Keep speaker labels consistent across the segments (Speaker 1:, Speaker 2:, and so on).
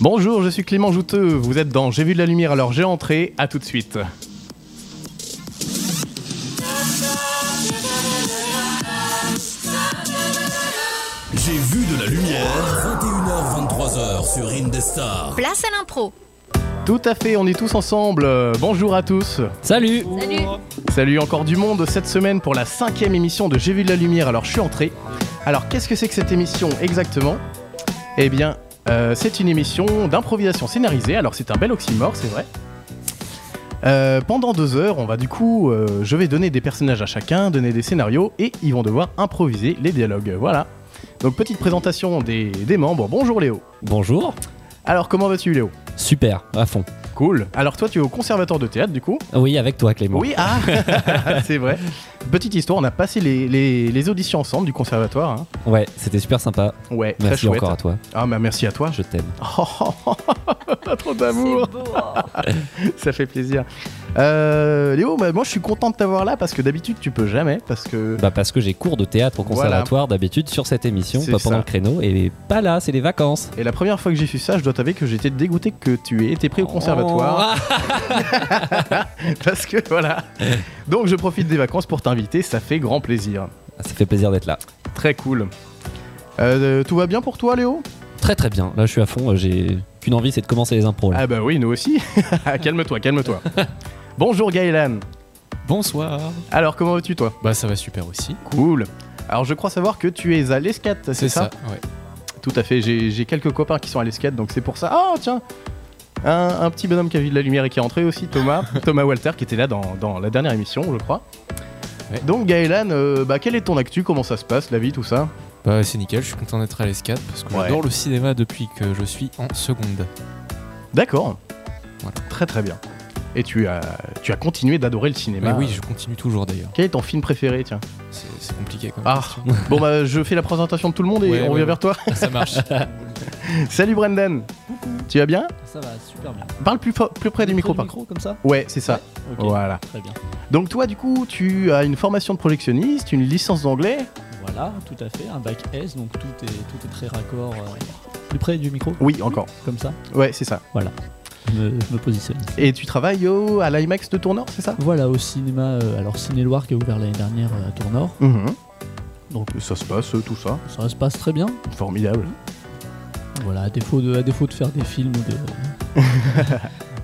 Speaker 1: Bonjour, je suis Clément Jouteux, vous êtes dans J'ai vu de la lumière, alors j'ai entré, à tout de suite.
Speaker 2: J'ai vu de la lumière, 21h-23h sur Indestar.
Speaker 3: Place à l'impro.
Speaker 1: Tout à fait, on est tous ensemble. Euh, Bonjour à tous.
Speaker 4: Salut
Speaker 3: Salut.
Speaker 1: Salut encore du monde cette semaine pour la cinquième émission de J'ai vu de la lumière, alors je suis entré. Alors qu'est-ce que c'est que cette émission exactement Eh bien, euh, c'est une émission d'improvisation scénarisée, alors c'est un bel oxymore, c'est vrai. Euh, pendant deux heures, on va du coup, euh, je vais donner des personnages à chacun, donner des scénarios, et ils vont devoir improviser les dialogues. Voilà. Donc petite présentation des, des membres. Bonjour Léo.
Speaker 4: Bonjour
Speaker 1: Alors comment vas-tu Léo
Speaker 4: Super, à fond.
Speaker 1: Cool. Alors toi, tu es au conservatoire de théâtre, du coup
Speaker 4: Oui, avec toi Clément.
Speaker 1: Oui, ah C'est vrai. Petite histoire, on a passé les, les- les auditions ensemble du conservatoire. hein.
Speaker 4: Ouais, c'était super sympa.
Speaker 1: Ouais, très
Speaker 4: Merci
Speaker 1: chouette.
Speaker 4: encore à toi.
Speaker 1: Ah, bah merci à toi.
Speaker 4: Je t'aime.
Speaker 1: Oh, oh, oh, t'as trop d'amour Ça fait plaisir. Euh, Léo, bah, moi je suis content de t'avoir là parce que d'habitude tu peux jamais, parce que...
Speaker 4: Bah parce que j'ai cours de théâtre au conservatoire d'habitude sur cette émission,
Speaker 1: C'est
Speaker 4: pas pendant
Speaker 1: ça.
Speaker 4: le créneau, et pas là, c'est les vacances.
Speaker 1: Et la première fois que j'ai su ça, je dois t'avouer que j'étais dégoûté que tu aies été pris au conservatoire.
Speaker 4: Oh, ah, Oh.
Speaker 1: Parce que voilà. Donc je profite des vacances pour t'inviter, ça fait grand plaisir.
Speaker 4: Ah, ça fait plaisir d'être là.
Speaker 1: Très cool. Euh, tout va bien pour toi, Léo
Speaker 4: Très très bien, là je suis à fond, euh, j'ai qu'une envie c'est de commencer les impros. là.
Speaker 1: Ah bah oui, nous aussi. calme-toi, calme-toi. Bonjour Gaëlan.
Speaker 5: Bonsoir.
Speaker 1: Alors comment vas-tu toi
Speaker 5: Bah ça va super aussi.
Speaker 1: Cool. Alors je crois savoir que tu es à l'escate, c'est, ça,
Speaker 5: ouais.
Speaker 1: Tout à fait, j'ai, j'ai quelques copains qui sont à l'escate, donc c'est pour ça. Oh tiens un, un petit bonhomme qui a vu de la lumière et qui est rentré aussi, Thomas, Thomas Walter, qui était là dans, dans la dernière émission, je crois.
Speaker 5: Ouais.
Speaker 1: Donc Gaëlan, euh, bah, quel est ton actu Comment ça se passe, la vie, tout ça
Speaker 5: Bah c'est nickel, je suis content d'être à l'ESCAT parce que
Speaker 1: Ouais.
Speaker 5: j'adore le cinéma depuis que je suis en seconde.
Speaker 1: D'accord.
Speaker 5: Voilà.
Speaker 1: Très très bien. Et tu as, tu as continué d'adorer le
Speaker 5: Mais
Speaker 1: cinéma.
Speaker 5: oui, je continue toujours d'ailleurs.
Speaker 1: Quel est ton film préféré, tiens
Speaker 5: C'est c'est compliqué quand même.
Speaker 1: Ah Bon bah je fais la présentation de tout le monde et
Speaker 5: Ouais,
Speaker 1: on
Speaker 5: ouais,
Speaker 1: revient
Speaker 5: ouais.
Speaker 1: vers toi.
Speaker 5: Ça marche.
Speaker 1: Salut Brendan Tu vas bien
Speaker 4: Ça va super bien.
Speaker 1: Parle plus, fort- plus près du micro par contre.
Speaker 4: comme ça
Speaker 1: Ouais, c'est ça. Voilà.
Speaker 4: Très bien.
Speaker 1: Donc toi du coup, tu as une formation de projectionniste, une licence d'anglais
Speaker 6: Voilà, tout à fait, un bac S, donc tout est, tout est très raccord. euh, plus près du micro,
Speaker 1: Oui, encore.
Speaker 6: comme ça,
Speaker 1: Ouais, c'est ça.
Speaker 6: je me, je me positionne.
Speaker 1: Et tu travailles au, à l'IMAX de Tourneur, c'est ça
Speaker 6: Voilà, au cinéma, euh, alors Ciné-Loire qui a ouvert l'année dernière euh, à Tournord,
Speaker 1: Donc Mm-hmm. ça se passe, euh, tout ça.
Speaker 6: ça se passe très bien.
Speaker 1: Formidable.
Speaker 6: Voilà, à défaut de, à défaut de faire des films ou, de,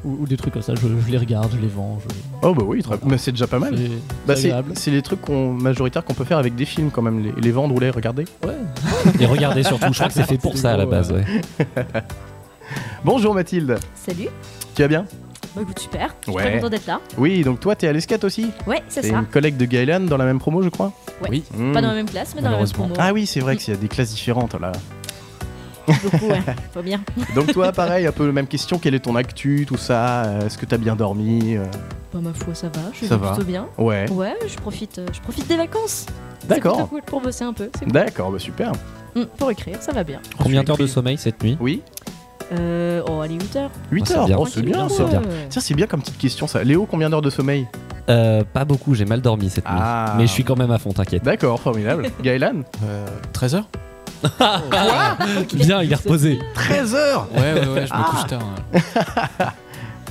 Speaker 6: ou, ou des trucs comme ça, je, je les regarde, je les vends, je,
Speaker 1: Oh bah oui, très... mais c'est déjà pas mal.
Speaker 6: c'est
Speaker 1: Bah, c'est
Speaker 6: agréable.
Speaker 1: c'est les trucs qu'on- majoritaires qu'on peut faire avec des films quand même, les, les vendre ou les regarder.
Speaker 6: Ouais,
Speaker 1: Ah,
Speaker 4: Et regardez surtout, je crois que c'est fait pour ça à la base. Ouais.
Speaker 1: Bonjour Mathilde,
Speaker 3: Salut.
Speaker 1: tu vas bien
Speaker 3: Bah écoute, super. Je suis
Speaker 1: Ouais.
Speaker 3: très content d'être là.
Speaker 1: Oui, donc toi t'es à l'escate aussi
Speaker 3: Ouais, c'est
Speaker 1: T'es
Speaker 3: ça.
Speaker 1: une collègue de Gaëlan dans la même promo je crois
Speaker 3: Ouais.
Speaker 5: Oui.
Speaker 1: Hmm.
Speaker 3: Pas dans la même classe, mais dans la même
Speaker 5: Malheureusement.
Speaker 3: promo.
Speaker 1: Ah oui, c'est vrai qu'il y a des classes différentes là.
Speaker 3: Beaucoup, ouais. Faut bien.
Speaker 1: Donc toi, pareil, un peu la même question. Quelle est ton actu, tout ça euh, Est-ce que t'as bien dormi euh,
Speaker 3: Bah ma foi, ça va. Je
Speaker 1: Ça
Speaker 3: vais
Speaker 1: va.
Speaker 3: plutôt bien.
Speaker 1: Ouais.
Speaker 3: Ouais, je profite, euh, je profite des vacances. C'est plutôt
Speaker 1: D'accord.
Speaker 3: cool pour bosser un peu. c'est cool.
Speaker 1: D'accord, bah super.
Speaker 3: Mm, pour écrire, ça va bien.
Speaker 4: Combien
Speaker 1: Je
Speaker 4: d'heures de
Speaker 1: suis-
Speaker 4: sommeil cette nuit
Speaker 1: Oui.
Speaker 3: Euh, oh, allez, 8 heures.
Speaker 1: 8
Speaker 4: Oh, c'est
Speaker 1: heures.
Speaker 4: bien.
Speaker 1: Oh, c'est
Speaker 4: Ouais,
Speaker 1: bien
Speaker 4: c'est
Speaker 1: ça.
Speaker 4: bien.
Speaker 1: Tiens, c'est bien comme petite question ça. Léo, combien d'heures de sommeil
Speaker 4: Euh, Pas beaucoup, j'ai mal dormi cette nuit.
Speaker 1: Ah.
Speaker 4: Mais je suis quand même à fond, t'inquiète.
Speaker 1: D'accord, formidable. Gaëlan
Speaker 5: Euh, 13h
Speaker 4: bien, il est reposé.
Speaker 1: 13 heures
Speaker 5: Ouais ouais ouais, je me
Speaker 1: Ah.
Speaker 5: couche tard. hein.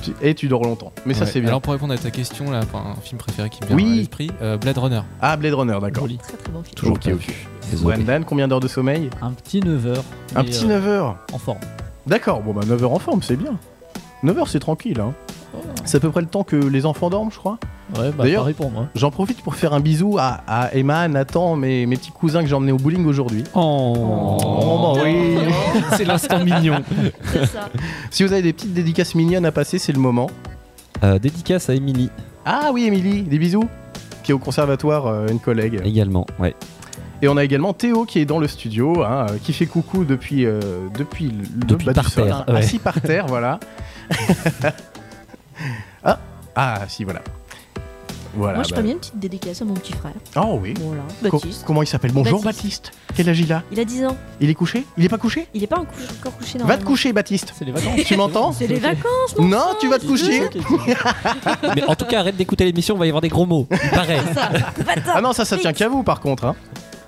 Speaker 1: Tu- Et tu dors longtemps. Mais ça,
Speaker 5: Ouais.
Speaker 1: c'est bien.
Speaker 5: Alors pour répondre à ta question là, pour un film préféré qui me vient
Speaker 1: Oui.
Speaker 5: à l'esprit, euh, Blade Runner.
Speaker 1: Ah, Blade Runner, d'accord.
Speaker 6: joli.
Speaker 3: Très très bon film.
Speaker 4: Toujours
Speaker 1: Ok,
Speaker 4: pas
Speaker 1: ok.
Speaker 4: vu. Désolé.
Speaker 1: Brendan, combien d'heures de sommeil euh,
Speaker 6: Un petit 9h.
Speaker 1: Un petit 9 heures.
Speaker 6: euh, En forme.
Speaker 1: D'accord, bon bah 9 heures en forme, c'est bien. 9 heures, c'est tranquille. Hein. C'est à peu près le temps que les enfants dorment, je crois.
Speaker 6: Ouais, bah
Speaker 1: D'ailleurs-
Speaker 6: pareil pour moi.
Speaker 1: J'en profite pour faire un bisou à, à Emma, Nathan, mes, mes petits cousins que j'ai emmenés au bowling aujourd'hui.
Speaker 4: Oh,
Speaker 1: Oh, bah oui.
Speaker 4: c'est l'instant mignon.
Speaker 3: C'est ça.
Speaker 1: Si vous avez des petites dédicaces mignonnes à passer, c'est le moment.
Speaker 4: Euh, dédicace à Émilie
Speaker 1: Ah oui, Émilie, des bisous qui est au conservatoire, euh, une collègue.
Speaker 4: également. Ouais.
Speaker 1: Et on a également Théo qui est dans le studio, hein, euh, qui fait coucou depuis, euh, depuis le
Speaker 4: Depuis
Speaker 1: bas
Speaker 4: par
Speaker 1: du sol,
Speaker 4: terre,
Speaker 1: hein,
Speaker 4: ouais.
Speaker 1: assis par terre, voilà. ah, ah, si, voilà. Voilà.
Speaker 3: Moi, je
Speaker 1: bah,
Speaker 3: ferais bien une petite dédicace à mon petit frère.
Speaker 1: Oh oui.
Speaker 3: Voilà.
Speaker 1: Co-
Speaker 3: Baptiste.
Speaker 1: comment il s'appelle Bonjour
Speaker 3: Baptiste.
Speaker 1: Baptiste. Quel âge il a
Speaker 3: Il a 10 ans.
Speaker 1: Il est couché Il est pas couché
Speaker 3: Il est pas encore encore couché dans
Speaker 1: Va te coucher Baptiste.
Speaker 6: C'est les vacances.
Speaker 1: Tu m'entends
Speaker 3: C'est les vacances, mon
Speaker 1: Non, tu vas te coucher.
Speaker 4: Mais en tout cas, arrête d'écouter l'émission, on va y avoir des gros mots. Il paraît.
Speaker 3: Va-t'en.
Speaker 1: Ah non, ça ça tient qu'à vous par contre hein.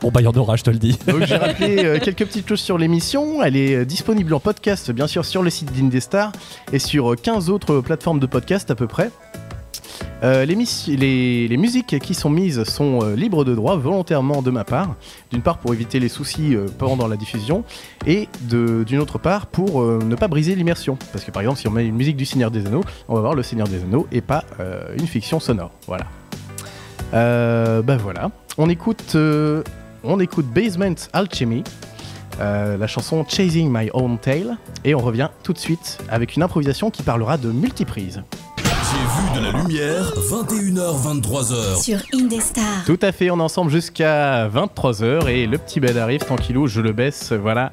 Speaker 4: Bon, bah, il y en aura, je te le dis.
Speaker 1: Donc j'ai rappelé euh, quelques petites choses sur l'émission. Elle est euh, disponible en podcast, bien sûr, sur le site d'Indestar et sur euh, 15 autres plateformes de podcast à peu près. Euh, les, mis- les- les musiques qui sont mises sont euh, libres de droit volontairement de ma part, d'une part pour éviter les soucis euh, pendant la diffusion et de- d'une autre part pour euh, ne pas briser l'immersion. Parce que par exemple si on met une musique du Seigneur des Anneaux, on va voir le Seigneur des Anneaux et pas euh, une fiction sonore. Voilà. Euh, bah voilà. On écoute euh, on écoute Basement Alchemy, euh, la chanson Chasing My Own Tail, et on revient tout de suite avec une improvisation qui parlera de multiprises.
Speaker 2: J'ai vu de la lumière, 21h23h.
Speaker 7: Sur Indestar.
Speaker 1: Tout à fait, on est ensemble jusqu'à 23h et le petit bed arrive tranquillou, je le baisse, voilà.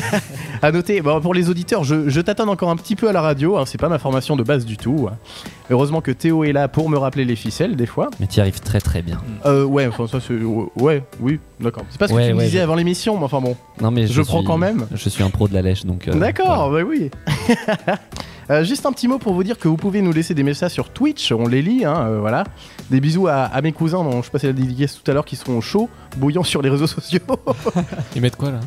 Speaker 1: à noter, bon, pour les auditeurs, je, je tâtonne encore un petit peu à la radio, hein, c'est pas ma formation de base du tout. hein. Heureusement que Théo est là pour me rappeler les ficelles des fois.
Speaker 4: Mais tu arrives très très bien.
Speaker 1: Euh, ouais, enfin ça c'est... Ouais, oui, d'accord. C'est pas ce que
Speaker 4: Ouais,
Speaker 1: tu me
Speaker 4: ouais,
Speaker 1: disais
Speaker 4: je-
Speaker 1: avant l'émission, mais enfin bon.
Speaker 4: Non, mais
Speaker 1: Je prends
Speaker 4: suis-
Speaker 1: quand même.
Speaker 4: Je suis un pro de la lèche, donc. euh,
Speaker 1: D'accord, bah oui. Euh, juste un petit mot pour vous dire que vous pouvez nous laisser des messages sur Twitch, on les lit, hein, euh, voilà. Des bisous à, à mes cousins dont je passais la dédicace tout à l'heure qui seront chauds, bouillants sur les réseaux sociaux.
Speaker 5: Ils mettent quoi là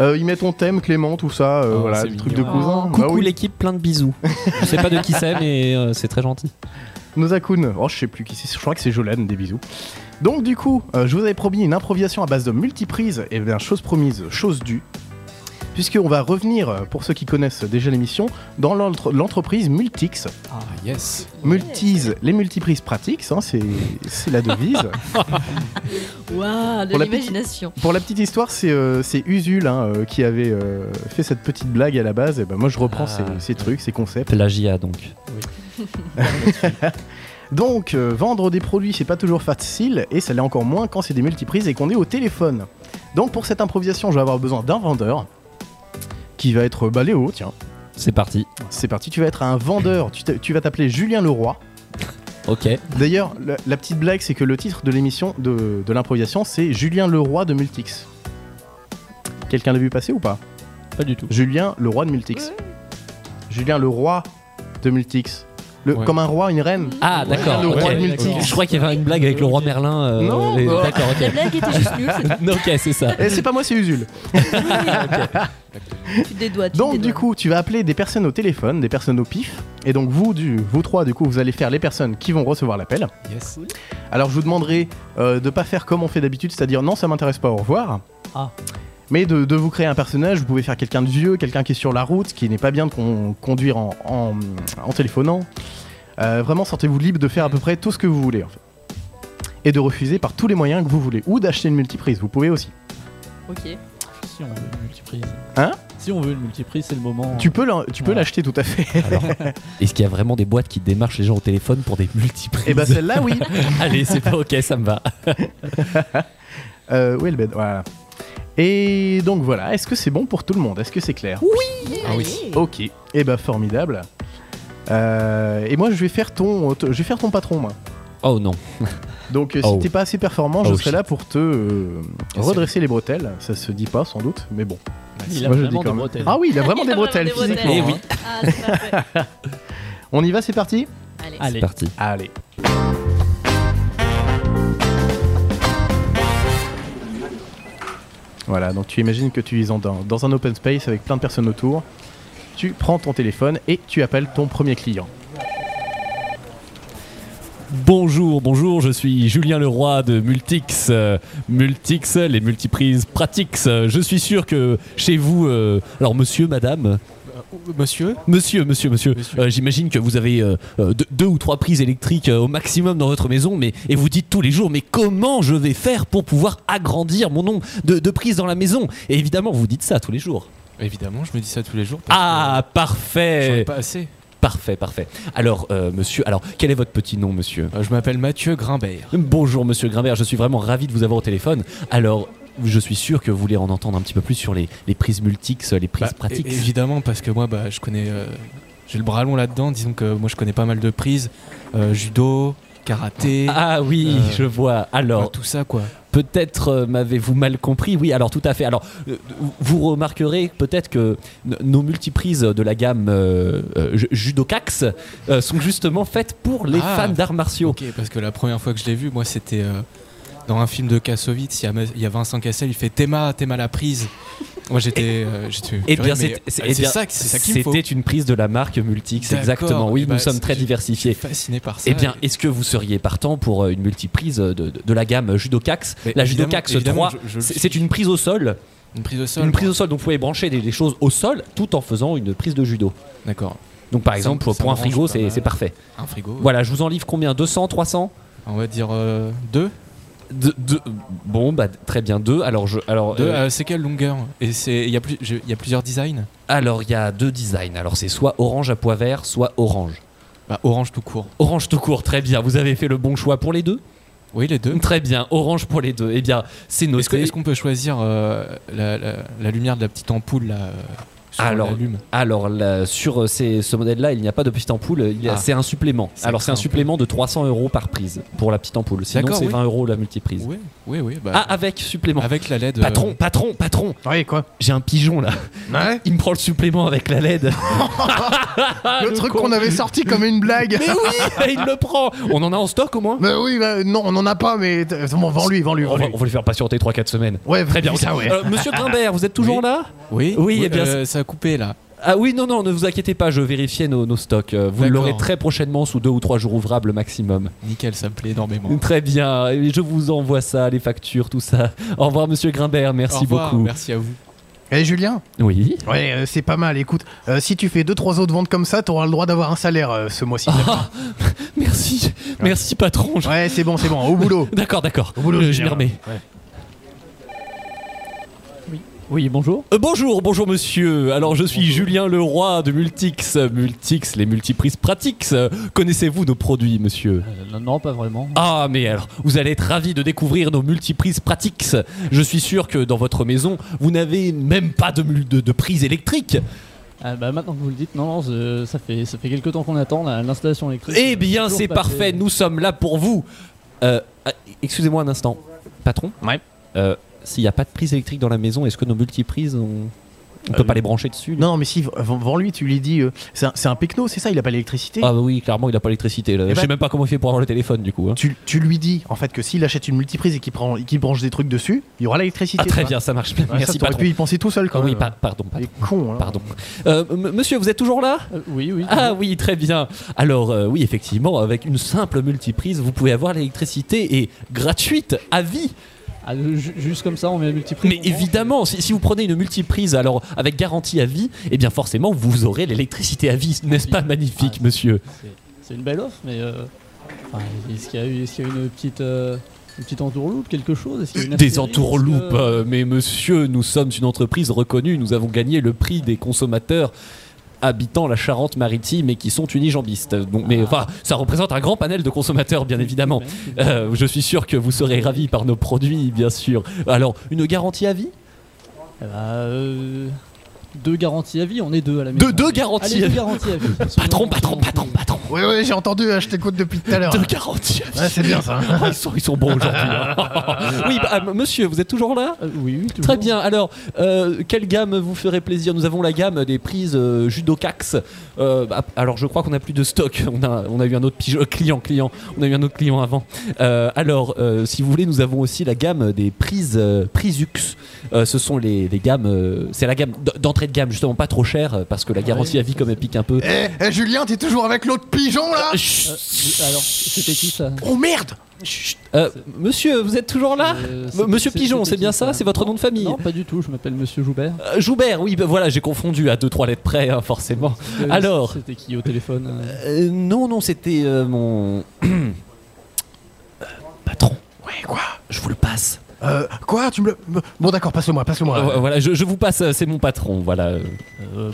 Speaker 1: Euh, ils mettent ton thème, Clément, tout ça, euh,
Speaker 5: Oh,
Speaker 1: voilà,
Speaker 5: c'est
Speaker 1: des trucs de
Speaker 5: mignon.
Speaker 1: cousins.
Speaker 4: voilà.
Speaker 1: Bah
Speaker 4: Oh, Coucou
Speaker 1: oui.
Speaker 4: l'équipe, plein de bisous. je sais pas de qui c'est, mais euh, c'est très gentil.
Speaker 1: Nozakun, oh je sais plus qui c'est, je crois que c'est Jolan, des bisous. Donc du coup, euh, je vous avais promis une improvisation à base de multiprises, et bien chose promise, chose due. Puisqu'on va revenir, euh, pour ceux qui connaissent déjà l'émission, dans l'entre- l'entreprise Multix,
Speaker 5: Ah yes
Speaker 1: Multise, les multiprises pratiques, hein, c'est c'est la devise.
Speaker 3: Waouh, de
Speaker 1: Pour la
Speaker 3: l'imagination.
Speaker 1: Pour la petite histoire, c'est euh, c'est Usul hein, euh, qui avait euh, fait cette petite blague à la base. Et ben moi, je reprends
Speaker 4: Ah,
Speaker 1: ces, ces trucs, ces concepts.
Speaker 4: Plagiat, donc.
Speaker 1: Donc, euh, vendre des produits, c'est pas toujours facile, et ça l'est encore moins quand c'est des multiprises et qu'on est au téléphone. Donc, pour cette improvisation, je vais avoir besoin d'un vendeur qui va être bah, Léo, tiens.
Speaker 4: C'est parti.
Speaker 1: C'est parti, tu vas être un vendeur. Tu, t'a- tu vas t'appeler Julien Leroy.
Speaker 4: Ok.
Speaker 1: D'ailleurs, la, la petite blague, c'est que le titre de l'émission de, de l'improvisation, c'est Julien Leroy de Multix. Quelqu'un l'a vu passer ou pas
Speaker 6: Pas du tout.
Speaker 1: Julien Leroy de Multix. Julien Leroy de Multix. Le-
Speaker 5: Ouais.
Speaker 1: Comme un roi, une reine.
Speaker 4: Ah, d'accord.
Speaker 1: Le
Speaker 4: ok.
Speaker 1: roi de
Speaker 6: d'accord.
Speaker 1: Multix.
Speaker 4: Je crois qu'il y avait une blague avec le roi Merlin. euh,
Speaker 1: Non,
Speaker 4: les-
Speaker 1: bah.
Speaker 4: D'accord,
Speaker 3: La
Speaker 4: ok.
Speaker 3: blague était juste nulle, c'est
Speaker 4: Non, ok, c'est ça.
Speaker 1: Eh, c'est pas moi, c'est Usul.
Speaker 3: tout. Tu te dédois. tu te
Speaker 1: Donc
Speaker 3: dédois.
Speaker 1: du coup, tu vas appeler des personnes au téléphone, des personnes au pif, et donc vous, du, vous trois, du coup, vous allez faire les personnes qui vont recevoir l'appel.
Speaker 5: Yes
Speaker 1: Alors je vous demanderai euh, de pas faire comme on fait d'habitude, c'est-à-dire non, ça m'intéresse pas, au revoir.
Speaker 6: Ah.
Speaker 1: Mais de, de vous créer un personnage, vous pouvez faire quelqu'un de vieux, quelqu'un qui est sur la route, qui n'est pas bien de con- conduire en, en- en téléphonant. Euh, vraiment, sentez-vous libre de faire à peu près tout ce que vous voulez, en fait. Et de refuser par tous les moyens que vous voulez. Ou d'acheter une multiprise, vous pouvez aussi.
Speaker 3: Ok.
Speaker 6: Si on veut une multiprise.
Speaker 1: Hein
Speaker 6: Si on veut une multiprise, c'est le moment.
Speaker 1: Tu peux l'en- tu peux
Speaker 6: Ouais.
Speaker 1: l'acheter tout à fait.
Speaker 4: Alors, est-ce qu'il y a vraiment des boîtes qui démarchent les gens au téléphone pour des multiprises
Speaker 1: Et bah celle-là, oui.
Speaker 4: Allez, c'est pas ok, ça me va.
Speaker 1: Euh, oui, le bed, voilà. Et donc voilà, est-ce que c'est bon pour tout le monde Est-ce que c'est clair Oui
Speaker 5: Ah oui.
Speaker 3: Allez.
Speaker 1: Ok, et eh bah formidable. Euh, et moi je vais faire ton, je vais faire ton patron moi.
Speaker 4: Oh non.
Speaker 1: Donc euh, si
Speaker 4: Oh.
Speaker 1: t'es pas assez performant, je
Speaker 4: Oh,
Speaker 1: serai
Speaker 4: shit.
Speaker 1: là pour te euh,
Speaker 5: Ah,
Speaker 1: redresser les bretelles. Ça se dit pas sans doute, mais bon.
Speaker 6: Il a
Speaker 1: Moi, je
Speaker 6: vraiment
Speaker 1: dis quand
Speaker 6: des
Speaker 1: même.
Speaker 6: bretelles.
Speaker 1: Ah oui, il a vraiment
Speaker 3: Il
Speaker 1: des
Speaker 3: a vraiment
Speaker 1: bretelles
Speaker 3: des bretelles.
Speaker 1: physiquement.
Speaker 4: Eh oui.
Speaker 1: hein.
Speaker 3: Ah, c'est parfait.
Speaker 1: On y va, c'est parti.
Speaker 3: Allez.
Speaker 6: Allez.
Speaker 4: C'est parti.
Speaker 1: Allez. Voilà, donc tu imagines que tu es en- dans, dans un open space avec plein de personnes autour. Tu prends ton téléphone et tu appelles ton premier client.
Speaker 4: Bonjour, bonjour, je suis Julien Leroy de Multix. euh, Multix, les multiprises pratiques. Euh, Je suis sûr que chez vous, euh, alors monsieur, madame,
Speaker 5: Monsieur
Speaker 4: monsieur, monsieur, monsieur,
Speaker 5: Monsieur.
Speaker 4: euh, j'imagine que vous avez euh, euh, deux, deux ou trois prises électriques euh, au maximum dans votre maison, mais et vous dites tous les jours, mais comment je vais faire pour pouvoir agrandir mon nombre de, de prises dans la maison Et évidemment, vous dites ça tous les jours.
Speaker 5: Évidemment, je me dis ça tous les jours. parce
Speaker 4: Ah,
Speaker 5: que
Speaker 4: parfait
Speaker 5: J'en ai pas assez.
Speaker 4: Parfait, parfait. Alors, euh, monsieur, alors, quel est votre petit nom, monsieur
Speaker 5: Euh, je m'appelle Mathieu Grimbert.
Speaker 4: Bonjour, monsieur Grimbert, je suis vraiment ravi de vous avoir au téléphone. Alors, je suis sûr que vous voulez en entendre un petit peu plus sur les, les prises multix, les prises
Speaker 5: Bah,
Speaker 4: pratiques.
Speaker 5: é- Évidemment, parce que moi, bah, je connais. euh, J'ai le bras long là-dedans. Disons que moi, je connais pas mal de prises. Euh, judo, karaté.
Speaker 4: ah oui,
Speaker 5: Euh,
Speaker 4: je vois.
Speaker 5: bah,
Speaker 4: Alors,
Speaker 5: tout ça, quoi.
Speaker 4: peut-être euh, m'avez-vous mal compris. Oui, alors tout à fait. Alors, euh, vous remarquerez peut-être que n- nos multiprises de la gamme euh, euh, ju- judokax euh, sont justement faites pour les
Speaker 5: Ah,
Speaker 4: fans d'arts martiaux.
Speaker 5: Ok, parce que la première fois que je l'ai vu, moi, c'était. euh, dans un film de Kassovitz, il y a, il y a Vincent Cassel, il fait Théma, Théma la prise. Moi j'étais. euh, j'étais
Speaker 4: Eh
Speaker 5: purée,
Speaker 4: bien,
Speaker 5: mais,
Speaker 4: c'est- c'est-
Speaker 5: euh,
Speaker 4: eh
Speaker 5: c'est
Speaker 4: bien,
Speaker 5: ça, que- c'est ça qu'il me faut.
Speaker 4: c'était une prise de la marque Multix,
Speaker 5: D'accord.
Speaker 4: exactement. Oui,
Speaker 5: Eh
Speaker 4: nous
Speaker 5: ben,
Speaker 4: sommes très
Speaker 5: je-
Speaker 4: diversifiés.
Speaker 5: Fasciné par ça.
Speaker 4: Eh bien, est-ce que vous seriez partant pour euh, une multiprise euh, de, de- de la gamme Judocax
Speaker 5: Mais
Speaker 4: La
Speaker 5: évidemment,
Speaker 4: Judocax
Speaker 5: évidemment,
Speaker 4: 3,
Speaker 5: je- je le
Speaker 4: c'est
Speaker 5: suis.
Speaker 4: c'est une prise au sol,
Speaker 5: une prise de sol.
Speaker 4: Une prise au sol, donc vous pouvez brancher des, des choses au sol tout en faisant une prise de judo.
Speaker 5: D'accord.
Speaker 4: Donc par
Speaker 5: Ça
Speaker 4: exemple,
Speaker 5: me-
Speaker 4: pour
Speaker 5: ça
Speaker 4: un
Speaker 5: me branche
Speaker 4: frigo,
Speaker 5: pas
Speaker 4: c'est
Speaker 5: mal.
Speaker 4: c'est parfait.
Speaker 5: Un frigo.
Speaker 4: Voilà, je vous en livre combien 200 300
Speaker 5: On va dire euh, deux.
Speaker 4: De- de- Bon, bah très bien, deux. Alors, je, alors,
Speaker 5: Deux,
Speaker 4: euh,
Speaker 5: euh, c'est quelle longueur Et c'est il y a plus je- il y a plusieurs designs.
Speaker 4: alors il y a deux designs. Alors c'est soit orange à pois vert, soit orange.
Speaker 5: Bah, orange tout court.
Speaker 4: Orange tout court, très bien. Vous avez fait le bon choix pour les deux
Speaker 5: Oui, les deux.
Speaker 4: Très bien, orange pour les deux. Eh bien, c'est
Speaker 5: Est-ce que-
Speaker 4: noté.
Speaker 5: est-ce qu'on peut choisir euh, la, la- la lumière de la petite ampoule là euh, sur
Speaker 4: Alors,
Speaker 5: l'allume
Speaker 4: Alors, là, sur euh, ces- ce modèle-là, il n'y a pas de petite ampoule, il y a-
Speaker 5: Ah.
Speaker 4: c'est un supplément.
Speaker 5: C'est
Speaker 4: Alors, c'est un
Speaker 5: craint un peu.
Speaker 4: supplément de 300 euros par prise pour la petite ampoule. Sinon,
Speaker 5: D'accord,
Speaker 4: c'est
Speaker 5: oui.
Speaker 4: 20 euros la multiprise.
Speaker 5: Oui, oui, oui. bah,
Speaker 4: Ah, avec supplément.
Speaker 5: avec la LED. euh,
Speaker 4: Patron, patron, patron,
Speaker 1: Ouais, quoi
Speaker 4: j'ai un pigeon là.
Speaker 1: Ouais
Speaker 4: Il me prend le supplément avec la LED.
Speaker 1: Le,
Speaker 4: Ah, Le
Speaker 1: truc
Speaker 4: con.
Speaker 1: qu'on avait sorti comme une blague
Speaker 4: Mais oui, il le prend. On en a en stock au moins
Speaker 1: Mais oui, bah, non, on en a pas, mais t- euh, bon, vends-lui, vends-lui,
Speaker 4: on va,
Speaker 1: vends-lui.
Speaker 4: on va le faire patienter 3-4 semaines.
Speaker 1: Ouais,
Speaker 4: Très bien.
Speaker 1: ça, ouais.
Speaker 4: Alors, Monsieur Grimbert, vous êtes toujours
Speaker 5: Oui.
Speaker 4: là
Speaker 5: Oui,
Speaker 4: Oui, eh bien,
Speaker 5: euh, ça a coupé là.
Speaker 4: Ah oui, non, non, ne vous inquiétez pas, je vérifiais nos, nos stocks. Euh, Vous
Speaker 5: D'accord.
Speaker 4: l'aurez très prochainement sous deux ou trois jours ouvrables maximum.
Speaker 5: Nickel, ça me plaît énormément.
Speaker 4: Très bien, Et je vous envoie ça, les factures, tout ça. Au revoir, monsieur Grimbert,
Speaker 5: Au
Speaker 4: merci
Speaker 5: revoir,
Speaker 4: beaucoup.
Speaker 5: Merci à vous.
Speaker 1: Eh, Julien
Speaker 4: Oui.
Speaker 1: Ouais, euh, c'est pas mal, écoute. euh, si tu fais 2-3 autres ventes comme ça, t'auras le droit d'avoir un salaire euh, ce mois-ci.
Speaker 4: Ah, merci, merci patron. Je-
Speaker 1: Ouais, c'est bon, c'est bon, au boulot.
Speaker 4: D'accord, d'accord.
Speaker 1: Au boulot,
Speaker 4: Euh, je
Speaker 1: Julien.
Speaker 4: m'y remets.
Speaker 6: Oui, bonjour.
Speaker 4: Euh, bonjour, bonjour monsieur. Alors je suis Julien Leroy de Multix. Euh, Multix, les multiprises pratiques. Euh, Connaissez-vous nos produits, monsieur
Speaker 6: Euh, non, non, pas vraiment.
Speaker 4: ah mais alors, vous allez être ravi de découvrir nos multiprises pratiques. Je suis sûr que dans votre maison, vous n'avez même pas de, mul- de- de prise électrique.
Speaker 6: Ah, bah, maintenant que vous le dites, non, non, je- ça fait, ça fait quelques temps qu'on attend la- l'installation électrique.
Speaker 4: Eh bien,
Speaker 6: Toujours
Speaker 4: c'est
Speaker 6: pas
Speaker 4: parfait,
Speaker 6: fait.
Speaker 4: nous sommes là pour vous. Euh, ah, Excusez-moi un instant. Patron
Speaker 1: Ouais.
Speaker 4: Euh, S'il n'y a pas de prise électrique dans la maison, est-ce que nos multiprises, on, on peut
Speaker 1: Euh,
Speaker 4: pas les brancher dessus les-
Speaker 1: Non, mais si, v- vends-lui, tu lui dis. euh, c'est un, c'est un pecno, c'est ça, il a pas l'électricité
Speaker 4: Ah bah oui, clairement, il n'a pas l'électricité. là.
Speaker 1: Eh
Speaker 4: Je sais
Speaker 1: ben-
Speaker 4: même pas comment il fait pour avoir le téléphone du coup. hein.
Speaker 1: tu, tu lui dis, en fait, que s'il achète une multiprise et qu'il prend- et qu'il branche des trucs dessus, il y aura l'électricité.
Speaker 4: Ah très
Speaker 1: tu vois.
Speaker 4: bien, ça marche bien.
Speaker 1: Ouais,
Speaker 4: Merci
Speaker 1: ça, t'aurais
Speaker 4: patron.
Speaker 1: pu y penser tout seul,
Speaker 4: Ah
Speaker 1: quand
Speaker 4: oui,
Speaker 1: même.
Speaker 4: pa- pardon,
Speaker 1: Il
Speaker 4: pardon.
Speaker 1: est con, hein.
Speaker 4: pardon. Euh, m- monsieur, vous êtes toujours là
Speaker 6: Euh, oui, oui.
Speaker 4: Ah oui, très bien. Alors euh, oui, effectivement, avec une simple multiprise, vous pouvez avoir l'électricité et gratuite à vie.
Speaker 6: Ah, ju- juste comme ça, on met la multiprise.
Speaker 4: Mais
Speaker 6: on branche.
Speaker 4: évidemment, si, si vous prenez une multiprise alors avec garantie à vie, eh bien forcément vous aurez l'électricité à vie, n'est-ce pas magnifique,
Speaker 6: Ah,
Speaker 4: monsieur
Speaker 6: C'est- C'est une belle offre, mais euh, enfin, est-ce qu'il y a eu, est-ce qu'il y a eu une petite, euh, une petite entourloupe, quelque chose Est-ce qu'il y a eu une
Speaker 4: Des
Speaker 6: astérisque
Speaker 4: entourloupes,
Speaker 6: Euh,
Speaker 4: euh, mais monsieur, nous sommes une entreprise reconnue, nous avons gagné le prix des consommateurs habitant la Charente-Maritime et qui sont unijambistes. Donc, mais
Speaker 6: Ah.
Speaker 4: enfin, ça représente un grand panel de consommateurs, bien évidemment. Euh, je suis sûr que vous serez ravis par nos produits, bien sûr. Alors, une garantie à vie
Speaker 6: Eh ben, euh, deux garanties à vie, on est deux à la maison.
Speaker 4: De deux
Speaker 6: Allez, euh,
Speaker 4: garanties à
Speaker 6: deux
Speaker 4: vie
Speaker 6: garanties à vie.
Speaker 4: Patron, patron, patron, patron
Speaker 1: Ouais, ouais, j'ai entendu, hein, je t'écoute depuis tout à
Speaker 6: euh,
Speaker 1: l'heure.
Speaker 4: Deux garanties à vie
Speaker 1: Ouais, c'est bien ça.
Speaker 4: Oh, ils, sont, ils sont bons aujourd'hui. hein. oui, bah, euh, monsieur, vous êtes toujours là
Speaker 6: Euh, oui, oui, toujours.
Speaker 4: Très bien, alors, euh, quelle gamme vous ferait plaisir Nous avons la gamme des prises euh, Judocax. Euh, bah, alors, je crois qu'on n'a plus de stock. On a, on a eu un autre pige- euh, client, client. On a eu un autre client avant. Euh, alors, euh, si vous voulez, nous avons aussi la gamme des prises euh, Prisux. Euh, ce sont les, les gammes. euh, C'est la gamme d- d'entrée de gamme, justement, pas trop chère, euh, parce que
Speaker 1: Ah
Speaker 4: la garantie à vie, comme elle pique un peu.
Speaker 1: Eh, eh, Julien, t'es toujours avec l'autre pigeon, là
Speaker 6: Euh, je- alors, c'était qui ça
Speaker 1: Oh merde
Speaker 4: Euh, monsieur, vous êtes toujours là
Speaker 6: Euh,
Speaker 4: Ah, M- Monsieur
Speaker 6: c'était-
Speaker 4: Pigeon,
Speaker 6: c'était
Speaker 4: c'est
Speaker 6: qui,
Speaker 4: bien ça C'est votre nom de famille
Speaker 6: Non, pas du tout, je m'appelle Monsieur Joubert.
Speaker 4: Euh, Joubert, oui, bah voilà, j'ai confondu à deux trois lettres près, hein, forcément.
Speaker 6: Euh,
Speaker 4: Alors
Speaker 6: C'était qui au téléphone euh
Speaker 4: Euh, Non, non, c'était euh, mon Euh, patron.
Speaker 1: Ouais, quoi
Speaker 4: Je vous le passe.
Speaker 1: Euh, quoi Tu me le. Bon, d'accord, passe-le-moi, passe-le-moi.
Speaker 4: Euh, voilà, je, je vous passe. euh, C'est mon patron. Voilà. euh.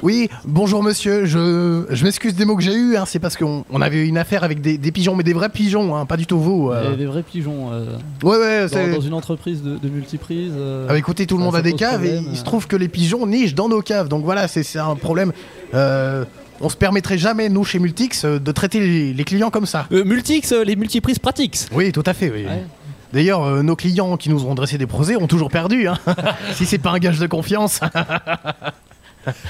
Speaker 1: Oui, bonjour monsieur, je, je m'excuse des mots que j'ai eus, hein, c'est parce qu'on on avait une affaire avec des, des pigeons, mais des vrais pigeons, hein, pas du tout vous.
Speaker 6: Il y
Speaker 1: euh.
Speaker 6: avait des vrais pigeons euh,
Speaker 1: Ouais, ouais, c'est.
Speaker 6: dans, dans une entreprise de, de multiprise. euh,
Speaker 1: Ah, bah, écoutez, tout le
Speaker 6: ça-
Speaker 1: monde
Speaker 6: ça
Speaker 1: a des
Speaker 6: pose
Speaker 1: caves et
Speaker 6: problème,
Speaker 1: il se
Speaker 6: euh.
Speaker 1: trouve que les pigeons nichent dans nos caves, donc voilà, c'est c'est un problème. Euh, on se permettrait jamais, nous, chez Multix, euh, de traiter les, les clients comme ça.
Speaker 4: Euh, Multix, euh, les multiprises pratiques.
Speaker 1: Oui, tout à fait, oui.
Speaker 6: Ouais.
Speaker 1: D'ailleurs, euh, nos clients qui nous ont dressé des prosés ont toujours perdu, hein. si c'est pas un gage de confiance.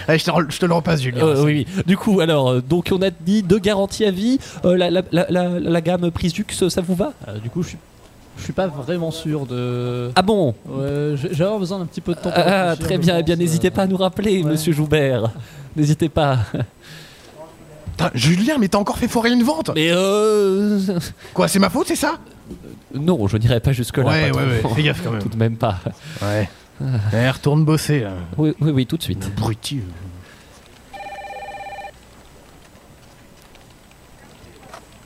Speaker 1: Allez, je te, re- je te le repasse, Julien.
Speaker 4: Euh, oui, oui. Du coup, alors, euh, donc on a dit deux garanties à vie. euh, la, la- la- la- la gamme Prisux, ça vous va
Speaker 6: Euh, du coup, je suis Je suis pas vraiment sûr de.
Speaker 4: Ah bon
Speaker 6: Ouais, je- J'ai avoir besoin d'un petit peu de temps. pour
Speaker 4: Ah,
Speaker 6: réfléchir,
Speaker 4: Très
Speaker 6: je
Speaker 4: bien, eh
Speaker 6: pense,
Speaker 4: bien
Speaker 6: euh,
Speaker 4: n'hésitez pas à nous rappeler,
Speaker 6: ouais.
Speaker 4: monsieur Joubert. N'hésitez pas.
Speaker 1: Putain, Julien, mais t'as encore fait foirer une vente
Speaker 4: Mais euh.
Speaker 1: Quoi, c'est ma faute, c'est ça
Speaker 4: Non, je n'irai pas jusque-là.
Speaker 1: Ouais, ouais,
Speaker 4: patron.
Speaker 1: ouais, fais gaffe quand même.
Speaker 4: Tout de même pas.
Speaker 1: Ouais. Eh, retourne bosser, euh. là.
Speaker 4: Oui, oui, oui, tout de suite.
Speaker 1: Bruti.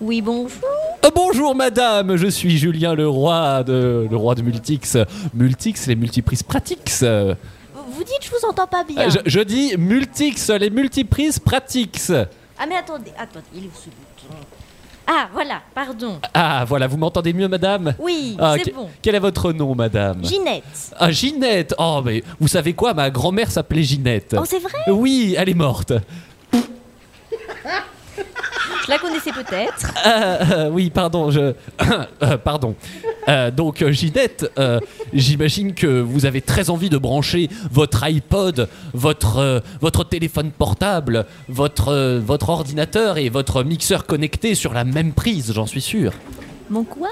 Speaker 3: Oui, bonjour.
Speaker 4: Euh, bonjour madame, je suis Julien Leroy de, le roi de Multix. Multix, les multiprises pratiques. Euh,
Speaker 7: Vous dites, je vous entends pas bien.
Speaker 4: je, je dis Multix, les multiprises pratiques.
Speaker 7: Ah, mais attendez, attendez, il est où ce bouton Ah, voilà, pardon.
Speaker 4: Ah voilà, vous m'entendez mieux madame
Speaker 7: Oui,
Speaker 4: Ah,
Speaker 7: c'est
Speaker 4: que-
Speaker 7: bon.
Speaker 4: Quel est votre nom madame
Speaker 7: Ginette.
Speaker 4: Ah Ginette Oh mais vous savez quoi, ma grand-mère s'appelait Ginette.
Speaker 7: Oh, c'est vrai
Speaker 4: oui, elle est morte.
Speaker 7: Je la connaissais peut-être.
Speaker 4: Euh, euh, oui, pardon, je. Euh, pardon. Euh, donc, euh, Ginette, euh, j'imagine que vous avez très envie de brancher votre iPod, votre, euh, votre téléphone portable, votre, euh, votre ordinateur et votre mixeur connecté sur la même prise, j'en suis sûr.
Speaker 7: Mon quoi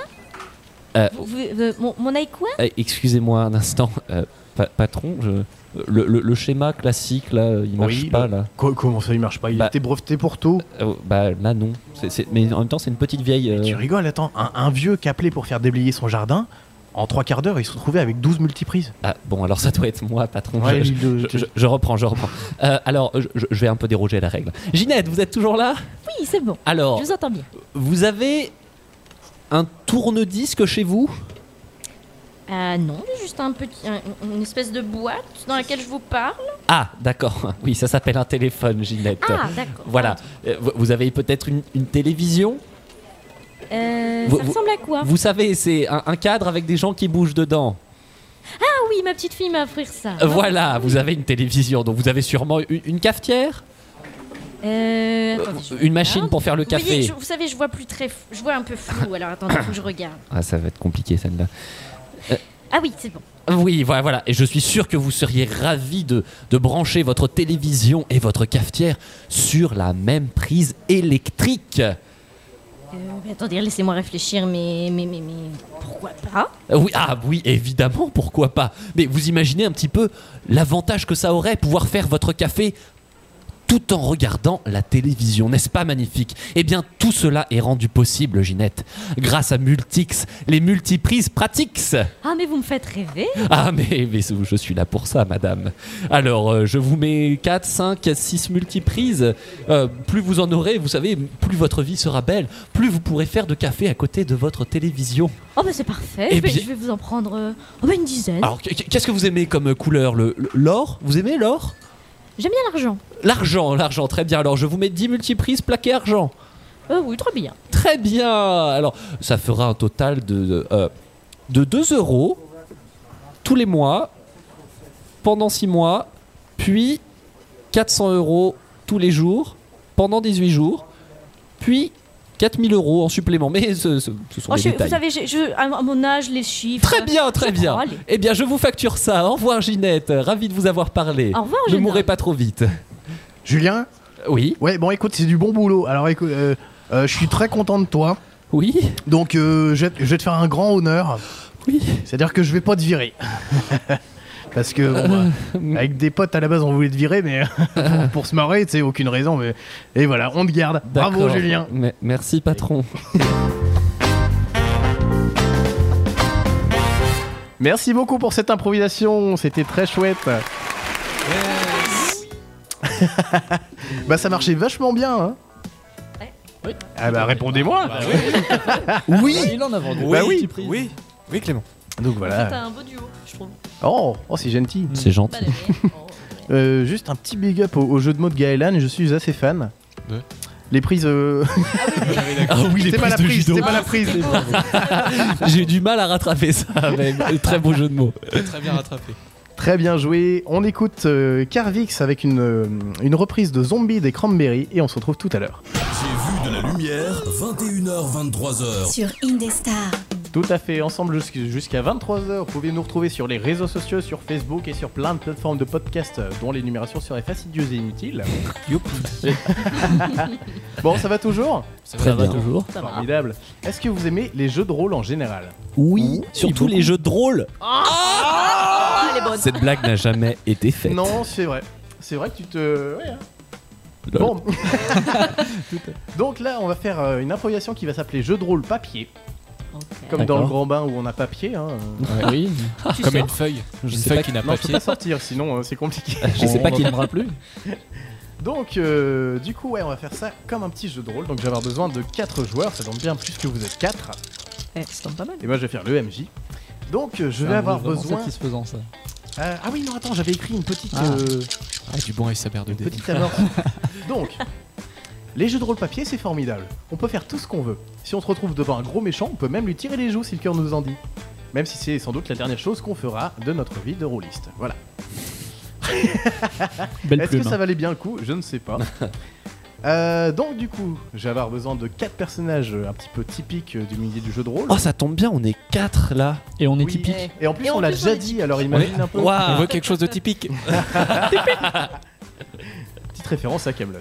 Speaker 4: Euh,
Speaker 7: Vous- vous- euh, mon, mon aïe quoi
Speaker 4: Euh, Excusez-moi un instant, euh, pa- patron, je- le, le- le schéma classique, là, il marche
Speaker 1: Oui,
Speaker 4: pas,
Speaker 1: le-
Speaker 4: là.
Speaker 1: Quoi, comment ça, il marche pas Il
Speaker 4: Bah.
Speaker 1: a été breveté pour tout.
Speaker 4: Euh, bah, là, non. C'est- c'est- Mais en même temps, c'est une petite vieille. euh,
Speaker 1: Tu rigoles, attends, un, un vieux qui appelait pour faire déblayer son jardin, en trois quarts d'heure, il se retrouvait avec 12 multiprises.
Speaker 4: Ah, bon, alors ça doit être moi, patron. je-
Speaker 1: Ouais,
Speaker 4: je-
Speaker 1: il le-
Speaker 4: Je, je- je reprends, je reprends. Euh, alors, je- je, je vais un peu déroger à la règle. Ginette, vous êtes toujours là
Speaker 7: Oui, c'est bon.
Speaker 4: Alors,
Speaker 7: Je vous entends bien.
Speaker 4: vous avez un tourne-disque chez vous
Speaker 7: Ah non, j'ai juste un petit, un- une espèce de boîte dans laquelle je vous parle.
Speaker 4: Ah, d'accord. Oui, ça s'appelle un téléphone, Ginette.
Speaker 7: Ah, d'accord.
Speaker 4: Voilà. Euh, vous- Vous avez peut-être une, une télévision
Speaker 7: Euh,
Speaker 4: Vous-
Speaker 7: ça
Speaker 4: vous-
Speaker 7: ressemble à quoi
Speaker 4: Vous savez, c'est un, un cadre avec des gens qui bougent dedans.
Speaker 7: Ah oui, ma petite fille m'a offert ça.
Speaker 4: Euh, Voilà, vous avez une télévision, donc vous avez sûrement une, une cafetière
Speaker 7: Euh, attendez, je
Speaker 4: Une machine
Speaker 7: regarde.
Speaker 4: pour faire le
Speaker 7: Vous, voyez,
Speaker 4: café
Speaker 7: je- vous savez, je vois plus très, f- je vois un peu flou. Alors attendez, faut que je regarde.
Speaker 4: Ah, ça va être compliqué celle-là.
Speaker 7: Ah oui, c'est bon.
Speaker 4: Oui, voilà, voilà. Et je suis sûr que vous seriez ravi de, de brancher votre télévision et votre cafetière sur la même prise électrique.
Speaker 7: Euh, mais attendez, laissez-moi réfléchir, mais, mais, mais, mais pourquoi pas
Speaker 4: Euh, Oui, ah oui, évidemment, pourquoi pas. Mais vous imaginez un petit peu l'avantage que ça aurait, pouvoir faire votre café tout en regardant la télévision, n'est-ce pas magnifique Eh bien, tout cela est rendu possible, Ginette, grâce à Multix, les multiprises pratiques.
Speaker 7: Ah, mais vous me faites rêver
Speaker 4: Ah, mais, mais je suis là pour ça, madame. Alors, euh, je vous mets 4, 5, 6 multiprises. Euh, plus vous en aurez, vous savez, plus votre vie sera belle, plus vous pourrez faire de café à côté de votre télévision.
Speaker 7: Oh, bah c'est parfait,
Speaker 4: Eh
Speaker 7: je vais,
Speaker 4: bien- Ah.
Speaker 7: je vais vous en prendre euh, oh, bah, une dizaine.
Speaker 4: Alors, qu- qu'est-ce que vous aimez comme couleur le- le- L'or Vous aimez l'or
Speaker 7: J'aime bien l'argent.
Speaker 4: L'argent, l'argent, très bien. Alors, je vous mets 10 multiprises plaquées argent.
Speaker 7: Euh, oui, trop bien.
Speaker 4: Très bien Alors, ça fera un total de, de, euh, de 2 euros tous les mois pendant 6 mois, puis 400 euros tous les jours pendant 18 jours, puis 4000 euros en supplément. Mais ce, ce- ce sont
Speaker 7: Oh,
Speaker 4: des
Speaker 7: je- vous
Speaker 4: détails.
Speaker 7: savez, je- je- à à mon âge, les chiffres.
Speaker 4: Très bien, très
Speaker 7: je
Speaker 4: bien.
Speaker 7: prends, Oh, allez.
Speaker 4: Eh bien, je vous facture ça. Au revoir, Ginette. Ravi de vous avoir parlé.
Speaker 7: Au revoir,
Speaker 4: Ne
Speaker 7: jeune
Speaker 4: mourrez
Speaker 7: homme.
Speaker 4: pas trop vite.
Speaker 1: Julien
Speaker 4: Oui,
Speaker 1: Ouais, bon, écoute, c'est du bon boulot. Alors, écoute, euh, euh, je suis très content de toi.
Speaker 4: oui,
Speaker 1: Donc, euh, je, vais te- je vais te faire un grand honneur.
Speaker 4: oui.
Speaker 1: C'est-à-dire que je vais pas te virer. Parce que, bon, bah, avec des potes, à la base, on voulait te virer, mais pour, pour se marrer, tu sais, aucune raison. Mais... Et voilà, on te garde. Bravo,
Speaker 4: D'accord.
Speaker 1: Julien.
Speaker 4: Me- merci, patron.
Speaker 1: Merci beaucoup pour cette improvisation, c'était très chouette. bah ça marchait vachement bien. Hein
Speaker 6: Oui.
Speaker 1: Ah bah répondez-moi.
Speaker 6: Oui Il en
Speaker 1: Bah
Speaker 6: a vendu.
Speaker 5: Oui,
Speaker 6: un petit
Speaker 5: oui,
Speaker 6: prix.
Speaker 5: oui, Clément.
Speaker 1: Donc
Speaker 7: euh,
Speaker 3: C'est
Speaker 4: hein.
Speaker 1: voilà.
Speaker 3: un beau duo, je trouve.
Speaker 1: Oh, oh c'est gentil.
Speaker 4: C'est gentil.
Speaker 3: Bah, la merde. Oh.
Speaker 1: Euh, juste un petit big up au, au jeu de mots de Gaëlan, je suis assez fan.
Speaker 5: Ouais.
Speaker 1: Les prises. euh,
Speaker 4: Ah oui, les
Speaker 1: c'était pas la
Speaker 4: prises de
Speaker 1: prise,
Speaker 4: judo.
Speaker 1: c'était pas la
Speaker 3: Ah,
Speaker 1: prise.
Speaker 3: c'était beau,
Speaker 4: J'ai eu du mal à rattraper ça. Ah, mais très beau jeu de mots.
Speaker 5: Très bien rattrapé.
Speaker 1: Très bien joué. On écoute euh, Carvix avec une, euh, une reprise de Zombie des Cranberries et on se retrouve tout à l'heure.
Speaker 2: J'ai vu de la lumière, 21h, 23h.
Speaker 8: Sur Indestar.
Speaker 1: Tout à fait, ensemble jusqu'- jusqu'à 23h. Vous pouvez nous retrouver sur les réseaux sociaux, sur Facebook et sur plein de plateformes de podcasts euh, dont l'énumération serait fastidieuse et inutile. bon, ça va toujours
Speaker 4: Très bien.
Speaker 6: toujours.
Speaker 7: Ça va.
Speaker 1: Formidable. Est-ce que vous aimez les jeux de rôle en général
Speaker 4: Oui, surtout les jeux de rôle.
Speaker 7: Ah, elle est bonne.
Speaker 4: Cette blague n'a jamais été faite.
Speaker 1: Non, c'est vrai. C'est vrai que tu te. Ouais, hein. Bon. Donc là, on va faire euh, une improvisation qui va s'appeler jeu de rôle papier.
Speaker 7: Ok.
Speaker 1: Comme dans
Speaker 6: D'accord.
Speaker 1: le grand bain où on a papier. Hein.
Speaker 6: Oui,
Speaker 7: Tu
Speaker 5: Comme
Speaker 7: sors.
Speaker 5: une feuille.
Speaker 4: Je
Speaker 5: une
Speaker 4: sais
Speaker 5: feuille
Speaker 4: pas
Speaker 5: qui n'a
Speaker 1: Non,
Speaker 5: pas
Speaker 1: je peux
Speaker 5: pied.
Speaker 1: pas sortir, sinon euh, c'est compliqué.
Speaker 4: Je sais
Speaker 6: on
Speaker 4: pas qui
Speaker 6: n'entendra plus.
Speaker 1: Donc, euh, du coup, ouais, on va faire ça comme un petit jeu de rôle. Donc, je vais avoir besoin de 4 joueurs. Ça tombe bien, puisque vous êtes 4.
Speaker 7: Eh, ça tombe pas mal.
Speaker 1: Et moi, je vais faire le MJ. Donc, euh, je vais
Speaker 6: Ah,
Speaker 1: avoir
Speaker 6: oui, vraiment
Speaker 1: besoin.
Speaker 6: satisfaisant ça.
Speaker 1: Euh, ah oui, non, attends, j'avais écrit une petite,
Speaker 6: Ah.
Speaker 1: euh,
Speaker 5: Ah, du bon SABR de
Speaker 1: une
Speaker 5: dés.
Speaker 1: petite amorce. Donc, les jeux de rôle papier, c'est formidable. On peut faire tout ce qu'on veut. Si on se retrouve devant un gros méchant, on peut même lui tirer les joues si le cœur nous en dit. Même si c'est sans doute la dernière chose qu'on fera de notre vie de rôliste. Voilà.
Speaker 6: Belle
Speaker 1: Est-ce que
Speaker 6: plume.
Speaker 1: ça valait bien le coup Je ne sais pas. Euh, donc du coup, je vais avoir besoin de quatre personnages euh, un petit peu typiques euh, du milieu du jeu de rôle.
Speaker 4: Oh, ça tombe bien, on est quatre là.
Speaker 6: Et on est
Speaker 1: Oui.
Speaker 6: typique.
Speaker 1: Et en plus,
Speaker 7: Et en
Speaker 1: on l'a
Speaker 7: plus, on
Speaker 1: déjà
Speaker 7: est
Speaker 1: dit, alors imagine un peu.
Speaker 5: On
Speaker 4: Waouh.
Speaker 5: veut quelque chose de typique.
Speaker 1: Petite référence à Camelot.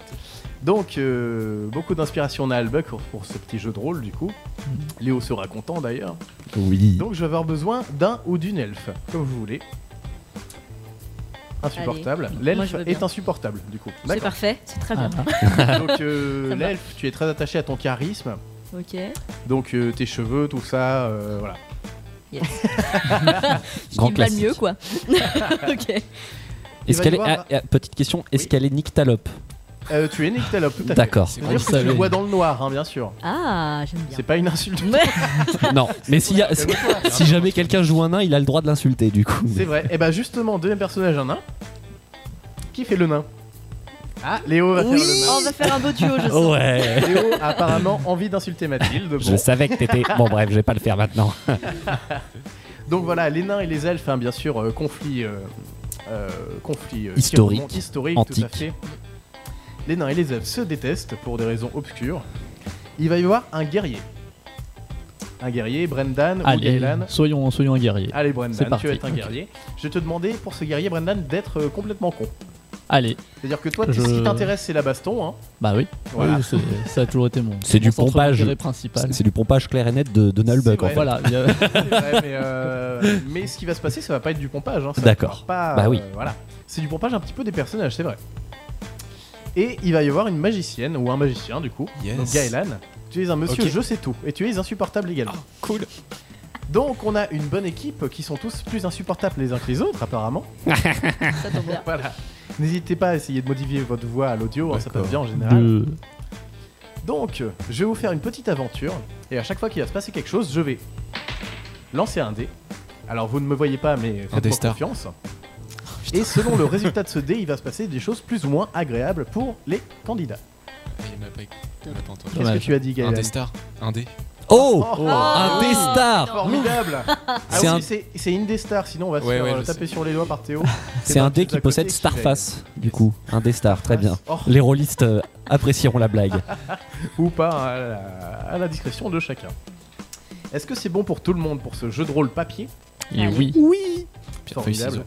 Speaker 1: Donc, euh, beaucoup d'inspiration on a Albuck pour, pour ce petit jeu de rôle, du coup. Léo sera content d'ailleurs.
Speaker 4: Oui.
Speaker 1: Donc, je vais avoir besoin d'un ou d'une elfe, comme vous voulez. Insupportable.
Speaker 7: Allez. Moi,
Speaker 1: L'elfe
Speaker 7: je veux bien.
Speaker 1: est insupportable, du coup.
Speaker 7: C'est
Speaker 1: D'accord.
Speaker 7: parfait, c'est très bien.
Speaker 6: Ah, ah,
Speaker 1: Donc, euh,
Speaker 7: Ça me va.
Speaker 1: l'elfe, tu es très attaché à ton charisme.
Speaker 7: Ok.
Speaker 1: Donc, euh, tes cheveux, tout ça, euh, voilà.
Speaker 7: Ce
Speaker 4: Grand
Speaker 7: qui me va le
Speaker 4: classique.
Speaker 7: mieux, quoi. ok.
Speaker 1: Il
Speaker 4: Est-ce
Speaker 1: va
Speaker 4: qu'elle
Speaker 1: y
Speaker 4: est
Speaker 1: avoir-
Speaker 4: ah, ah, petite question, est-ce
Speaker 1: Oui.
Speaker 4: qu'elle est nyctalope
Speaker 1: Euh, tu es Nyctalope, tout à fait.
Speaker 4: D'accord.
Speaker 5: C'est
Speaker 1: cest
Speaker 5: quoi
Speaker 1: à
Speaker 6: On
Speaker 1: que tu le
Speaker 6: savait.
Speaker 1: vois dans le noir, hein, bien sûr.
Speaker 7: Ah, j'aime bien.
Speaker 1: C'est pas une insulte.
Speaker 4: Non, mais s'il y a- si jamais quelqu'un joue un nain, il a le droit de l'insulter du coup.
Speaker 1: C'est vrai. Et bah justement, deuxième personnage, un nain. Qui fait le nain Ah, Léo va
Speaker 7: Oui,
Speaker 1: faire le nain.
Speaker 7: on va faire un beau duo,
Speaker 4: Oh,
Speaker 7: je sens.
Speaker 4: Ouais.
Speaker 1: Léo a apparemment envie d'insulter Mathilde.
Speaker 4: Je
Speaker 1: Bon.
Speaker 4: savais que t'étais. Bon, bref, je vais pas le faire maintenant.
Speaker 1: Donc voilà, les nains et les elfes, hein, bien sûr, euh, conflit, euh, euh, conflit euh, qui
Speaker 4: Historique,
Speaker 1: remonte- historique, tout à
Speaker 4: antique.
Speaker 1: fait. Les nains et les elfes se détestent pour des raisons obscures. Il va y avoir un guerrier. Un guerrier, Brendan ou
Speaker 6: Allez,
Speaker 1: Gaelan.
Speaker 6: soyons, soyons un guerrier.
Speaker 1: Allez
Speaker 6: C'est
Speaker 1: Brendan,
Speaker 6: parti.
Speaker 1: tu vas être un
Speaker 6: Ok.
Speaker 1: guerrier. Je vais te demander pour ce guerrier Brendan d'être euh, complètement con.
Speaker 6: Allez,
Speaker 1: C'est-à-dire que toi,
Speaker 6: Je-
Speaker 1: ce qui t'intéresse, c'est la baston. Hein.
Speaker 6: bah oui.
Speaker 1: Voilà.
Speaker 6: Oui, c'est- ça a toujours été mon.
Speaker 4: C'est
Speaker 6: mon
Speaker 4: du
Speaker 6: centre
Speaker 4: pompage.
Speaker 6: d'intérêt principal.
Speaker 4: C'est du pompage clair et net de Donald
Speaker 1: C'est
Speaker 4: Buck en
Speaker 1: vrai.
Speaker 4: fait.
Speaker 6: Voilà, il y a-
Speaker 1: C'est vrai, mais, euh, mais ce qui va se passer, ça va pas être du pompage. Hein, ça
Speaker 4: D'accord.
Speaker 1: va Pas,
Speaker 4: Bah oui.
Speaker 1: euh, voilà. C'est du pompage un petit peu des personnages, c'est vrai. Et il va y avoir une magicienne, ou un magicien du coup,
Speaker 5: Yes.
Speaker 1: donc Gaëlan. Tu es un monsieur,
Speaker 5: Ok.
Speaker 1: je sais tout, et tu es insupportable également.
Speaker 5: Cool.
Speaker 1: Donc on a une bonne équipe qui sont tous plus insupportables les uns que les autres apparemment.
Speaker 7: Ça tombe bien.
Speaker 1: Voilà. N'hésitez pas à essayer de modifier votre voix à l'audio, hein, ça passe
Speaker 5: D'accord.
Speaker 1: bien en général.
Speaker 6: de-
Speaker 4: Ah
Speaker 1: Donc, je vais vous faire une petite aventure, et à chaque fois qu'il va se passer quelque chose, je vais lancer un dé. Alors, vous ne me voyez pas, mais
Speaker 5: dé
Speaker 1: faites-moi
Speaker 5: star.
Speaker 1: confiance.
Speaker 4: Oh,
Speaker 1: et selon le résultat de ce dé, il va se passer des choses plus ou moins agréables pour les candidats.
Speaker 5: Il m'a pas écouté. Il m'a pas entendu.
Speaker 1: Qu'est-ce que
Speaker 6: Dommage.
Speaker 1: tu as dit,
Speaker 5: Un
Speaker 1: Gaël
Speaker 5: des stars. Un des.
Speaker 4: Oh
Speaker 1: Oh,
Speaker 4: Un des stars
Speaker 1: Formidable Ah
Speaker 4: C'est
Speaker 1: oui,
Speaker 4: un-
Speaker 1: C'est c'est une des stars, sinon on va se
Speaker 5: Ouais,
Speaker 1: faire,
Speaker 5: ouais,
Speaker 1: euh,
Speaker 5: je
Speaker 1: taper sur les doigts par Théo.
Speaker 4: C'est un
Speaker 1: parti
Speaker 4: dé
Speaker 1: de
Speaker 4: qui
Speaker 1: la
Speaker 4: possède
Speaker 1: côté, tu gagnes.
Speaker 4: Starface, du coup. Un dé star, très bien.
Speaker 1: Oh,
Speaker 4: Les rôlistes euh, apprécieront la blague.
Speaker 1: ou pas, à la, à la discrétion de chacun. Est-ce que c'est bon pour tout le monde pour ce jeu de rôle papier
Speaker 6: Et
Speaker 7: Allez.
Speaker 6: oui.
Speaker 5: Pierre, feuille,
Speaker 1: Formidable.
Speaker 5: ciseaux.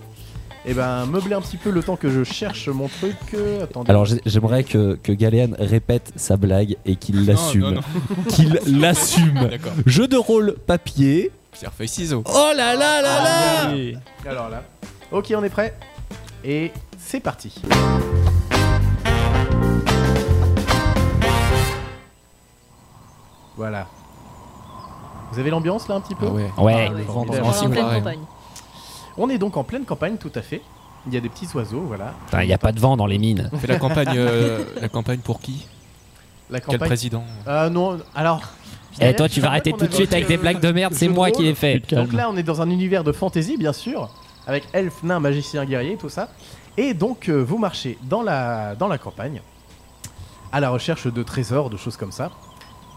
Speaker 1: Et ben, meubler un petit peu le temps que je cherche mon truc. euh, attendez.
Speaker 4: Alors j'ai- j'aimerais que, que Galéan répète sa blague et qu'il l'assume.
Speaker 5: non,
Speaker 4: Qu'il l'assume.
Speaker 5: D'accord.
Speaker 4: Jeu de rôle papier.
Speaker 5: Pierre, feuille, ciseaux.
Speaker 4: Oh là là là là
Speaker 6: Allez.
Speaker 1: Alors là. Ok, on est prêt. Et c'est parti. Voilà. Vous avez l'ambiance là un petit peu
Speaker 5: Ah ouais.
Speaker 4: Ouais.
Speaker 7: Ah ouais.
Speaker 5: vent dans
Speaker 7: On est
Speaker 1: le
Speaker 7: en
Speaker 1: ciel,
Speaker 7: pleine
Speaker 5: ouais.
Speaker 7: campagne.
Speaker 1: On est donc en pleine campagne, tout à fait. Il y a des petits oiseaux, voilà.
Speaker 4: Il n'y a pas de vent dans les mines.
Speaker 5: On fait la campagne, euh, la campagne pour qui
Speaker 1: La
Speaker 5: Quel
Speaker 1: campagne.
Speaker 5: président
Speaker 1: Ah non, alors.
Speaker 4: Et Eh, toi tu vas arrêter tout de suite avec des blagues de merde, c'est
Speaker 1: jeu de
Speaker 4: moi qui
Speaker 1: rôle.
Speaker 4: les
Speaker 6: Plus
Speaker 4: fait.
Speaker 6: de
Speaker 1: Donc
Speaker 6: calme.
Speaker 1: là, on est dans un univers de fantasy, bien sûr, avec elfes, nains, magiciens, guerriers, tout ça. Et donc, euh, vous marchez dans la, dans la campagne, à la recherche de trésors, de choses comme ça.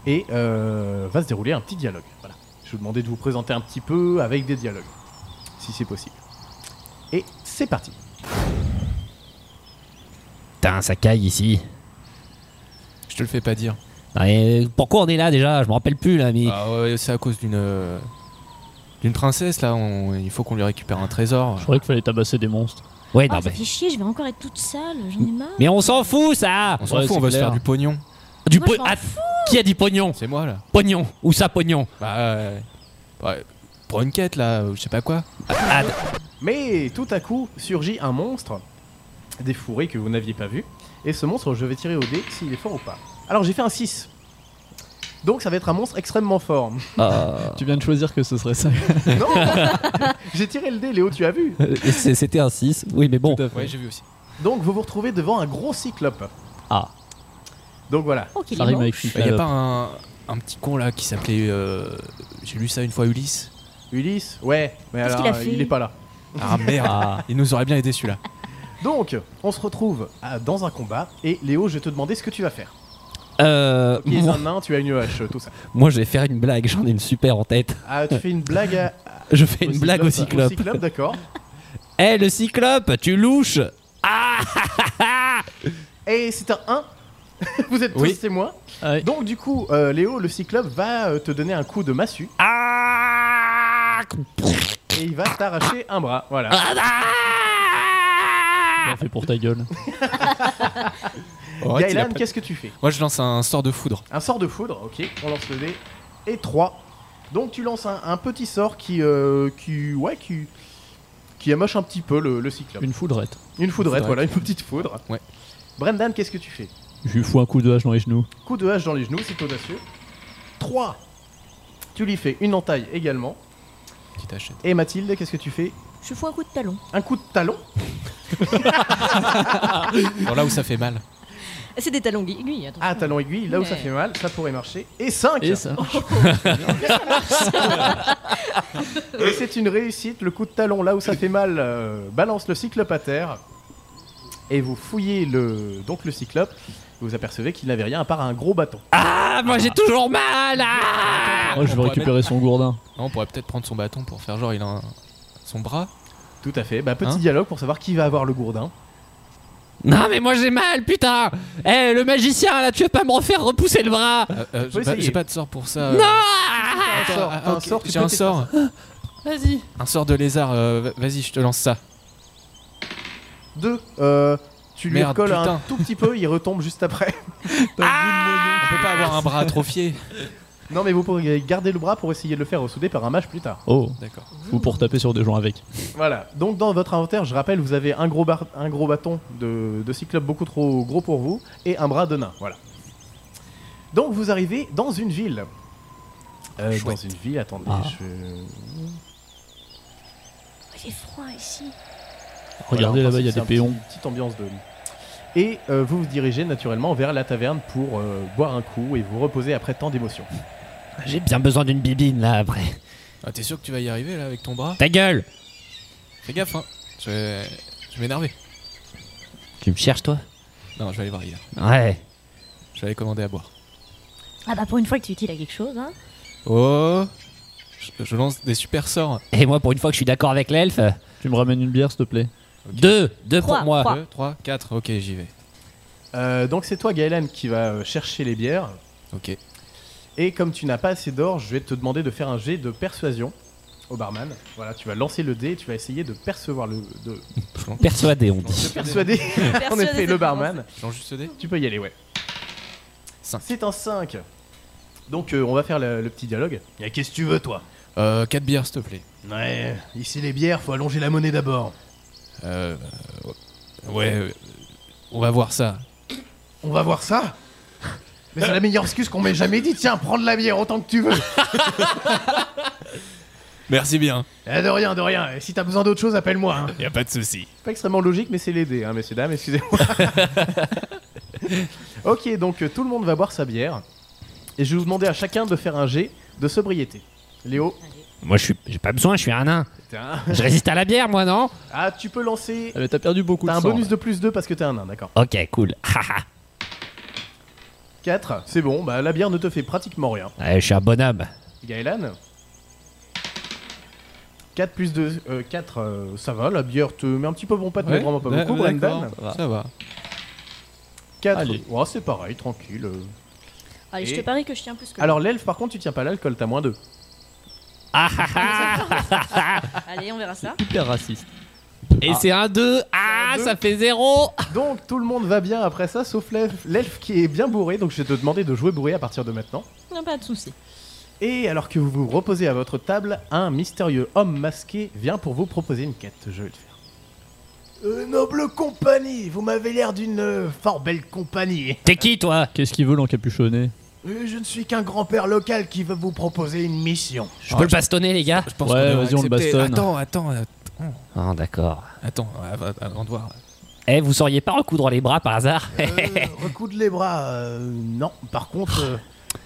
Speaker 1: Et euh, va se dérouler un petit dialogue. Voilà. Je vous demandais de vous présenter un petit peu avec des dialogues, si c'est possible. Et c'est parti.
Speaker 4: T'as un Sakai ici.
Speaker 5: Je te le fais pas dire.
Speaker 4: Et pourquoi on est là déjà Je me rappelle plus là, mais.
Speaker 5: Ah ouais, c'est à cause d'une euh, d'une princesse là. on- il faut qu'on lui récupère un trésor.
Speaker 6: Je croyais qu'il fallait tabasser des monstres.
Speaker 4: Ouais,
Speaker 7: Oh,
Speaker 5: bah
Speaker 4: non,
Speaker 7: ça
Speaker 4: mais...
Speaker 7: fait chier, je vais encore être toute sale, j'en ai marre.
Speaker 4: mais on s'en fout ça
Speaker 5: On s'en
Speaker 6: Ouais,
Speaker 5: fout, on
Speaker 6: c'est
Speaker 5: va se
Speaker 6: clair.
Speaker 5: faire du pognon.
Speaker 4: Du
Speaker 7: Moi, je
Speaker 4: po-
Speaker 7: m'en
Speaker 4: Ah, Qui a dit pognon
Speaker 5: C'est moi là.
Speaker 4: Pognon Où ça pognon
Speaker 5: Bah euh, ouais, pour une quête là, euh, je sais pas quoi.
Speaker 4: Ah,
Speaker 1: Mais tout à coup surgit un monstre des fourrés que vous n'aviez pas vu. Et ce monstre, je vais tirer au dé s'il est fort ou pas. Alors j'ai fait un 6. Donc ça va être un monstre extrêmement fort.
Speaker 4: euh,
Speaker 6: Tu viens de choisir que ce serait ça.
Speaker 1: non J'ai tiré le dé, Léo, tu as vu
Speaker 4: Euh, c'est- C'était un 6. Oui, mais bon.
Speaker 6: Tout à fait.
Speaker 5: Ouais, j'ai vu aussi.
Speaker 1: Donc vous vous retrouvez devant un gros cyclope.
Speaker 4: Ah.
Speaker 1: Donc voilà.
Speaker 7: Oh, qu'il
Speaker 6: Ça
Speaker 7: est
Speaker 6: rime
Speaker 7: bon.
Speaker 6: avec une
Speaker 5: Il Bah, y a pas un, un petit con là qui s'appelait. euh, j'ai lu ça une fois Ulysse.
Speaker 1: Ulysse, ouais, mais
Speaker 7: Qu'est-ce
Speaker 1: alors
Speaker 7: qu'il a fait
Speaker 1: il est pas là.
Speaker 5: Ah merde,
Speaker 4: Ah.
Speaker 5: il nous aurait bien aidé celui-là.
Speaker 1: Donc on se retrouve à- dans un combat et Léo, je vais te demander ce que tu vas faire.
Speaker 4: Euh,
Speaker 1: Qui est
Speaker 4: moi,
Speaker 1: un nain, tu as une hache, tout ça.
Speaker 4: moi, je vais faire une blague, j'en ai une super en tête.
Speaker 1: Ah, tu fais une blague à,
Speaker 4: Je fais une blague au
Speaker 1: Au
Speaker 4: cyclope.
Speaker 1: cyclope, d'accord.
Speaker 4: Eh, le cyclope, tu louches
Speaker 1: Et c'est un 1. Vous êtes tous
Speaker 5: Oui.
Speaker 1: témoins.
Speaker 6: Ah oui.
Speaker 1: Donc du coup, euh, Léo, le cyclope va euh, te donner un coup de massue
Speaker 4: Ah
Speaker 1: et il va t'arracher un bras. Voilà.
Speaker 6: Bien fait pour ta gueule.
Speaker 5: Aurait été la
Speaker 1: Gaëlan,
Speaker 5: prête.
Speaker 1: qu'est-ce que tu fais
Speaker 5: Moi je lance un sort de foudre.
Speaker 1: Un sort de foudre, ok. On lance le dé. Et 3. Donc tu lances un, un petit sort qui, euh, qui, ouais, qui, qui amoche un petit peu le, le cyclope. Une,
Speaker 6: Une foudrette.
Speaker 1: foudrette,
Speaker 5: foudrette.
Speaker 1: voilà, une petite foudre.
Speaker 5: Ouais.
Speaker 1: Brendan, qu'est-ce que tu fais
Speaker 6: Je lui fous un coup de hache dans les genoux.
Speaker 1: Coup de hache dans les genoux, c'est audacieux. 3. Tu lui fais une entaille également.
Speaker 5: Petite hachette.
Speaker 1: Et Mathilde, qu'est-ce que tu fais
Speaker 7: Je fous un coup de talon.
Speaker 1: Un coup de talon
Speaker 5: Alors là où ça fait mal.
Speaker 7: Ah, C'est des talons aiguilles, attends.
Speaker 1: Ah, talon aiguille, là où ça
Speaker 7: Ouais.
Speaker 1: fait mal, ça pourrait marcher. Et 5
Speaker 6: Et ça.
Speaker 1: Et c'est une réussite, le coup de talon là où ça fait mal euh, balance le cyclope à terre. Et vous fouillez le, donc le cyclope, vous apercevez qu'il n'avait rien à part un gros bâton.
Speaker 4: Ah, moi j'ai toujours mal ah
Speaker 6: Moi, je veux
Speaker 5: pourrait
Speaker 6: récupérer son gourdin.
Speaker 5: Non, on pourrait peut-être prendre son bâton pour faire genre il a un- son bras.
Speaker 1: Tout à fait, bah, petit
Speaker 5: Hein
Speaker 1: dialogue pour savoir qui va avoir le gourdin.
Speaker 4: Non, mais moi j'ai mal, putain Eh, le magicien là, tu vas pas me refaire repousser le bras
Speaker 5: Euh, euh,
Speaker 1: Faut
Speaker 5: j'ai, pas,
Speaker 1: essayer.
Speaker 5: j'ai pas de sort pour ça.
Speaker 4: Non
Speaker 5: euh.
Speaker 1: T'as un sort,
Speaker 5: Ah,
Speaker 1: t'as un
Speaker 5: ok,
Speaker 1: sort, tu
Speaker 5: j'ai
Speaker 1: peux Ah,
Speaker 5: un
Speaker 1: tester
Speaker 5: sort.
Speaker 4: Vas-y
Speaker 5: Un sort de lézard. euh, va- vas-y, je te lance ça.
Speaker 1: ça. Deux, euh, tu lui
Speaker 5: Merde,
Speaker 1: colles un
Speaker 5: putain.
Speaker 1: tout petit peu, il retombe juste après. Ah
Speaker 5: On peut pas avoir un bras atrophié.
Speaker 1: Non mais vous pourrez garder le bras pour essayer de le faire ressouder par un mage plus tard.
Speaker 6: Oh,
Speaker 5: D'accord.
Speaker 6: ou pour taper sur des gens avec.
Speaker 1: Voilà, donc dans votre inventaire, je rappelle, vous avez un gros, bar- un gros bâton de, de cyclope beaucoup trop gros pour vous et un bras de nain, voilà. Donc vous arrivez dans une ville. Euh, dans
Speaker 5: Chouette.
Speaker 1: une ville, attendez,
Speaker 6: Ah.
Speaker 1: je...
Speaker 7: J'ai froid ici.
Speaker 6: Regardez
Speaker 1: Voilà, en
Speaker 6: là-bas, il y
Speaker 1: principe,
Speaker 6: a des
Speaker 1: c'est un
Speaker 6: péons.
Speaker 1: petit- Petite ambiance de... Et euh, vous vous dirigez naturellement vers la taverne pour euh, boire un coup et vous reposer après tant d'émotions.
Speaker 4: J'ai bien besoin d'une bibine là après.
Speaker 5: Ah, t'es sûr que tu vas y arriver là avec ton bras
Speaker 4: Ta gueule
Speaker 5: Fais gaffe, hein. Je vais, je vais m'énerver.
Speaker 4: Tu me cherches toi
Speaker 5: Non, je vais aller voir hier.
Speaker 4: Ouais.
Speaker 5: Je vais aller commander à boire.
Speaker 7: Ah bah pour une fois que tu es utile à quelque chose, hein.
Speaker 5: Oh Je, je lance des super sorts.
Speaker 4: Et moi pour une fois que je suis d'accord avec l'elfe,
Speaker 6: Tu me ramènes une bière, s'il te plaît
Speaker 4: deux, deux
Speaker 7: Trois,
Speaker 4: pour moi.
Speaker 7: trois.
Speaker 5: 2, 3, 4. Ok, j'y vais.
Speaker 1: Euh, donc c'est toi, Gaëlan, qui va euh, chercher les bières.
Speaker 5: Ok.
Speaker 1: Et comme tu n'as pas assez d'or, je vais te demander de faire un jet de persuasion au barman. Voilà, tu vas lancer le dé et tu vas essayer de percevoir le. de
Speaker 4: Persuadé on dit.
Speaker 5: Je lance,
Speaker 1: persuader, en effet, le barman.
Speaker 5: je lance juste ce dé
Speaker 1: Tu peux y aller, ouais.
Speaker 5: Cinq.
Speaker 1: C'est un 5. Donc euh, on va faire le, le petit dialogue. Et qu'est-ce que tu veux, toi
Speaker 5: Euh, 4 bières, s'il te plaît.
Speaker 1: Ouais, ici les bières, faut allonger la monnaie d'abord.
Speaker 5: Euh. euh, Ouais. euh, on va voir ça.
Speaker 1: On va voir ça Mais c'est la meilleure excuse qu'on m'ait jamais dit. Tiens, prends de la bière autant que tu veux.
Speaker 5: Merci bien.
Speaker 1: Eh, de rien, de rien. Et si t'as besoin d'autre chose, appelle-moi. hein.
Speaker 5: Y a pas de souci.
Speaker 1: Pas extrêmement logique, mais c'est les dés, hein, messieurs, dames, excusez-moi. ok, donc euh, tout le monde va boire sa bière. Et je vais vous demander à chacun de faire un jet de sobriété. Léo,
Speaker 4: Moi je suis j'ai pas besoin, je suis un nain.
Speaker 1: t'es un-
Speaker 4: Je résiste à la bière moi non
Speaker 1: ah, tu peux lancer.
Speaker 6: Ah, mais t'as perdu beaucoup de
Speaker 1: T'as un
Speaker 6: sang,
Speaker 1: bonus
Speaker 6: là.
Speaker 1: de plus 2 parce que t'es un nain, d'accord.
Speaker 4: Ok cool. Haha.
Speaker 1: 4, c'est bon, bah la bière ne te fait pratiquement rien.
Speaker 4: Ouais, je suis un bonhomme.
Speaker 1: Gaëlan 4 plus 2, 4, euh, ça va, la bière te met un petit peu bon pas, te met vraiment pas
Speaker 5: Bah,
Speaker 1: beaucoup, Brendan.
Speaker 5: Ça va.
Speaker 1: 4,
Speaker 6: Allez.
Speaker 1: c'est pareil, tranquille. euh.
Speaker 7: Allez, je
Speaker 1: Et-
Speaker 7: te parie que je tiens plus que
Speaker 1: Alors l'elfe par contre tu tiens pas l'alcool, t'as moins 2.
Speaker 5: ah.
Speaker 7: toi. Allez, on verra ça.
Speaker 6: Hyper raciste.
Speaker 4: Et c'est un 2. Ah,
Speaker 1: C'est un
Speaker 4: ça fait 0.
Speaker 1: Donc tout le monde va bien après ça, sauf l'elfe l'elfe qui est bien bourré, donc je vais te demander de jouer bourré à partir de maintenant.
Speaker 7: Non, pas de soucis.
Speaker 1: Et alors que vous vous reposez à votre table, un mystérieux homme masqué vient pour vous proposer une quête. Je vais le faire. Euh, noble compagnie, vous m'avez l'air d'une euh, fort belle compagnie.
Speaker 4: T'es qui, toi
Speaker 6: Qu'est-ce qu'il veut l'encapuchonné
Speaker 1: Euh, je ne suis qu'un grand-père local qui veut vous proposer une mission.
Speaker 4: Je
Speaker 6: Ah,
Speaker 4: peux le bastonner, les gars
Speaker 5: Je pense
Speaker 6: Ouais,
Speaker 5: qu'on devrait
Speaker 6: vas-y, on le
Speaker 5: accepter.
Speaker 6: bastonne.
Speaker 5: Attends, attends, euh,
Speaker 4: Ah, d'accord.
Speaker 5: attends, euh, avant de voir.
Speaker 4: Eh, vous sauriez pas recoudre les bras par hasard
Speaker 1: Euh, recoudre les bras, euh, non. Par contre, euh,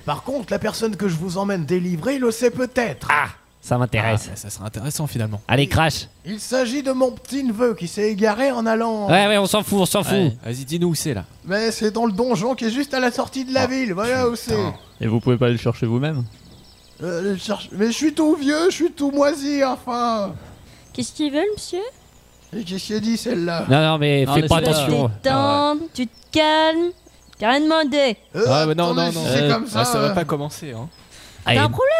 Speaker 1: par contre, la personne que je vous emmène délivrer le sait peut-être.
Speaker 4: Ah, ça
Speaker 5: Ah,
Speaker 4: m'intéresse.
Speaker 5: ça, ça serait intéressant finalement.
Speaker 6: Ah.
Speaker 4: Allez, crash.
Speaker 1: Il s'agit de mon petit neveu qui s'est égaré en allant.
Speaker 4: Ouais, ouais, on s'en fout, on s'en fout.
Speaker 6: Ouais.
Speaker 5: Vas-y, dis-nous où c'est là.
Speaker 1: Mais c'est dans le donjon qui est juste à la sortie de la ville. Voilà où c'est.
Speaker 6: Et vous pouvez pas aller le chercher vous-même
Speaker 1: Euh, je cherche- Mais je suis tout vieux, je suis tout moisi, enfin
Speaker 7: Qu'est-ce qu'ils veulent, monsieur
Speaker 1: Et qu'est-ce qu'il dit, celle-là
Speaker 4: Non, non, mais
Speaker 6: Non,
Speaker 4: fais
Speaker 6: mais
Speaker 4: pas
Speaker 6: c'est pas-
Speaker 5: Ah,
Speaker 4: attention.
Speaker 7: Détends, tu te calmes. T'as rien demandé.
Speaker 1: Euh,
Speaker 5: Ah, mais non,
Speaker 1: attendez,
Speaker 5: non, non.
Speaker 1: C'est
Speaker 5: Euh,
Speaker 1: comme ça.
Speaker 5: Ah, ça va
Speaker 1: euh.
Speaker 5: pas commencer, hein.
Speaker 4: Allez,
Speaker 7: T'as un problème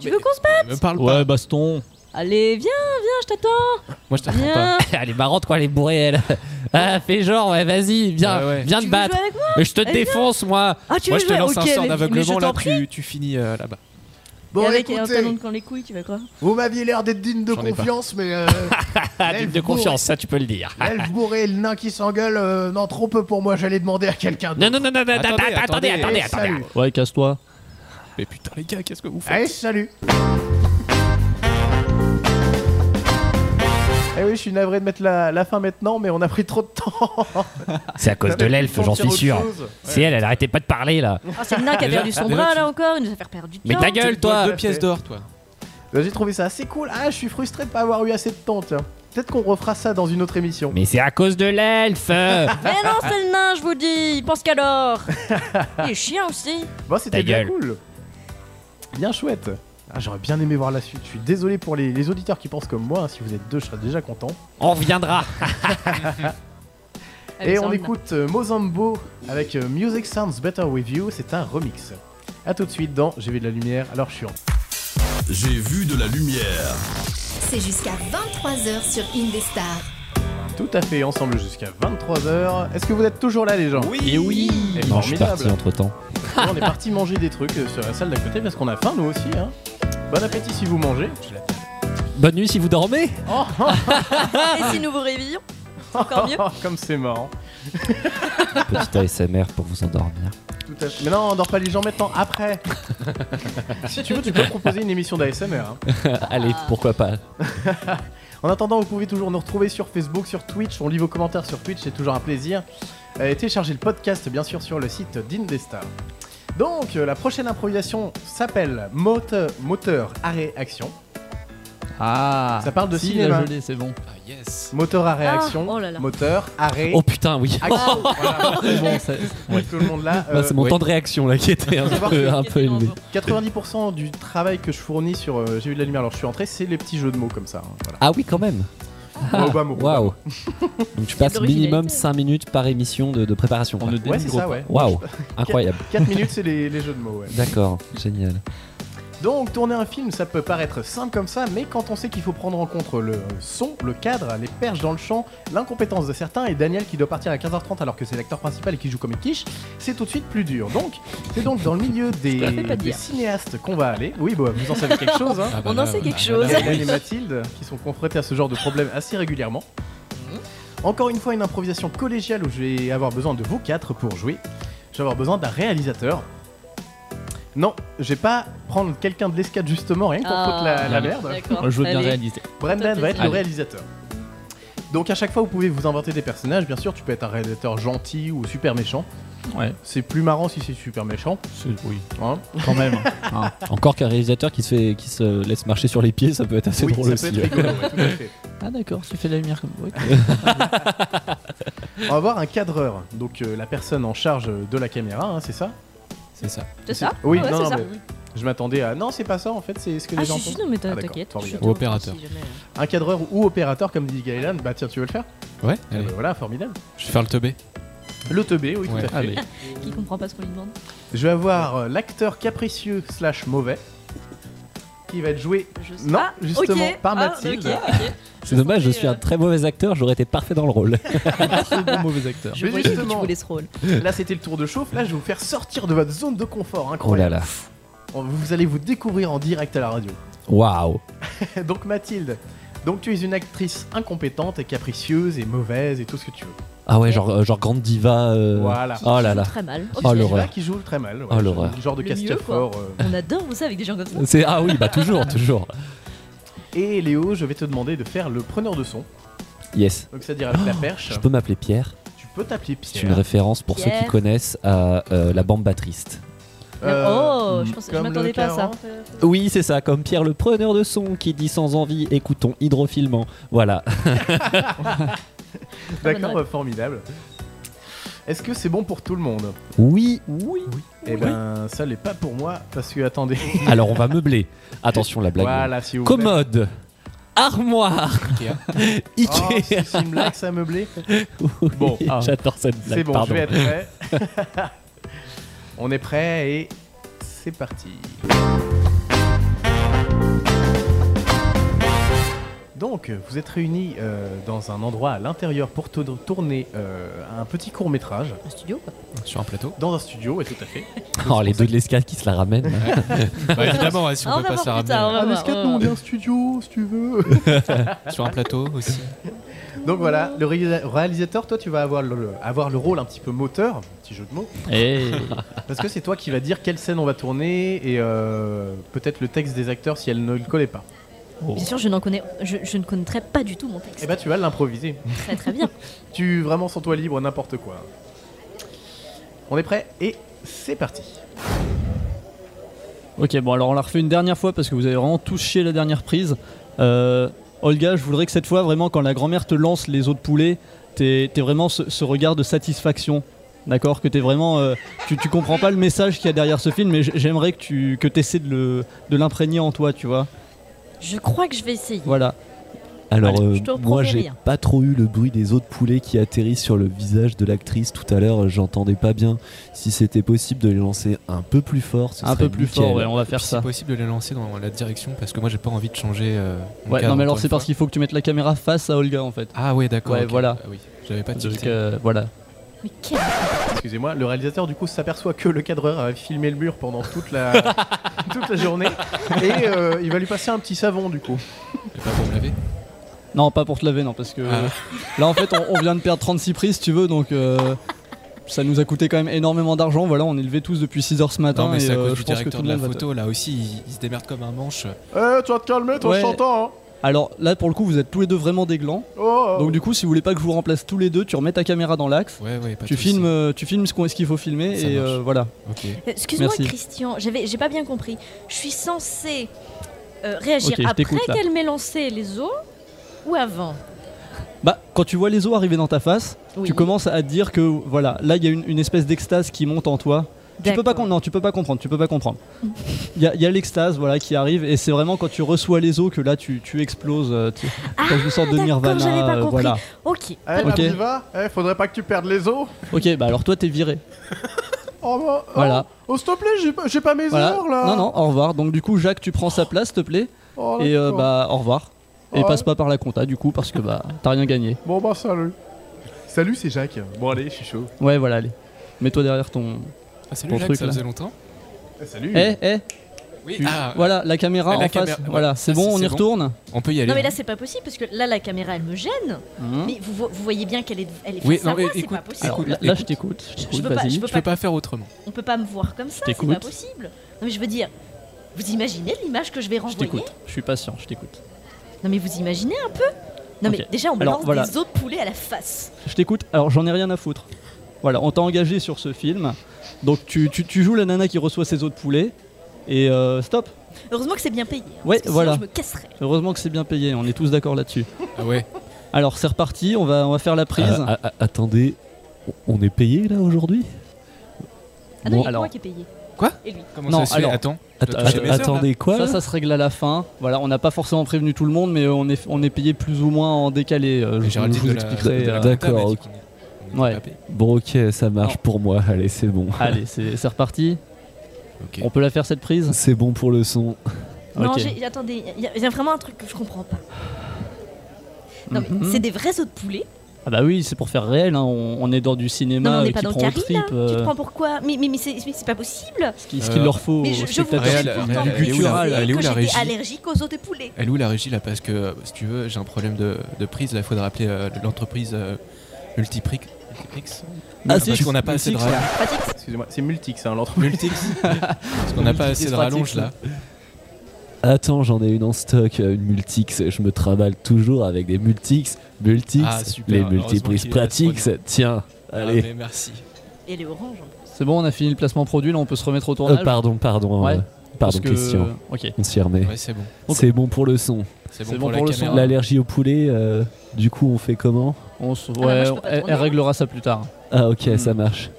Speaker 7: Tu veux qu'on se
Speaker 5: batte Me parle pas.
Speaker 6: Ouais, baston.
Speaker 7: Allez, viens, viens, je t'attends.
Speaker 5: Moi, je t'attends pas.
Speaker 7: Viens.
Speaker 4: elle est marrante, quoi, les bourrée, elle. Ah, fais genre, ouais, vas-y, viens,
Speaker 5: Ouais, ouais.
Speaker 4: viens
Speaker 7: Tu
Speaker 4: te
Speaker 7: veux
Speaker 4: battre.
Speaker 7: jouer avec moi
Speaker 4: Mais je te
Speaker 7: viens.
Speaker 4: défonce, moi.
Speaker 7: Ah, tu
Speaker 5: Moi,
Speaker 7: veux
Speaker 5: je te
Speaker 7: jouer
Speaker 5: lance un
Speaker 7: Ok,
Speaker 5: sort
Speaker 7: mais- mais je
Speaker 5: d'aveuglement
Speaker 7: t'en
Speaker 5: là,
Speaker 7: prie.
Speaker 5: tu, tu finis euh, là-bas.
Speaker 1: Bon,
Speaker 7: Et avec un
Speaker 1: écoutez,
Speaker 7: talon de camp les couilles, tu vas croire
Speaker 1: vous m'aviez l'air d'être digne de
Speaker 5: J'en ai pas.
Speaker 1: confiance, mais... Euh,
Speaker 4: Ah,
Speaker 1: l'elfe
Speaker 4: digne de
Speaker 1: bourré-
Speaker 4: confiance, ça, tu peux le dire.
Speaker 1: L'elfe bourré et le nain qui s'engueule, euh, non, trop peu pour moi, j'allais demander à quelqu'un
Speaker 4: Non,
Speaker 1: d'autre.
Speaker 4: non, non, non, non,
Speaker 5: Attendez,
Speaker 4: attendez, attendez,
Speaker 5: attendez,
Speaker 4: attendez,
Speaker 1: Et
Speaker 4: attendez.
Speaker 1: salut
Speaker 6: Ouais, casse-toi.
Speaker 5: Mais putain, les gars, qu'est-ce que vous faites
Speaker 1: Allez, salut Eh oui, je suis navré de mettre la, la fin maintenant, mais on a pris trop de temps.
Speaker 4: C'est à cause de l'elfe, j'en suis sûr. C'est elle, elle arrêtait pas de parler, là.
Speaker 7: Ah, c'est le nain qui a
Speaker 5: Déjà-
Speaker 7: perdu son
Speaker 5: déjà,
Speaker 7: bras
Speaker 5: tu-
Speaker 7: là encore, il nous a fait perdre du temps.
Speaker 4: Mais ta
Speaker 5: Tu
Speaker 4: gueule,
Speaker 5: te dois
Speaker 4: toi.
Speaker 5: Deux pièces d'or, toi.
Speaker 1: Bah, J'ai trouvé ça assez cool. Ah, je suis frustré de pas avoir eu assez de temps, tiens. Peut-être qu'on refera ça dans une autre émission.
Speaker 4: Mais c'est à cause de l'elfe.
Speaker 7: Mais non, c'est le nain, je vous dis, il pense qu'alors. Il est chiant aussi.
Speaker 1: Bon, Bah, c'était
Speaker 4: Ta
Speaker 1: bien
Speaker 4: gueule.
Speaker 1: cool. Bien chouette. Ah, J'aurais bien aimé voir la suite. Je suis désolé pour les, les auditeurs qui pensent comme moi. hein. Si vous êtes deux, je serais déjà content.
Speaker 4: On reviendra.
Speaker 1: Et on écoute euh, Mozambo avec euh, Music Sounds Better With You. C'est un remix. A tout de suite dans J'ai vu de la lumière, alors je suis en.
Speaker 2: J'ai vu de la lumière.
Speaker 8: C'est jusqu'à 23h sur Indestar.
Speaker 1: Tout à fait, ensemble jusqu'à 23h. Est-ce que vous êtes toujours là, les gens
Speaker 5: Oui.
Speaker 4: Et oui.
Speaker 1: Eh,
Speaker 4: Non, je suis
Speaker 1: formidable.
Speaker 4: parti entre temps.
Speaker 1: On est parti manger des trucs euh, sur la salle d'à côté parce qu'on a faim, nous aussi. Hein. Bon appétit si vous mangez.
Speaker 4: Bonne nuit si vous dormez.
Speaker 1: Oh,
Speaker 7: Et si nous vous réveillons, c'est encore mieux.
Speaker 1: comme c'est marrant.
Speaker 4: Petit ASMR pour vous endormir.
Speaker 1: Tout à fait. Mais non, on dort pas les gens maintenant, après. si tu veux, tu peux proposer une émission d'ASMR. hein.
Speaker 4: Allez, pourquoi pas.
Speaker 1: En attendant, vous pouvez toujours nous retrouver sur Facebook, sur Twitch. On lit vos commentaires sur Twitch, c'est toujours un plaisir. Euh, Et téléchargez le podcast, bien sûr, sur le site d'Indestar. Donc, euh, la prochaine improvisation s'appelle Moteur, moteur arrêt, action.
Speaker 6: Ah
Speaker 1: Ça parle de
Speaker 6: si,
Speaker 1: cinéma.
Speaker 6: là, je l'ai, c'est bon.
Speaker 5: Ah, yes.
Speaker 1: Moteur arrêt,
Speaker 7: Ah,
Speaker 1: action.
Speaker 7: oh là là.
Speaker 1: Moteur arrêt,
Speaker 4: Oh putain, oui.
Speaker 1: action. Voilà.
Speaker 6: C'est bon, c'est-
Speaker 1: Tout le monde là.
Speaker 4: Bah,
Speaker 1: euh,
Speaker 4: c'est mon
Speaker 5: oui.
Speaker 4: temps de réaction là qui était un
Speaker 1: Faut savoir
Speaker 4: peu,
Speaker 1: que-
Speaker 4: un peu élevé.
Speaker 1: 90% du travail que je fournis sur euh, J'ai eu de la lumière alors je suis entré, c'est les petits jeux de mots comme ça. hein, voilà.
Speaker 4: Ah oui, quand même.
Speaker 1: Au bas mot.
Speaker 4: Ah, Waouh. Donc tu passes
Speaker 7: l'originalité.
Speaker 4: minimum 5 minutes par émission de, de préparation.
Speaker 6: On ne
Speaker 1: Ouais, c'est
Speaker 6: dénigre
Speaker 1: ça,
Speaker 6: pas.
Speaker 1: ouais.
Speaker 4: Waouh, incroyable.
Speaker 1: 4 minutes, c'est les, les jeux de mots, ouais.
Speaker 4: D'accord, génial.
Speaker 1: Donc, tourner un film, ça peut paraître simple comme ça, mais quand on sait qu'il faut prendre en compte le euh, son, le cadre, les perches dans le champ, l'incompétence de certains et Daniel qui doit partir à 15h30 alors que c'est l'acteur principal et qui joue comme une quiche, c'est tout de suite plus dur. Donc, c'est donc dans le milieu des,
Speaker 7: fais pas
Speaker 1: des
Speaker 7: dire.
Speaker 1: cinéastes qu'on va aller. Oui, bah, vous en savez quelque chose, hein.
Speaker 5: Ah, bah
Speaker 7: On en
Speaker 5: là,
Speaker 7: sait quelque
Speaker 5: là,
Speaker 7: chose.
Speaker 5: là, là,
Speaker 1: Hélène et Mathilde qui sont confrontées à ce genre de problème assez régulièrement. Encore une fois, une improvisation collégiale où je vais avoir besoin de vous quatre pour jouer. Je vais avoir besoin d'un réalisateur. Non, je vais pas prendre quelqu'un de l'escadre justement, rien que pour
Speaker 7: Ah.
Speaker 1: foutre la, la
Speaker 6: Non.
Speaker 1: merde.
Speaker 6: Moi, je veux bien réaliser.
Speaker 1: Brendan va être le
Speaker 6: Allez.
Speaker 1: réalisateur. Donc à chaque fois, vous pouvez vous inventer des personnages. Bien sûr, tu peux être un réalisateur gentil ou super méchant.
Speaker 6: Ouais.
Speaker 1: C'est plus marrant si c'est super méchant.
Speaker 6: Oui,
Speaker 1: hein.
Speaker 6: quand même.
Speaker 4: Encore qu'un réalisateur qui se, fait, qui se laisse marcher sur les pieds, ça peut être assez
Speaker 1: Oui,
Speaker 4: drôle
Speaker 1: ça
Speaker 4: aussi. hein.
Speaker 1: peut être rigolo, ouais, tout à fait.
Speaker 6: Ah d'accord, tu fais de la lumière comme... oui.
Speaker 1: On va avoir un cadreur, donc euh, la personne en charge de la caméra, hein, c'est ça
Speaker 5: C'est ça.
Speaker 7: C'est ça
Speaker 1: Oui,
Speaker 7: Ouais,
Speaker 1: non,
Speaker 7: c'est
Speaker 1: non,
Speaker 7: ça.
Speaker 1: mais je m'attendais à. Non, c'est pas ça en fait, c'est ce que
Speaker 7: Ah,
Speaker 1: les
Speaker 7: je
Speaker 1: gens
Speaker 7: suis
Speaker 1: font.
Speaker 7: non, mais t'as-
Speaker 1: Ah, d'accord,
Speaker 7: t'inquiète.
Speaker 1: formidable.
Speaker 7: je suis
Speaker 5: Ou opérateur.
Speaker 7: si jamais. euh,
Speaker 1: Un cadreur ou opérateur, comme dit Gaëlan, bah tiens, tu veux le faire
Speaker 5: Ouais,
Speaker 1: Eh
Speaker 5: allez,
Speaker 1: ben Voilà, formidable.
Speaker 5: je vais faire le teubé.
Speaker 1: Le teubé, oui, tout
Speaker 5: Ouais.
Speaker 1: à fait.
Speaker 5: Ah oui.
Speaker 7: Qui comprend pas ce qu'on lui demande.
Speaker 1: Je vais avoir euh, l'acteur capricieux slash mauvais qui va être joué,
Speaker 7: Je sais
Speaker 1: non,
Speaker 7: Ah,
Speaker 1: justement,
Speaker 7: ok.
Speaker 1: par
Speaker 7: Ah,
Speaker 1: Mathilde.
Speaker 7: ok, ok.
Speaker 4: C'est dommage, je suis un très mauvais acteur, j'aurais été parfait dans le rôle.
Speaker 6: C'est bon mauvais acteur.
Speaker 7: Je
Speaker 1: Mais
Speaker 7: voyais que tu
Speaker 1: justement.
Speaker 7: voulais ce rôle.
Speaker 1: Là, c'était le tour de chauffe. Là, je vais vous faire sortir de votre zone de confort.
Speaker 4: Oh là
Speaker 1: Incroyable.
Speaker 4: Oh là.
Speaker 1: On- Vous allez vous découvrir en direct à la radio.
Speaker 4: Waouh.
Speaker 1: Donc, Mathilde, donc tu es une actrice incompétente et capricieuse et mauvaise et tout ce que tu veux.
Speaker 4: Ah ouais, genre, euh, genre grande diva. euh,
Speaker 1: Voilà.
Speaker 4: Oh là là.
Speaker 7: Très mal.
Speaker 4: Oh,
Speaker 1: Qui-
Speaker 4: l'horreur.
Speaker 1: Qui joue très mal. ouais.
Speaker 4: Oh, l'horreur.
Speaker 1: Le Genre de
Speaker 7: Le mieux,
Speaker 1: Castiafort. euh.
Speaker 7: On adore ça avec des gens comme ça.
Speaker 4: C'est ah oui, bah toujours, toujours.
Speaker 1: Et Léo, je vais te demander de faire le preneur de son.
Speaker 4: Yes.
Speaker 1: Donc, c'est-à-dire avec la perche.
Speaker 4: Je peux m'appeler Pierre.
Speaker 1: Tu peux t'appeler
Speaker 4: C'est une
Speaker 1: Pierre.
Speaker 4: référence pour ceux qui
Speaker 7: Pierre.
Speaker 4: connaissent à euh, la bamba triste.
Speaker 7: Oh, je pensais- je
Speaker 1: Euh, mm, comme le
Speaker 7: m'attendais pas à ça.
Speaker 1: 40.
Speaker 4: Oui, c'est ça, comme Pierre le preneur de son qui dit sans envie, écoutons hydrofilement. Voilà.
Speaker 1: D'accord,
Speaker 7: Ah, bonne
Speaker 1: euh, formidable. Est-ce que c'est bon pour tout le monde
Speaker 4: Oui, oui.
Speaker 1: Eh ben, ça l'est pas pour moi parce que attendez.
Speaker 4: Alors on va meubler. Attention la blague.
Speaker 1: Voilà, si vous plaît.
Speaker 4: Commode. Armoire.
Speaker 5: Ikea.
Speaker 1: Oh,
Speaker 4: Ikea.
Speaker 1: c'est c'est une blague, ça meublé.
Speaker 4: Oui,
Speaker 1: Bon, ah.
Speaker 4: j'adore cette blague.
Speaker 1: C'est bon,
Speaker 4: pardon.
Speaker 1: je vais être prêt. On est prêt et c'est parti. Donc, vous êtes réunis euh, dans un endroit à l'intérieur pour to- tourner euh, un petit court métrage
Speaker 7: Un studio quoi.
Speaker 5: Sur un plateau
Speaker 1: dans un studio, et tout à fait.
Speaker 4: Oh, les deux de l'escalade qui se la ramènent. hein.
Speaker 5: Bah évidemment, ouais, si
Speaker 7: Ah,
Speaker 5: on peut
Speaker 7: on va
Speaker 5: pas
Speaker 7: voir
Speaker 5: se
Speaker 7: plus tard, on
Speaker 5: ramener euh,
Speaker 7: va voir, on va voir.
Speaker 1: un studio, si tu veux.
Speaker 5: sur un plateau aussi.
Speaker 1: Donc voilà, le réalisa- réalisateur, toi, tu vas avoir le, avoir le rôle un petit peu moteur, petit jeu de mots.
Speaker 6: Eh,
Speaker 1: Parce que c'est toi qui vas dire quelle scène on va tourner et euh, peut-être le texte des acteurs si elle ne le connaît pas.
Speaker 7: Bien sûr, je n'en connais, je, je ne connaîtrais pas du tout mon texte.
Speaker 1: Et bah tu vas l'improviser.
Speaker 7: Très très bien.
Speaker 1: Tu vraiment sens toi libre n'importe quoi. On est prêt et c'est parti.
Speaker 6: ok, bon, alors on la refait une dernière fois parce que vous avez vraiment touché la dernière prise. Euh, Olga, je voudrais que cette fois, vraiment, quand la grand-mère te lance les os de poulet, t'es t'es vraiment ce, ce regard de satisfaction. D'accord Que t'es vraiment. euh, tu, tu comprends pas le message qu'il y a derrière ce film, mais j- j'aimerais que tu que essaies de le- de l'imprégner en toi, tu vois.
Speaker 7: Je crois que je vais essayer.
Speaker 6: Voilà.
Speaker 4: Alors,
Speaker 7: Allez, je
Speaker 4: euh,
Speaker 7: te reprends
Speaker 4: moi,
Speaker 7: mes
Speaker 4: j'ai
Speaker 7: rires.
Speaker 4: pas trop eu le bruit des os de poulet qui atterrissent sur le visage de l'actrice tout à l'heure. euh, J'entendais pas bien. Si c'était possible de les lancer un peu plus fort, ce
Speaker 6: Un
Speaker 4: serait
Speaker 6: peu plus
Speaker 4: nickel.
Speaker 6: fort, ouais, on va faire
Speaker 5: Puis, si
Speaker 6: ça.
Speaker 5: possible de les lancer dans la direction parce que moi j'ai pas envie de changer. euh, mon
Speaker 6: Ouais,
Speaker 5: cadre,
Speaker 6: non, mais alors
Speaker 5: encore
Speaker 6: c'est
Speaker 5: une
Speaker 6: parce
Speaker 5: fois.
Speaker 6: qu'il faut que tu mettes la caméra face à Olga en fait.
Speaker 5: Ah ouais, d'accord.
Speaker 6: Ouais,
Speaker 5: ok.
Speaker 6: voilà.
Speaker 5: Ah oui, j'avais pas
Speaker 6: Donc
Speaker 5: tilté.
Speaker 6: euh, voilà.
Speaker 7: Mais quel
Speaker 1: Excusez-moi, le réalisateur du coup s'aperçoit que le cadreur a filmé le mur pendant toute la, toute la journée et euh, il va lui passer un petit savon du coup.
Speaker 5: J'avais pas pour me laver.
Speaker 6: Non, pas pour te laver, non, parce que
Speaker 5: Ah.
Speaker 6: là en fait on, on vient de perdre 36 prises, tu veux, donc euh, ça nous a coûté quand même énormément d'argent. Voilà, on est levé tous depuis 6 heures ce matin.
Speaker 5: Non, mais c'est
Speaker 6: et,
Speaker 5: à
Speaker 6: euh,
Speaker 5: cause
Speaker 6: je
Speaker 5: du
Speaker 6: pense que
Speaker 5: directeur
Speaker 6: tout
Speaker 5: de
Speaker 6: le
Speaker 5: la
Speaker 6: monde va te-
Speaker 5: photo. Là aussi, il, il se démerde comme un manche.
Speaker 1: Eh, tu vas te calmer, toi
Speaker 6: Ouais.
Speaker 1: je t'entends. Hein.
Speaker 6: Alors là pour le coup, vous êtes tous les deux vraiment des glands.
Speaker 1: Oh, oh.
Speaker 6: Donc du coup, si vous voulez pas que je vous remplace tous les deux, tu remets ta caméra dans l'axe.
Speaker 5: Ouais, ouais, pas de
Speaker 6: Tu
Speaker 5: soucis.
Speaker 6: filmes, euh, tu filmes ce qu'on- ce qu'il faut filmer
Speaker 5: Ça
Speaker 6: et euh,
Speaker 5: marche.
Speaker 6: voilà.
Speaker 5: Ok.
Speaker 7: Euh, Excuse-moi,
Speaker 6: Merci.
Speaker 7: Christian, j'avais, j'ai pas bien compris. Je suis censée euh, réagir
Speaker 6: Ok, je
Speaker 7: après
Speaker 6: t'écoute, là.
Speaker 7: qu'elle m'ait lancé les os ou avant
Speaker 6: Bah, quand tu vois les os arriver dans ta face,
Speaker 7: Oui.
Speaker 6: tu commences à te dire que voilà, là il y a une, une espèce d'extase qui monte en toi. Tu peux pas
Speaker 7: D'accord.
Speaker 6: com- non, tu peux pas comprendre, tu peux pas comprendre. Il y a, il y a l'extase voilà qui arrive et c'est vraiment quand tu reçois les os que là tu, tu exploses, euh, tu
Speaker 7: Ah,
Speaker 6: t'as une sorte de
Speaker 7: d'accord, j'avais
Speaker 6: nirvana,
Speaker 7: pas
Speaker 6: euh,
Speaker 7: compris.
Speaker 6: voilà.
Speaker 7: Ok.
Speaker 1: Eh, la
Speaker 6: Ok.
Speaker 1: diva, eh, faudrait pas que tu perdes les os.
Speaker 6: Ok, bah alors toi t'es viré.
Speaker 1: Oh, bah, oh.
Speaker 6: Voilà.
Speaker 1: Oh, s'il te plaît, j'ai pas, j'ai pas mes
Speaker 6: Voilà.
Speaker 1: heures là.
Speaker 6: Non non, au revoir. Donc du coup Jacques, tu prends sa place, s'il te plaît,
Speaker 1: Oh,
Speaker 6: et euh,
Speaker 1: d'accord.
Speaker 6: bah au revoir. Et
Speaker 1: Ouais.
Speaker 6: passe pas par la compta du coup parce que bah t'as rien gagné.
Speaker 1: Bon bah salut. Salut, c'est Jacques. Bon allez, je suis chaud.
Speaker 6: Ouais voilà, allez. Mets-toi derrière ton.
Speaker 5: Ah, salut
Speaker 6: Ton
Speaker 5: Jacques,
Speaker 6: truc,
Speaker 5: ça
Speaker 6: là.
Speaker 5: faisait longtemps.
Speaker 1: Salut.
Speaker 6: Eh eh,
Speaker 5: Oui,
Speaker 6: tu-
Speaker 5: Mmh. ah,
Speaker 6: voilà la caméra
Speaker 5: la
Speaker 6: en
Speaker 5: caméra,
Speaker 6: face.
Speaker 5: ouais.
Speaker 6: Voilà, c'est
Speaker 5: Ça,
Speaker 6: bon,
Speaker 5: c'est-
Speaker 6: on y
Speaker 5: c'est bon.
Speaker 6: retourne.
Speaker 5: on peut y aller.
Speaker 7: Non mais là
Speaker 5: hein.
Speaker 7: c'est pas possible parce que là la caméra elle me gêne.
Speaker 6: Mhm.
Speaker 7: Mais vous, vo- vous voyez bien qu'elle est, elle est face
Speaker 5: Oui,
Speaker 7: à
Speaker 5: non, mais
Speaker 7: moi, c'est
Speaker 5: écoute,
Speaker 7: pas possible.
Speaker 6: Alors,
Speaker 5: Mmh. écoute,
Speaker 6: là, là, je t'écoute, je t'écoute,
Speaker 7: veux pas-
Speaker 6: vas-y.
Speaker 7: je peux
Speaker 5: je peux pas faire autrement.
Speaker 7: On peut pas me voir comme ça,
Speaker 6: Je
Speaker 7: c'est pas
Speaker 6: t'écoute.
Speaker 7: possible. Non mais je veux dire, vous imaginez l'image que je vais
Speaker 6: Je
Speaker 7: renvoyer
Speaker 6: t'écoute, je suis patient, je t'écoute.
Speaker 7: Non mais vous imaginez un peu Non mais
Speaker 6: Ok.
Speaker 7: déjà on me
Speaker 6: Alors,
Speaker 7: lance
Speaker 6: voilà.
Speaker 7: des os de poulet à la face.
Speaker 6: Je t'écoute, alors j'en ai rien à foutre. Voilà, on t'a engagé sur ce film, donc tu, tu- tu joues la nana qui reçoit ses os de poulet, et euh, stop.
Speaker 7: Heureusement que c'est bien payé. hein,
Speaker 6: Ouais,
Speaker 7: parce que
Speaker 6: voilà.
Speaker 7: Sinon je me casserais.
Speaker 6: Heureusement que c'est bien payé, on est tous d'accord là-dessus.
Speaker 5: Ah ouais.
Speaker 6: Alors c'est reparti, on va, on va faire la prise.
Speaker 4: Euh, a- a- attendez, on est payé là aujourd'hui
Speaker 7: Ah
Speaker 6: Bon,
Speaker 7: non, il y a que
Speaker 6: alors.
Speaker 7: moi qui ai payé.
Speaker 5: Quoi
Speaker 7: Et lui.
Speaker 5: Comment
Speaker 6: Non,
Speaker 5: ça se fait
Speaker 6: alors-
Speaker 5: Attends.
Speaker 4: Att-
Speaker 5: dois toucher
Speaker 4: att-
Speaker 5: mes heures, là.
Speaker 4: Attendez quoi
Speaker 6: ça,
Speaker 4: là
Speaker 6: ça se règle à la fin. Voilà, on n'a pas forcément prévenu tout le monde, mais on est, on est payé plus ou moins en décalé. euh, je,
Speaker 5: Géraldine
Speaker 6: je vous
Speaker 5: de la-
Speaker 6: expliquerai.
Speaker 5: de la
Speaker 6: euh,
Speaker 5: compta m'a
Speaker 4: D'accord,
Speaker 5: dit
Speaker 4: ok.
Speaker 5: qu'on est- on est
Speaker 6: Ouais.
Speaker 5: Mbappé.
Speaker 4: Bon, ok, ça marche
Speaker 6: Non.
Speaker 4: pour moi. Allez, c'est bon.
Speaker 6: Allez, c'est c'est reparti.
Speaker 5: Ok.
Speaker 6: On peut la faire cette prise
Speaker 4: C'est bon pour le son.
Speaker 7: Non,
Speaker 6: Ok.
Speaker 7: j'ai- attendez, il y, a- y a vraiment un truc que je comprends pas. Non, mais
Speaker 6: Mhm.
Speaker 7: c'est des vrais os de poulet
Speaker 6: Ah bah oui, c'est pour faire réel. hein, On, on est dans du cinéma
Speaker 7: Non, mais on
Speaker 6: euh,
Speaker 7: n'est
Speaker 6: qui
Speaker 7: pas dans le
Speaker 6: prend aux
Speaker 7: carré là
Speaker 6: tripes.
Speaker 7: Tu te
Speaker 6: euh, Oh,
Speaker 7: prends pour quoi Mais, mais, mais c'est mais c'est pas possible
Speaker 6: ce qui- ce qu'il
Speaker 5: Euh,
Speaker 6: leur faut
Speaker 7: Mais
Speaker 6: aux
Speaker 7: je, je vous
Speaker 6: spectateurs.
Speaker 5: réel,
Speaker 7: rappelle
Speaker 5: réel,
Speaker 7: pourtant
Speaker 5: réel,
Speaker 7: que
Speaker 5: elle est où, la-
Speaker 7: je disais
Speaker 5: elle est où,
Speaker 7: que
Speaker 5: la
Speaker 7: j'étais
Speaker 5: régie
Speaker 7: allergique aux os de poulet.
Speaker 5: Elle est où la régie là Parce que euh, si tu veux, j'ai un problème de, de prise. Là, il faudrait appeler euh, l'entreprise euh, Multiprix. Multiprix
Speaker 6: Ah,
Speaker 5: Parce
Speaker 6: si,
Speaker 5: qu'on n'a pas assez de
Speaker 6: Multiprix,
Speaker 5: rallonge.
Speaker 7: Pratique.
Speaker 1: Excusez-moi, c'est Multix, hein, l'entreprise.
Speaker 5: Multix Parce qu'on n'a pas assez de
Speaker 6: Multiprix,
Speaker 5: rallonge là.
Speaker 4: Attends, j'en ai une en stock, euh, une Multix. Je me travaille toujours avec des Multix. Multix,
Speaker 5: Ah, super,
Speaker 4: les
Speaker 5: heureusement
Speaker 4: multiprises
Speaker 5: qu'il est là, ce
Speaker 4: pratiques.
Speaker 5: produit.
Speaker 4: Tiens,
Speaker 5: Ah,
Speaker 4: allez.
Speaker 5: mais merci.
Speaker 7: Et elle est orange. en plus.
Speaker 6: C'est bon, on a fini le placement produit. Là, on peut se remettre au
Speaker 4: Euh,
Speaker 6: tournage.
Speaker 4: pardon, pardon.
Speaker 6: Ouais,
Speaker 4: euh,
Speaker 6: parce
Speaker 4: pardon,
Speaker 6: que-
Speaker 4: Christian.
Speaker 6: Ok.
Speaker 4: On s'y remet.
Speaker 5: Ouais, Ah. c'est bon.
Speaker 6: Ok.
Speaker 4: C'est bon pour le son.
Speaker 5: C'est
Speaker 6: C'est
Speaker 5: bon,
Speaker 6: bon
Speaker 5: pour,
Speaker 6: pour
Speaker 5: la
Speaker 6: le son.
Speaker 5: caméra.
Speaker 4: L'allergie au poulet, euh, du coup, on fait comment
Speaker 6: On se-
Speaker 7: bah, moi,
Speaker 6: ouais,
Speaker 7: je peux pas
Speaker 6: elle,
Speaker 7: tourner,
Speaker 6: elle
Speaker 7: hein.
Speaker 6: réglera ça plus tard.
Speaker 4: Ah, ok,
Speaker 6: Hmm.
Speaker 4: ça marche.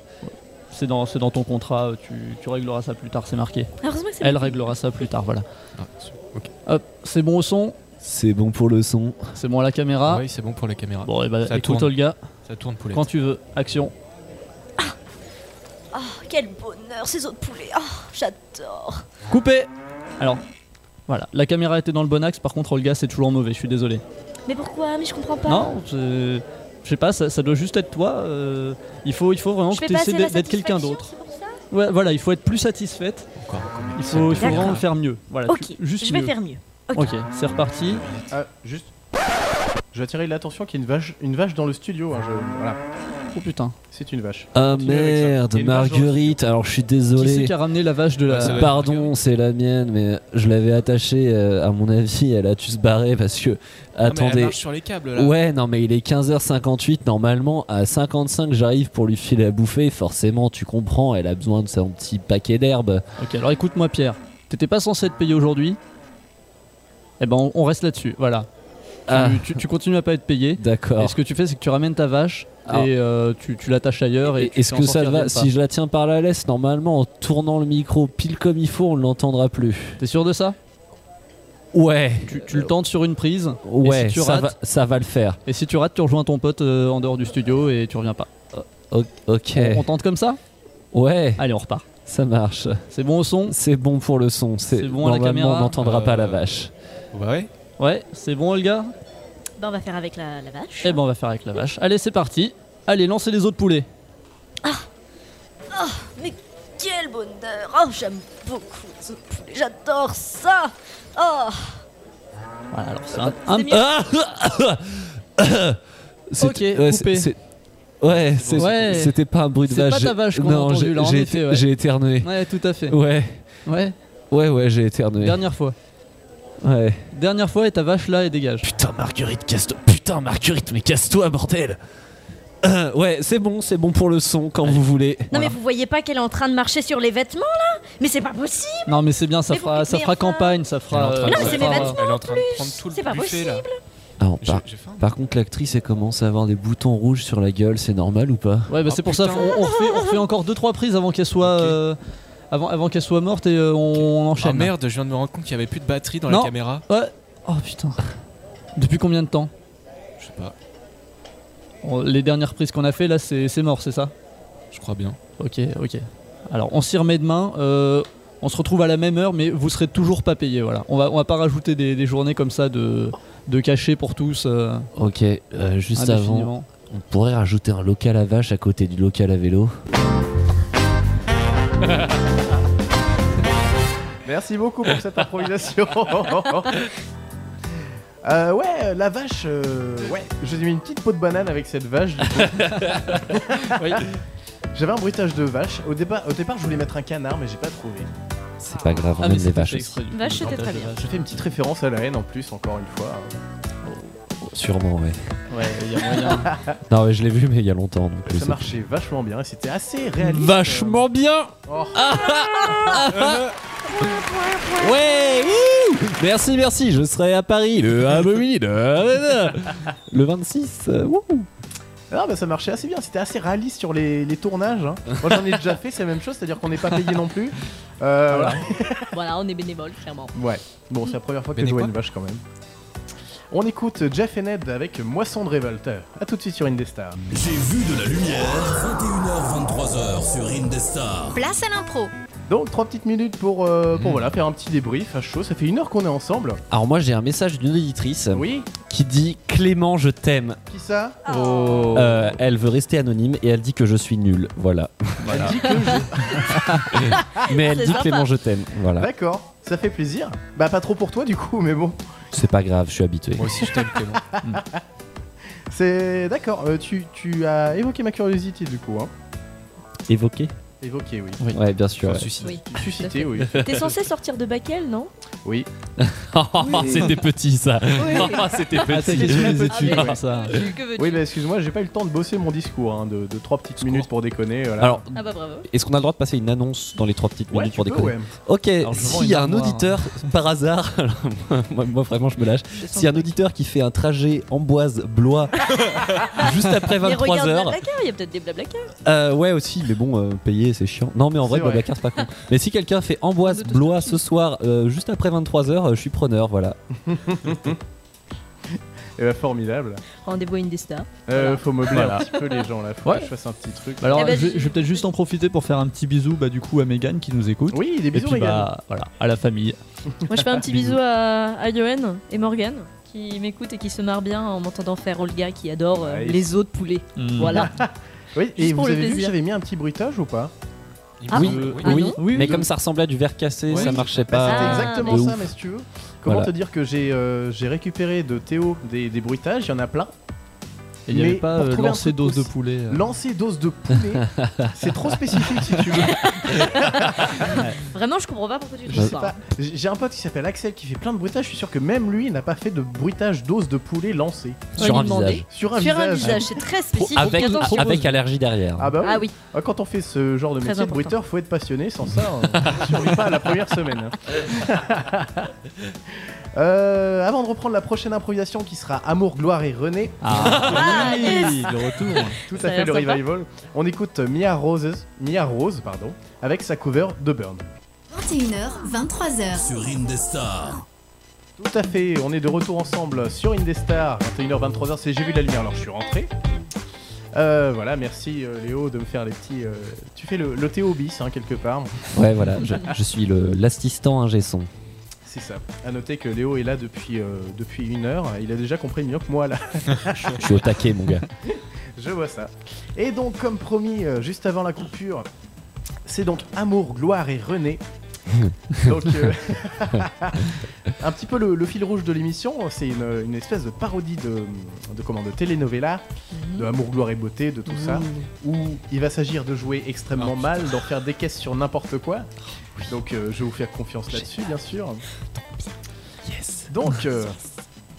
Speaker 6: C'est dans, c'est dans ton contrat. euh, Tu, tu régleras ça plus tard. C'est marqué.
Speaker 7: Heureusement que c'est
Speaker 6: Elle
Speaker 7: pas-
Speaker 6: réglera ça plus tard. Voilà.
Speaker 5: Ah, c'est- ok.
Speaker 6: Hop, c'est bon au son.
Speaker 4: C'est bon pour le son.
Speaker 6: C'est bon à la caméra.
Speaker 5: Ouais, c'est Ah. bon pour la caméra.
Speaker 6: Bon, et bah,
Speaker 5: Ça
Speaker 6: écoute,
Speaker 5: tourne.
Speaker 6: Olga,
Speaker 5: Ça tourne poulet.
Speaker 6: quand tu veux. Action.
Speaker 7: Oh, quel bonheur, ces os de poulet. Oh, j'adore.
Speaker 6: Coupé Alors, voilà. La caméra était dans le bon axe. Par contre, Olga, c'est toujours mauvais. Je suis désolé.
Speaker 7: Mais pourquoi Mais je comprends pas.
Speaker 6: Non, je je sais pas, ça, ça doit juste être toi. euh, il, faut, il faut vraiment que
Speaker 7: je fais
Speaker 6: tu
Speaker 7: pas
Speaker 6: essaies
Speaker 7: assez de la
Speaker 6: d'être d'être quelqu'un d'autre.
Speaker 7: satisfaction, c'est pour ça
Speaker 6: Ouais, voilà, il faut être plus satisfaite.
Speaker 5: Encore, encore,
Speaker 6: Il
Speaker 5: merci.
Speaker 6: faut, il faut
Speaker 7: D'accord.
Speaker 6: vraiment le faire mieux. Voilà,
Speaker 7: Ok,
Speaker 6: Ah, tu- juste
Speaker 7: je vais
Speaker 6: mieux.
Speaker 7: faire mieux.
Speaker 6: Ok, c'est reparti.
Speaker 1: Ah, juste. Je vais attirer l'attention qu'il y a une vache, une vache dans le studio. hein, je- Voilà,
Speaker 6: Oh putain.
Speaker 1: c'est une vache.
Speaker 4: Ah
Speaker 1: Continuez avec ça.
Speaker 4: merde,
Speaker 1: Il y a une vache dans le
Speaker 4: Marguerite, alors je suis
Speaker 6: Qui c'est
Speaker 4: désolé.
Speaker 6: qui a ramené la vache de la.
Speaker 5: Ouais, ça va.
Speaker 4: Pardon, c'est la mienne, mais je l'avais attachée, euh, à mon avis, elle a dû se barrer parce
Speaker 6: Ah,
Speaker 4: que.
Speaker 5: Non, mais Elle
Speaker 4: Attendez.
Speaker 5: marche sur les câbles là.
Speaker 4: Ouais, non, mais il est 15h58. Normalement, à 55, j'arrive pour lui filer à bouffer. Forcément, tu comprends, elle a besoin de son petit paquet d'herbe.
Speaker 6: Ok, alors écoute-moi, Pierre. T'étais pas censé être payé aujourd'hui Eh ben, on, on reste là-dessus. Voilà. Tu-
Speaker 4: Ah.
Speaker 6: Tu, tu continues à pas être payé. Et
Speaker 4: D'accord.
Speaker 6: ce que tu fais, c'est que tu ramènes ta vache
Speaker 4: Alors.
Speaker 6: et euh, tu, tu l'attaches ailleurs. Et tu
Speaker 4: Est-ce
Speaker 6: fais en
Speaker 4: que
Speaker 6: sorte
Speaker 4: ça
Speaker 6: qu'elle
Speaker 4: va
Speaker 6: revienne
Speaker 4: Si je la tiens par la laisse, normalement, en tournant le micro pile comme il faut, on l'entendra plus.
Speaker 6: pas. T'es sûr de ça
Speaker 4: Euh, Ouais,
Speaker 6: tu, tu le tentes sur une prise.
Speaker 4: ouais,
Speaker 6: si tu
Speaker 4: ça,
Speaker 6: rates
Speaker 4: va, ça va le faire.
Speaker 6: Et si tu rates, tu rejoins ton pote euh, en dehors du studio et tu reviens pas.
Speaker 4: O- ok.
Speaker 6: On, on tente comme ça
Speaker 4: Ouais,
Speaker 6: Allez, on repart.
Speaker 4: ça marche.
Speaker 6: C'est bon au son
Speaker 4: C'est bon pour le son.
Speaker 6: C'est bon à la
Speaker 4: normalement,
Speaker 6: caméra
Speaker 4: on n'entendra pas la
Speaker 5: Euh,
Speaker 4: vache.
Speaker 5: Ouais.
Speaker 6: Ouais, c'est bon, Olga
Speaker 7: Bah, on va faire avec la, la vache.
Speaker 6: Eh ben, on va faire avec la vache. Allez, c'est parti. Allez, lancez les autres poulets.
Speaker 7: Mais quel bonheur. Oh, j'aime beaucoup les os de poulet. J'adore ça. Oh,
Speaker 6: Voilà, alors Euh, c'est un. un-
Speaker 7: mieux.
Speaker 4: Ah C'est-
Speaker 6: Ok,
Speaker 4: ouais, c'est-
Speaker 6: coupé.
Speaker 4: c'est- Ouais, c'est-
Speaker 6: Ouais.
Speaker 4: c'était pas un bruit de
Speaker 6: C'est
Speaker 4: vache.
Speaker 6: pas ta
Speaker 4: j'ai-
Speaker 6: vache qu'on a
Speaker 4: non,
Speaker 6: entendue,
Speaker 4: j'ai-
Speaker 6: là, en
Speaker 4: j'ai
Speaker 6: effet, ouais.
Speaker 4: j'ai éternué.
Speaker 6: Ouais, tout à fait.
Speaker 4: Ouais,
Speaker 6: Ouais,
Speaker 4: ouais, ouais, j'ai éternué.
Speaker 6: dernière fois.
Speaker 4: Ouais.
Speaker 6: Dernière fois, et ta vache là, et dégage.
Speaker 4: Putain, Marguerite, casse-toi. Putain, Marguerite, mais casse-toi, bordel. Euh, ouais, c'est bon, c'est bon pour le son quand vous voulez.
Speaker 7: Non mais vous voyez pas qu'elle est en train de marcher sur les vêtements là Mais c'est pas possible
Speaker 6: Non, mais c'est bien, ça
Speaker 7: Mais
Speaker 6: fera,
Speaker 7: vous-
Speaker 6: ça
Speaker 7: mais
Speaker 6: fera
Speaker 7: enfin-
Speaker 6: campagne, ça fera.
Speaker 5: Elle est en train
Speaker 6: euh,
Speaker 7: Non,
Speaker 5: de-
Speaker 7: mais
Speaker 6: ça
Speaker 7: c'est mes
Speaker 6: fera-
Speaker 7: vêtements,
Speaker 5: Elle est en train de prendre tout
Speaker 7: C'est pas
Speaker 5: le buffet là.
Speaker 4: Alors,
Speaker 5: J'ai
Speaker 4: par,
Speaker 5: j'ai faim.
Speaker 4: Ah, par contre, l'actrice, elle commence à avoir des boutons rouges sur la gueule, c'est normal ou pas
Speaker 6: Ouais, bah
Speaker 5: Oh,
Speaker 6: c'est pour ça,
Speaker 5: putain.
Speaker 6: on, on refait, on refait encore 2-3 prises avant qu'elle soit.
Speaker 5: Ok.
Speaker 6: euh, avant avant qu'elle soit morte et euh, on, on enchaîne.
Speaker 5: Ah merde, je viens de me rendre compte qu'il y avait plus de batterie dans
Speaker 6: Non.
Speaker 5: la caméra.
Speaker 6: Ouais. Oh putain. Depuis combien de temps
Speaker 5: Je sais pas,
Speaker 6: On- Les dernières prises qu'on a fait là, c'est c'est mort, c'est ça
Speaker 5: je crois bien.
Speaker 6: Ok, ok. Alors, on s'y remet demain. euh, on se retrouve à la même heure, mais vous serez toujours pas payé. Voilà. On va, on va pas rajouter des, des journées comme ça de, de cachet pour tous euh,
Speaker 4: Ok, euh,
Speaker 6: Ah,
Speaker 4: juste avant,
Speaker 6: indéfiniment.
Speaker 4: on pourrait rajouter un local à vache à côté du local à vélo.
Speaker 1: Merci beaucoup pour cette improvisation. Euh, ouais, la vache. euh, ouais, j'ai mis une petite peau de banane avec cette vache. du coup.
Speaker 6: Oui.
Speaker 1: J'avais un bruitage de vache. Au départ, au départ, je voulais mettre un canard, mais j'ai pas trouvé.
Speaker 4: C'est pas grave, on
Speaker 6: Ah,
Speaker 4: aime
Speaker 6: mais
Speaker 4: les
Speaker 6: c'était
Speaker 4: vaches.
Speaker 6: fait
Speaker 4: aussi.
Speaker 6: exprès du coup,
Speaker 7: Vache,
Speaker 6: le
Speaker 7: c'était
Speaker 6: partage
Speaker 7: très
Speaker 6: de
Speaker 7: bien.
Speaker 6: vaches.
Speaker 1: Je fais une petite référence à la haine en plus, encore une fois. hein.
Speaker 4: Sûrement, ouais.
Speaker 6: Ouais, il y a moyen.
Speaker 4: Non, mais je l'ai vu, mais il y a longtemps. donc euh, je
Speaker 1: Ça
Speaker 4: sais
Speaker 1: marchait vachement bien et c'était assez réaliste.
Speaker 4: Vachement bien
Speaker 1: Oh.
Speaker 4: Ouais ouh Merci, merci, je serai à Paris le Halloween euh, Le 26 euh, ouh.
Speaker 1: Ah bah ça marchait assez bien, c'était assez réaliste sur les, les tournages. hein. Moi j'en ai déjà fait, c'est la même chose, c'est-à-dire qu'on n'est pas payé non plus. Euh, voilà.
Speaker 7: Voilà, on est bénévole, clairement.
Speaker 1: Ouais, bon c'est la première fois que je
Speaker 5: Mais des
Speaker 1: vois
Speaker 5: quoi
Speaker 1: une vache quand même. On écoute Jeff et Ned avec Moisson de révolte. A tout de suite sur Indestar.
Speaker 2: J'ai vu de la lumière. 21h, 23h sur Indestar.
Speaker 8: Place à l'impro.
Speaker 1: Donc, trois petites minutes pour, euh, pour voilà, faire un petit débrief à chaud. Ça fait une heure qu'on est ensemble.
Speaker 4: Alors moi j'ai un message d'une auditrice
Speaker 1: Oui
Speaker 4: qui dit Clément je t'aime.
Speaker 1: Qui ça
Speaker 7: Ah.
Speaker 3: Oh.
Speaker 4: Euh, elle veut rester anonyme et elle dit que je suis nul. Voilà.
Speaker 1: Elle dit que je-
Speaker 4: Mais elle
Speaker 3: C'est
Speaker 4: dit
Speaker 3: sympa.
Speaker 4: Clément je t'aime. Voilà.
Speaker 1: D'accord, ça fait plaisir. Bah, pas trop pour toi du coup, mais bon.
Speaker 4: C'est pas grave, je suis habitué.
Speaker 5: Moi aussi, je t'aime, Clément.
Speaker 1: C'est. D'accord, euh, tu, tu as évoqué ma curiosité du coup. Hein.
Speaker 4: Évoqué
Speaker 1: Évoqué, oui.
Speaker 4: Ouais, bien sûr. ouais.
Speaker 5: Suicide.
Speaker 3: Oui.
Speaker 1: Suscité, oui.
Speaker 3: T'es censé sortir de Bakel, non
Speaker 1: Oui.
Speaker 4: Oh, C'était petit ça. Oh, C'était
Speaker 6: Ah, t'as
Speaker 4: petit.
Speaker 6: question des
Speaker 1: Ah,
Speaker 6: études,
Speaker 7: mais-
Speaker 6: comme ça.
Speaker 3: Que veux-tu
Speaker 1: Oui, bah excuse-moi, j'ai pas eu le temps de bosser mon discours, hein, de, de trois petites minutes pour déconner. voilà.
Speaker 4: Alors,
Speaker 7: Ah bah bravo.
Speaker 4: est-ce qu'on a le droit de passer une annonce dans les trois petites
Speaker 1: Ouais,
Speaker 4: minutes
Speaker 1: tu
Speaker 4: pour
Speaker 1: peux,
Speaker 4: déconner
Speaker 1: ouais.
Speaker 4: Ok,
Speaker 5: je vends
Speaker 4: s'il y
Speaker 5: une
Speaker 4: a un
Speaker 5: armoire, hein.
Speaker 4: auditeur par hasard, alors, moi, moi, vraiment je me lâche, s'il y a un auditeur qui fait un trajet Amboise-Blois juste après
Speaker 7: Mais regarde
Speaker 4: 23h,
Speaker 7: Blablacar, il y a peut-être des Blablacar.
Speaker 4: Euh, ouais aussi, mais bon, euh, payer c'est chiant. Non, mais en vrai,
Speaker 1: C'est vrai.
Speaker 4: Blablacar c'est pas con. mais si quelqu'un fait Amboise Blois ce soir, euh, juste après 23h, je suis preneur, voilà.
Speaker 1: Eh bah, formidable.
Speaker 7: Rendez-vous à Indestar.
Speaker 1: Euh,
Speaker 7: Voilà.
Speaker 1: Faut meubler
Speaker 6: Voilà.
Speaker 1: un petit peu les gens là, faut
Speaker 6: Ouais.
Speaker 1: que je fasse un petit truc.
Speaker 6: Bah alors,
Speaker 7: Eh ben,
Speaker 6: je, vais-
Speaker 7: je-
Speaker 6: je vais peut-être juste en profiter pour faire un petit bisou bah, du coup à Megan qui nous écoute.
Speaker 1: Oui, des
Speaker 6: Et
Speaker 1: bisous,
Speaker 6: puis
Speaker 1: les gars.
Speaker 6: bah, voilà, à la famille.
Speaker 7: Moi, je fais un petit bisou à, à Johan et Morgan qui m'écoutent et qui se marrent bien en m'entendant faire Olga qui adore euh,
Speaker 1: Nice.
Speaker 7: les os de poulet.
Speaker 6: Mm.
Speaker 7: Voilà.
Speaker 1: Oui, et
Speaker 7: Juste
Speaker 1: vous
Speaker 7: pour le
Speaker 1: avez vu que
Speaker 7: plaisir.
Speaker 1: j'avais mis un petit bruitage ou pas
Speaker 7: Ah,
Speaker 4: oui,
Speaker 5: euh,
Speaker 4: oui,
Speaker 7: ah non
Speaker 4: oui,
Speaker 6: Oui,
Speaker 4: mais
Speaker 6: oui.
Speaker 4: comme ça ressemblait à du verre cassé,
Speaker 5: Oui.
Speaker 4: ça marchait
Speaker 1: Bah,
Speaker 4: pas.
Speaker 1: C'était
Speaker 7: Ah,
Speaker 1: exactement
Speaker 4: de
Speaker 1: ça,
Speaker 4: ouf.
Speaker 1: mais si tu veux. Comment
Speaker 4: Voilà.
Speaker 1: te dire que j'ai euh, j'ai récupéré de Théo des, des bruitages, il y en a plein.
Speaker 6: Et il n'y
Speaker 1: Mais
Speaker 6: avait pas
Speaker 1: pour
Speaker 6: euh,
Speaker 1: trouver un
Speaker 6: lancer
Speaker 1: truc
Speaker 6: dose de
Speaker 1: aussi-
Speaker 6: poulet. euh.
Speaker 1: Lancer dose de poulet, c'est trop spécifique si tu veux.
Speaker 7: Vraiment, je comprends pas pourquoi tu
Speaker 1: Je
Speaker 7: trouves
Speaker 1: sais
Speaker 7: ça.
Speaker 1: pas. J'ai j'ai un pote qui s'appelle Axel qui fait plein de bruitages. Je suis sûr que même lui n'a pas fait de bruitage dose de poulet lancé
Speaker 7: On va
Speaker 4: Sur
Speaker 7: lui
Speaker 4: un
Speaker 7: demander.
Speaker 4: visage.
Speaker 1: sur un
Speaker 7: Faire un
Speaker 1: visage.
Speaker 7: visage, c'est très
Speaker 4: Pro-
Speaker 7: spécifique.
Speaker 4: avec,
Speaker 7: Attention.
Speaker 4: avec allergie derrière.
Speaker 1: Ah bah oui.
Speaker 7: Ah oui,
Speaker 1: Ah, Quand on fait ce genre de
Speaker 7: Très
Speaker 1: métier de
Speaker 7: important.
Speaker 1: bruiteur, faut être passionné. Sans ça, hein. on survit pas à la première semaine. hein. Euh, avant de reprendre la prochaine improvisation qui sera Amour, Gloire et René,
Speaker 7: Ah,
Speaker 6: oui,
Speaker 7: yes.
Speaker 6: le retour.
Speaker 5: Ah,
Speaker 1: tout
Speaker 7: Ça
Speaker 1: à
Speaker 7: a
Speaker 1: fait
Speaker 7: l'air
Speaker 1: le
Speaker 7: sympa.
Speaker 1: revival, on écoute Mia Rose, Mia Rose pardon, avec sa cover de Burn.
Speaker 8: 21h, 23h.
Speaker 2: Sur Indestar.
Speaker 1: Tout à fait, on est de retour ensemble sur Indestar, 21h23h, c'est J'ai vu la lumière, alors je suis rentré. Euh, voilà, merci euh, Léo de me faire les petits. euh, Tu fais le, le Théo bis hein, quelque part,
Speaker 4: Ouais, voilà, je, je suis le- l'assistant ingé son.
Speaker 1: c'est ça. À noter que Léo est là depuis, euh, depuis une heure, il a déjà compris mieux que moi là.
Speaker 4: Je suis au taquet, mon gars.
Speaker 1: Je vois ça. Et donc, comme promis, euh, juste avant la coupure, c'est donc Amour, Gloire et René. donc, euh, un petit peu le, le fil rouge de l'émission, c'est une, une espèce de parodie de, de, comment, de telenovela, de Amour, Gloire et Beauté, de tout ça, où il va s'agir de jouer extrêmement mal, d'en faire des caisses sur n'importe quoi. Donc, euh, je vais vous faire confiance là-dessus, bien sûr. Donc, euh,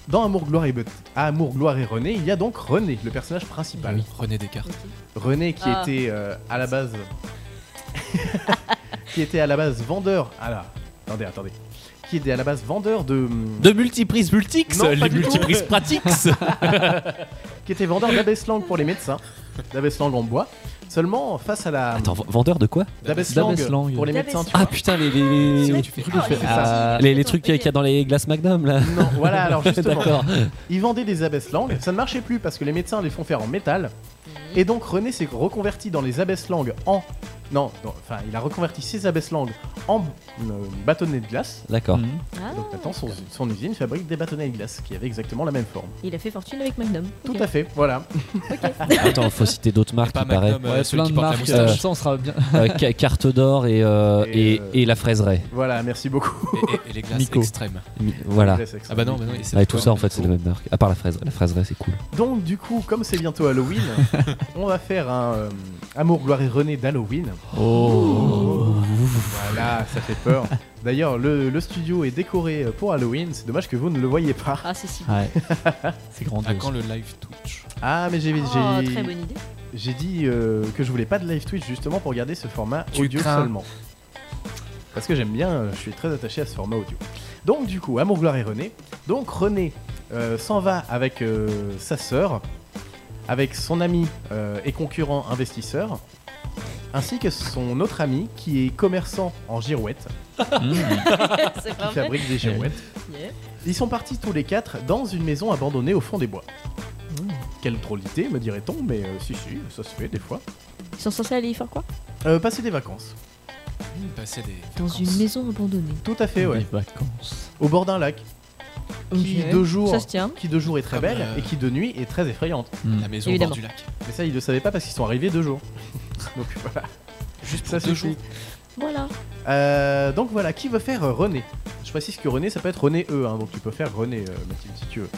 Speaker 1: dans Amour, Gloire et Beauté, Amour, Gloire et René, il y a donc René, le personnage principal.
Speaker 5: René Descartes.
Speaker 1: René qui
Speaker 7: Ah.
Speaker 1: était euh, à la base qui était à la base vendeur à la attendez attendez qui était à la base vendeur de hum,
Speaker 4: De multiprises multix,
Speaker 1: Non, pas
Speaker 4: les
Speaker 1: du tout.
Speaker 4: multiprises pratiques.
Speaker 1: qui était vendeur d'abaisse-langue pour les médecins d'abaisse-langue en bois seulement face à la
Speaker 4: Attends, v- vendeur de quoi
Speaker 1: d'abaisse-langue
Speaker 6: d'abaisse-langue.
Speaker 1: pour les médecins tu
Speaker 4: Ah putain, les, les, les, Ah, les- les trucs qu'il y a- qu'il y a dans les glaces Magnum là.
Speaker 1: vois. non voilà alors justement
Speaker 4: D'accord.
Speaker 1: ils vendaient des abaisse-langues ça ne marchait plus parce que les médecins les font faire en métal et donc René s'est reconverti dans les abaisse-langues en non, non, enfin, il a reconverti ses abaisse-langues en euh, bâtonnets de glace
Speaker 4: D'accord.
Speaker 6: Mhm.
Speaker 7: Ah,
Speaker 1: Donc maintenant, son, son usine fabrique des bâtonnets de glace qui avaient exactement la même forme.
Speaker 7: Il a fait fortune avec Magnum.
Speaker 1: Tout
Speaker 7: Ok.
Speaker 1: à fait, voilà.
Speaker 4: Attends, faut citer d'autres marques,
Speaker 5: Pas
Speaker 4: il paraît.
Speaker 5: Magnum, euh,
Speaker 6: Ouais,
Speaker 5: celui qui
Speaker 6: plein de
Speaker 5: porte la
Speaker 6: marques. euh,
Speaker 5: moustache.
Speaker 6: ça, on sera bien.
Speaker 4: Euh, ca- carte d'or et, euh,
Speaker 1: Et,
Speaker 4: et,
Speaker 1: euh,
Speaker 4: et la fraiseraie.
Speaker 1: Voilà, merci beaucoup.
Speaker 5: Et- Et, et les glaces
Speaker 6: Nico.
Speaker 5: extrêmes.
Speaker 4: Mi- Voilà.
Speaker 1: Laisse extra.
Speaker 5: Ah bah non, bah non. et c'est
Speaker 4: Ouais,
Speaker 5: toi.
Speaker 4: tout ça en fait c'est la même marque. À part la fraiserie, la fraiserie c'est cool.
Speaker 1: Donc du coup, comme c'est bientôt Halloween, on va faire un euh, Amour, Gloire et René d'Halloween.
Speaker 4: Oh.
Speaker 1: Voilà, ça fait peur. D'ailleurs, le, le studio est décoré pour Halloween, c'est dommage que vous ne le voyez pas.
Speaker 7: Ah, c'est si.
Speaker 6: Ouais. C'est grand.
Speaker 5: À Ah, quand le live Twitch
Speaker 1: Ah, mais j'ai
Speaker 7: Oh,
Speaker 1: j'ai-
Speaker 7: très bonne idée.
Speaker 1: j'ai dit euh, que je voulais pas de live Twitch justement pour garder ce format
Speaker 5: Tu
Speaker 1: audio
Speaker 5: crains.
Speaker 1: seulement. Parce que j'aime bien, euh, je suis très attaché à ce format audio. Donc du coup, Amour, Gloire et René. Donc René euh, s'en va avec euh, sa sœur, avec son ami euh, et concurrent investisseur, ainsi que son autre ami qui est commerçant en girouettes,
Speaker 7: C'est
Speaker 1: qui
Speaker 7: pas vrai.
Speaker 1: fabrique des girouettes.
Speaker 7: Yeah.
Speaker 1: Ils sont partis tous les quatre dans une maison abandonnée au fond des bois.
Speaker 5: Hmm.
Speaker 1: Quelle drôle d'idée, me dirait-on, mais euh, si, si, ça se fait des fois.
Speaker 7: Ils sont censés aller y faire quoi
Speaker 1: Euh, passer des vacances.
Speaker 5: Passer des
Speaker 7: Dans
Speaker 5: vacances.
Speaker 7: une maison abandonnée.
Speaker 1: Tout à fait, ouais.
Speaker 6: Des vacances.
Speaker 1: Au bord d'un lac. Qui de jour,
Speaker 7: Ça se tient.
Speaker 1: qui de jour est très
Speaker 5: Comme,
Speaker 1: belle
Speaker 5: euh,
Speaker 1: et qui de nuit est très effrayante.
Speaker 5: La maison au
Speaker 7: Mm. Évidemment.
Speaker 5: bord du lac.
Speaker 1: Mais ça, ils le savaient pas parce qu'ils sont arrivés deux jours. Donc voilà.
Speaker 5: Juste
Speaker 1: Ça,
Speaker 5: pour
Speaker 1: c'est
Speaker 5: deux
Speaker 1: tout.
Speaker 5: jours.
Speaker 7: Voilà.
Speaker 1: Euh, donc voilà, qui veut faire euh, René Je précise que René, ça peut être René E, hein, donc tu peux faire René euh, Mathilde si tu veux.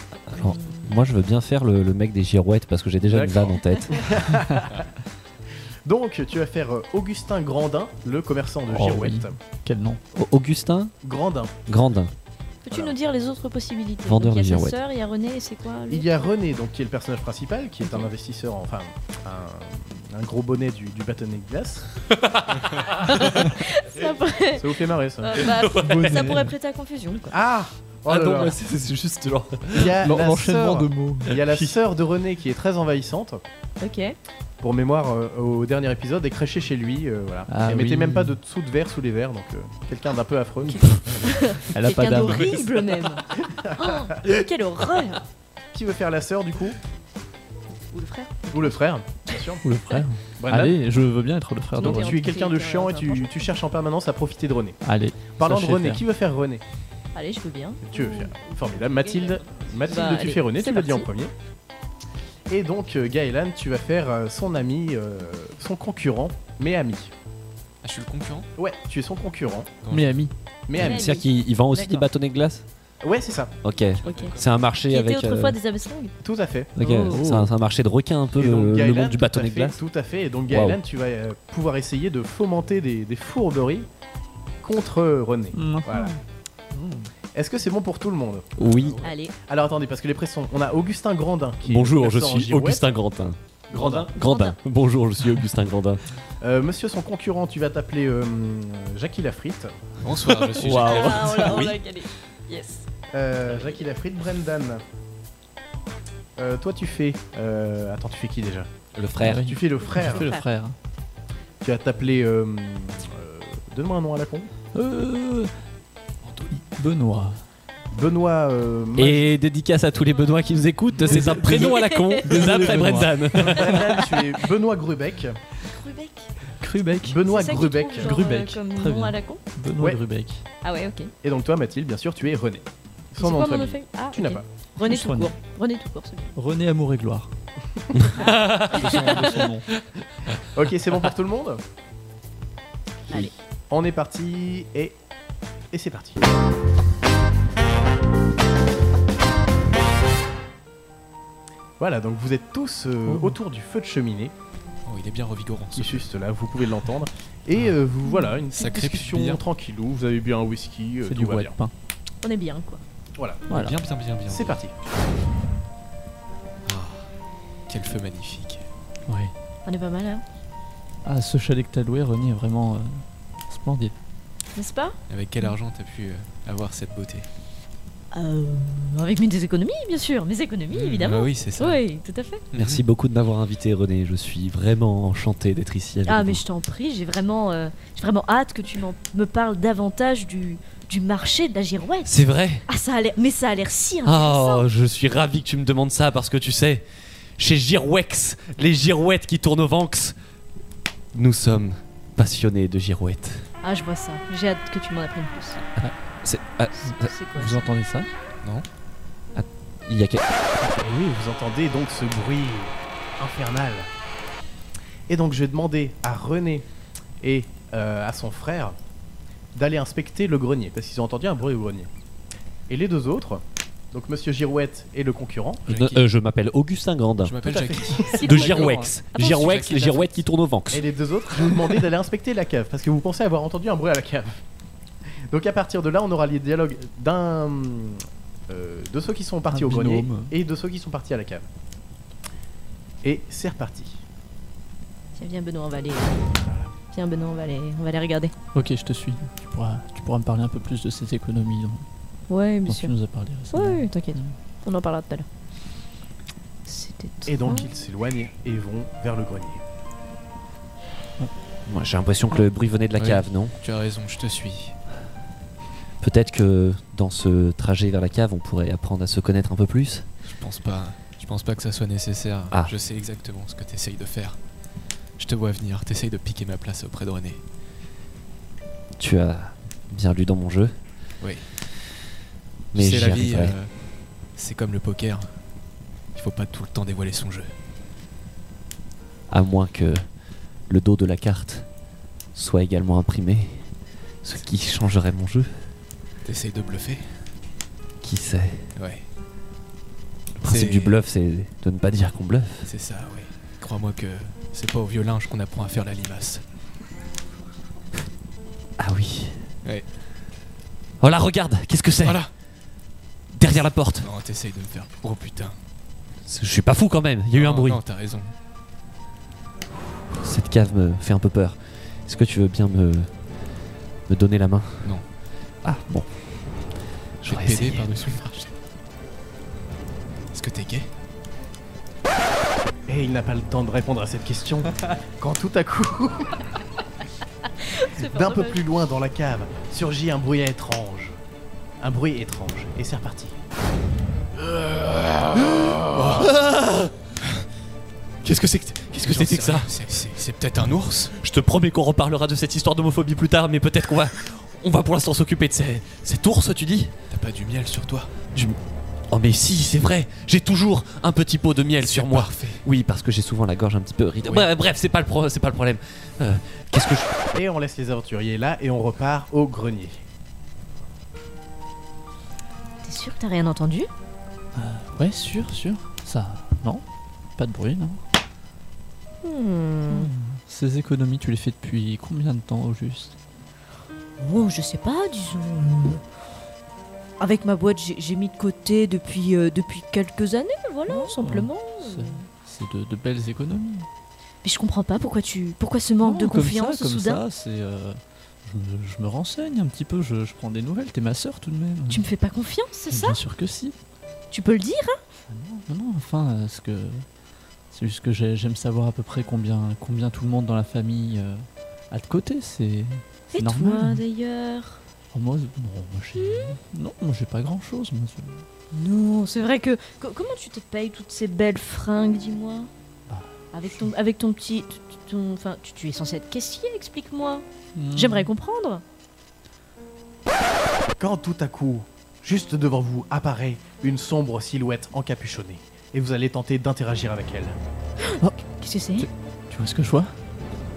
Speaker 4: Moi, je veux bien faire le, le mec des girouettes parce que j'ai déjà une
Speaker 1: D'accord.
Speaker 4: vanne en tête.
Speaker 1: Donc tu vas faire euh, Augustin Grandin, le commerçant de
Speaker 4: Oh
Speaker 1: girouettes.
Speaker 6: Quel nom
Speaker 4: Au- Augustin
Speaker 1: Grandin.
Speaker 4: Grandin.
Speaker 7: Peux-tu nous dire les autres possibilités
Speaker 4: Vendeur
Speaker 7: Donc, Il y a
Speaker 4: de
Speaker 7: sa
Speaker 4: girouettes.
Speaker 7: sœur, il y a René, et c'est quoi lui
Speaker 1: Il y a René, donc qui est le personnage principal, qui est un
Speaker 7: Ok.
Speaker 1: investisseur, enfin un, un gros bonnet du, du bâtonnet de glace.
Speaker 7: ça, pourrait...
Speaker 1: Ça vous fait marrer ça.
Speaker 7: Euh, bah, ça
Speaker 6: Bonnet.
Speaker 7: pourrait prêter à confusion. Quoi.
Speaker 1: Ah Oh là là.
Speaker 4: c'est juste genre.
Speaker 1: Il y a
Speaker 6: L'en-
Speaker 1: la
Speaker 6: L'enchaînement
Speaker 1: sœur,
Speaker 6: de mots.
Speaker 4: Eh,
Speaker 1: il y a la sœur de René qui est très envahissante.
Speaker 7: Ok.
Speaker 1: Pour mémoire, euh, au dernier épisode, est crachée chez lui. euh, voilà.
Speaker 6: Ah
Speaker 1: Elle mettait
Speaker 6: oui.
Speaker 1: même pas de dessous de verre sous les verres, donc euh, quelqu'un d'un peu affreux.
Speaker 6: Elle a pas
Speaker 7: Quelqu'un
Speaker 6: d'âme.
Speaker 7: d'horrible même. Oh, quelle horreur
Speaker 1: Qui veut faire la sœur du coup
Speaker 7: Ou le frère.
Speaker 1: Ou le frère Bien sûr.
Speaker 6: Ou le frère.
Speaker 1: Brendan
Speaker 6: Allez, je veux bien être le frère de
Speaker 7: Non,
Speaker 1: Donc
Speaker 6: René.
Speaker 1: tu es quelqu'un de
Speaker 7: T'es un
Speaker 1: chiant et tu,
Speaker 7: proche.
Speaker 1: tu cherches en permanence à profiter de René.
Speaker 6: Allez.
Speaker 1: Parlant
Speaker 6: sachez
Speaker 1: de René,
Speaker 6: faire.
Speaker 1: qui veut faire René
Speaker 7: Allez, je veux bien.
Speaker 1: Tu veux faire. Formidable. Mathilde, Mathilde
Speaker 7: Bah,
Speaker 1: tu
Speaker 7: allez,
Speaker 1: fais René, tu
Speaker 7: c'est
Speaker 1: le dis en
Speaker 7: parti.
Speaker 1: premier. Et donc euh, Gaëlan, tu vas faire euh, son ami, euh, son concurrent, mais ami.
Speaker 5: Ah, je suis le concurrent
Speaker 1: Ouais, tu es son concurrent,
Speaker 6: Mes amis.
Speaker 1: mais ami.
Speaker 4: C'est-à-dire qu'il il vend aussi des
Speaker 7: D'accord.
Speaker 4: bâtonnets de glace
Speaker 1: Ouais, c'est ça,
Speaker 4: Ok.
Speaker 7: Ok.
Speaker 4: C'est un marché
Speaker 7: Qui
Speaker 4: avec.
Speaker 7: était autrefois
Speaker 4: euh,
Speaker 7: des abeilles
Speaker 1: tout à fait.
Speaker 4: ok,
Speaker 7: Oh.
Speaker 4: C'est un, c'est un marché de requins un peu
Speaker 1: Et
Speaker 4: le,
Speaker 1: donc,
Speaker 4: le
Speaker 1: Gaëlan,
Speaker 4: monde du
Speaker 1: tout à
Speaker 4: bâtonnet de
Speaker 1: fait,
Speaker 4: glace.
Speaker 1: Tout à fait. Et donc
Speaker 4: Waouh.
Speaker 1: Gaëlan, tu vas euh, pouvoir essayer de fomenter des, des fourberies contre euh, René. Voilà. Est-ce que c'est bon pour tout le monde
Speaker 4: Oui.
Speaker 7: Allez,
Speaker 1: Alors attendez, parce que les pressons, on a Augustin Grandin qui est
Speaker 4: Bonjour, je
Speaker 1: commerçant en
Speaker 4: suis
Speaker 1: girouette.
Speaker 4: Augustin Grandin.
Speaker 1: Grandin.
Speaker 4: Grandin. Bonjour, je suis Augustin Grandin.
Speaker 1: Euh, monsieur son concurrent, tu vas t'appeler euh, Jackie Lafrite.
Speaker 5: Bonsoir, je suis.
Speaker 4: Waouh.
Speaker 7: Ah, on l'a- on l'a calé. Yes.
Speaker 1: Euh, Jackie Lafrite, Brendan. Euh, toi tu fais... euh, attends, tu fais qui déjà
Speaker 4: Le frère.
Speaker 1: Tu fais le frère.
Speaker 6: le frère.
Speaker 1: Tu vas t'appeler... euh, euh, Donne-moi un nom à la con.
Speaker 6: Euh, Anthony. Benoît.
Speaker 1: Benoît... euh, Mag-
Speaker 4: Et dédicace à tous les Benoît qui nous écoutent, c'est un prénom à la con,
Speaker 6: Désolé,
Speaker 4: après
Speaker 6: Benoît.
Speaker 4: Brendan.
Speaker 1: Brendan, tu es Benoît Grubeck.
Speaker 7: Grubeck.
Speaker 6: Grubeck.
Speaker 1: Benoît
Speaker 7: C'est ça qu'ils
Speaker 1: Grubeck.
Speaker 7: trouvent, genre,
Speaker 6: Grubeck,
Speaker 7: euh, Comme
Speaker 6: très
Speaker 7: nom
Speaker 6: bien.
Speaker 7: à la con.
Speaker 6: Benoît
Speaker 1: Ouais.
Speaker 6: Grubeck.
Speaker 7: Ah ouais, ok.
Speaker 1: Et donc toi Mathilde, bien sûr, tu es René.
Speaker 7: C'est
Speaker 1: Son nom
Speaker 7: quoi
Speaker 1: de
Speaker 7: mon nom de
Speaker 1: famille.
Speaker 7: famille Ah,
Speaker 1: Tu
Speaker 7: ok.
Speaker 1: n'as pas.
Speaker 7: René
Speaker 6: Juste
Speaker 7: tout
Speaker 6: René.
Speaker 7: court. René tout court, c'est bien.
Speaker 6: René Amour et Gloire. De son- de son nom.
Speaker 1: Ok, c'est bon pour tout le monde
Speaker 7: Allez.
Speaker 1: On est parti et... Et c'est parti. Voilà, donc vous êtes tous euh, autour du feu de cheminée,
Speaker 5: Oh, il est bien revigorant. ce-
Speaker 1: qui est juste là, vous pouvez l'entendre. Et euh, vous voilà, une petite
Speaker 5: Sacré
Speaker 1: discussion
Speaker 5: bière.
Speaker 1: tranquillou, vous avez bu un whisky, euh,
Speaker 6: C'est
Speaker 1: tout
Speaker 6: du
Speaker 1: va
Speaker 6: bois de
Speaker 1: bien.
Speaker 6: pain.
Speaker 7: On est bien, quoi.
Speaker 1: Voilà,
Speaker 6: Voilà.
Speaker 5: Bien, bien, bien, bien.
Speaker 1: c'est parti.
Speaker 5: Ah, quel feu magnifique.
Speaker 6: Ouais.
Speaker 7: On est pas mal, hein.
Speaker 6: Ah, ce chalet que t'as loué, René, est vraiment euh, splendide.
Speaker 7: N'est-ce pas
Speaker 5: Avec quel argent t'as pu euh, avoir cette beauté
Speaker 7: Euh, Avec mes économies, bien sûr. Mes économies,
Speaker 5: Mmh,
Speaker 7: évidemment.
Speaker 5: bah oui, c'est ça.
Speaker 7: Oui, tout à fait. Ah,
Speaker 4: Merci beaucoup de m'avoir invité, René. Je suis vraiment enchanté d'être ici avec
Speaker 7: Ah,
Speaker 4: vous.
Speaker 7: mais je t'en prie, j'ai vraiment, euh, j'ai vraiment hâte que tu m'en- me parles davantage du, du marché de la girouette.
Speaker 4: C'est vrai
Speaker 7: Ah, ça a l'air, mais ça a l'air
Speaker 5: Ah,
Speaker 7: si intéressant.
Speaker 4: Oh, je suis ravi que tu me demandes ça parce que tu sais, chez Girouex, les girouettes qui tournent au Vanx, nous sommes passionnés de girouettes.
Speaker 7: Ah, je vois ça. J'ai hâte que tu m'en apprennes plus.
Speaker 4: C'est- ah,
Speaker 7: C'est- C'est quoi
Speaker 6: Vous entendez ça
Speaker 4: il y a quel-
Speaker 1: Oui, vous entendez donc ce bruit infernal. Et donc je vais demander à René et euh, à son frère d'aller inspecter le grenier, parce qu'ils ont entendu un bruit au grenier. Et les deux autres, donc Monsieur Girouette et le concurrent,
Speaker 5: Jackie.
Speaker 4: Euh, je m'appelle Augustin Grandin.
Speaker 5: Je m'appelle
Speaker 1: Tout à fait.
Speaker 5: Jackie.
Speaker 7: ça
Speaker 4: De Girouex.
Speaker 7: Attends,
Speaker 4: Girouex,
Speaker 5: c'est
Speaker 4: les
Speaker 5: Jackie
Speaker 4: girouettes qui tournent au Vanx.
Speaker 1: et les deux autres, je vais vous demander d'aller inspecter la cave, parce que vous pensez avoir entendu un bruit à la cave. Donc à partir de là, on aura les dialogues d'un... euh, de ceux qui sont partis
Speaker 6: Un
Speaker 1: au grenier
Speaker 6: binôme.
Speaker 1: et de ceux qui sont partis à la cave. Et c'est reparti.
Speaker 7: Tiens, viens Benoît, on va aller. Viens Benoît, on va aller, on va aller regarder.
Speaker 6: Ok, je te suis. Tu pourras, tu pourras me parler un peu plus de ces économies dont,
Speaker 7: Ouais,
Speaker 6: dont
Speaker 7: bien
Speaker 6: tu
Speaker 7: sûr.
Speaker 6: nous as parlé récemment.
Speaker 7: Ouais, t'inquiète. On en parlera tout à l'heure. C'était
Speaker 1: Et donc ils s'éloignent et vont vers le grenier.
Speaker 4: Moi, j'ai l'impression que le bruit venait de la
Speaker 5: Oui.
Speaker 4: cave, non
Speaker 5: Tu as raison, je te suis.
Speaker 4: Peut-être que dans ce trajet vers la cave, on pourrait apprendre à se connaître un peu plus.
Speaker 5: Je pense pas. Je pense pas que ça soit nécessaire.
Speaker 4: Ah.
Speaker 5: Je sais exactement ce que t'essayes de faire. Je te vois venir, t'essayes de piquer ma place auprès de René.
Speaker 4: Tu as bien lu dans mon jeu.
Speaker 5: Oui.
Speaker 4: Mais
Speaker 5: c'est
Speaker 4: j'y
Speaker 5: la vie,
Speaker 4: arriverai.
Speaker 5: euh, c'est comme le poker. Il faut pas tout le temps dévoiler son jeu.
Speaker 4: À moins que le dos de la carte soit également imprimé. Ce qui changerait mon jeu.
Speaker 5: T'essayes de bluffer
Speaker 4: Qui sait
Speaker 5: Ouais,
Speaker 4: Le principe
Speaker 5: C'est-
Speaker 4: du bluff, c'est de ne pas dire qu'on bluffe.
Speaker 5: c'est ça, oui. Crois-moi que c'est pas au vieux linge qu'on apprend à faire la limace.
Speaker 4: Ah oui.
Speaker 5: Ouais.
Speaker 4: Oh là, regarde Qu'est-ce que c'est
Speaker 5: Voilà
Speaker 4: Derrière la porte
Speaker 5: Non, t'essayes de me faire. Oh putain.
Speaker 4: Je suis pas fou quand même, il y a eu un
Speaker 5: Non,
Speaker 4: bruit.
Speaker 5: Non, t'as raison.
Speaker 4: Cette cave me fait un peu peur. Est-ce que tu veux bien me, me donner la main
Speaker 5: Non.
Speaker 4: Ah bon.
Speaker 5: Je vais
Speaker 4: J'aurais
Speaker 5: te
Speaker 4: essayé.
Speaker 5: péder par-dessus le marché. Est-ce que t'es gay
Speaker 1: Et il n'a pas le temps de répondre à cette question quand tout à coup,
Speaker 7: C'est pas
Speaker 1: d'un peu
Speaker 7: dommage.
Speaker 1: plus loin dans la cave, surgit un bruit étrange. Un bruit étrange. Et c'est reparti.
Speaker 5: Qu'est-ce que c'est que qu'est-ce
Speaker 4: que c'était que ça
Speaker 5: C'est peut-être un ours
Speaker 4: Je te promets qu'on reparlera de cette histoire d'homophobie plus tard, mais peut-être qu'on va, on va pour l'instant s'occuper de ces, cet ours, tu dis
Speaker 5: T'as pas du miel sur toi
Speaker 4: Du- Oh mais si, c'est vrai, j'ai toujours un petit pot de miel sur moi.
Speaker 5: Parfait.
Speaker 4: Oui, parce que j'ai souvent la gorge un petit peu ridée.
Speaker 5: Oui.
Speaker 4: Bref, bref, c'est pas le pro- c'est pas le problème. Euh, Qu'est-ce que je
Speaker 1: Et on laisse les aventuriers là et on repart au grenier.
Speaker 7: T'es sûr que t'as rien entendu
Speaker 6: Ouais, sûr, sûr. Ça, non. Pas de bruit, non.
Speaker 7: Hmm.
Speaker 6: Ces économies, tu les fais depuis combien de temps au juste
Speaker 7: Oh, je sais pas, disons. euh, Avec ma boîte, j'ai j'ai mis de côté depuis, euh, depuis quelques années, voilà, simplement.
Speaker 6: Oh, C'est- C'est de, de belles économies.
Speaker 7: Mais je comprends pas pourquoi tu, pourquoi ce manque
Speaker 6: Non,
Speaker 7: de
Speaker 6: Oh, comme
Speaker 7: confiance
Speaker 6: ça, comme ça,
Speaker 7: soudain.
Speaker 6: c'est. euh, je, me- je me renseigne un petit peu, je, je prends des nouvelles. T'es ma sœur tout de même.
Speaker 7: Tu me fais pas confiance, c'est ça
Speaker 6: Bien sûr que si.
Speaker 7: Tu peux le dire hein
Speaker 6: Non, non, enfin, euh, ce que. C'est juste que j'ai- j'aime savoir à peu près combien, combien tout le monde dans la famille euh, a de côté, c'est. c'est
Speaker 7: Et toi
Speaker 6: normal.
Speaker 7: d'ailleurs
Speaker 6: Oh, moi, z- bon, moi, j'ai- non, moi j'ai pas grand chose. Moi, je-
Speaker 7: Non, c'est vrai que. co- comment tu te payes toutes ces belles fringues, dis-moi
Speaker 6: Bah,
Speaker 7: Avec ton, avec ton petit. ton- ton- Enfin, tu, tu es censé être caissier, explique-moi. J'aimerais comprendre.
Speaker 1: Quand tout à coup, juste devant vous, apparaît une sombre silhouette encapuchonnée. Et vous allez tenter d'interagir avec elle.
Speaker 7: Qu'est-ce que c'est
Speaker 6: Tu- Tu vois ce que je vois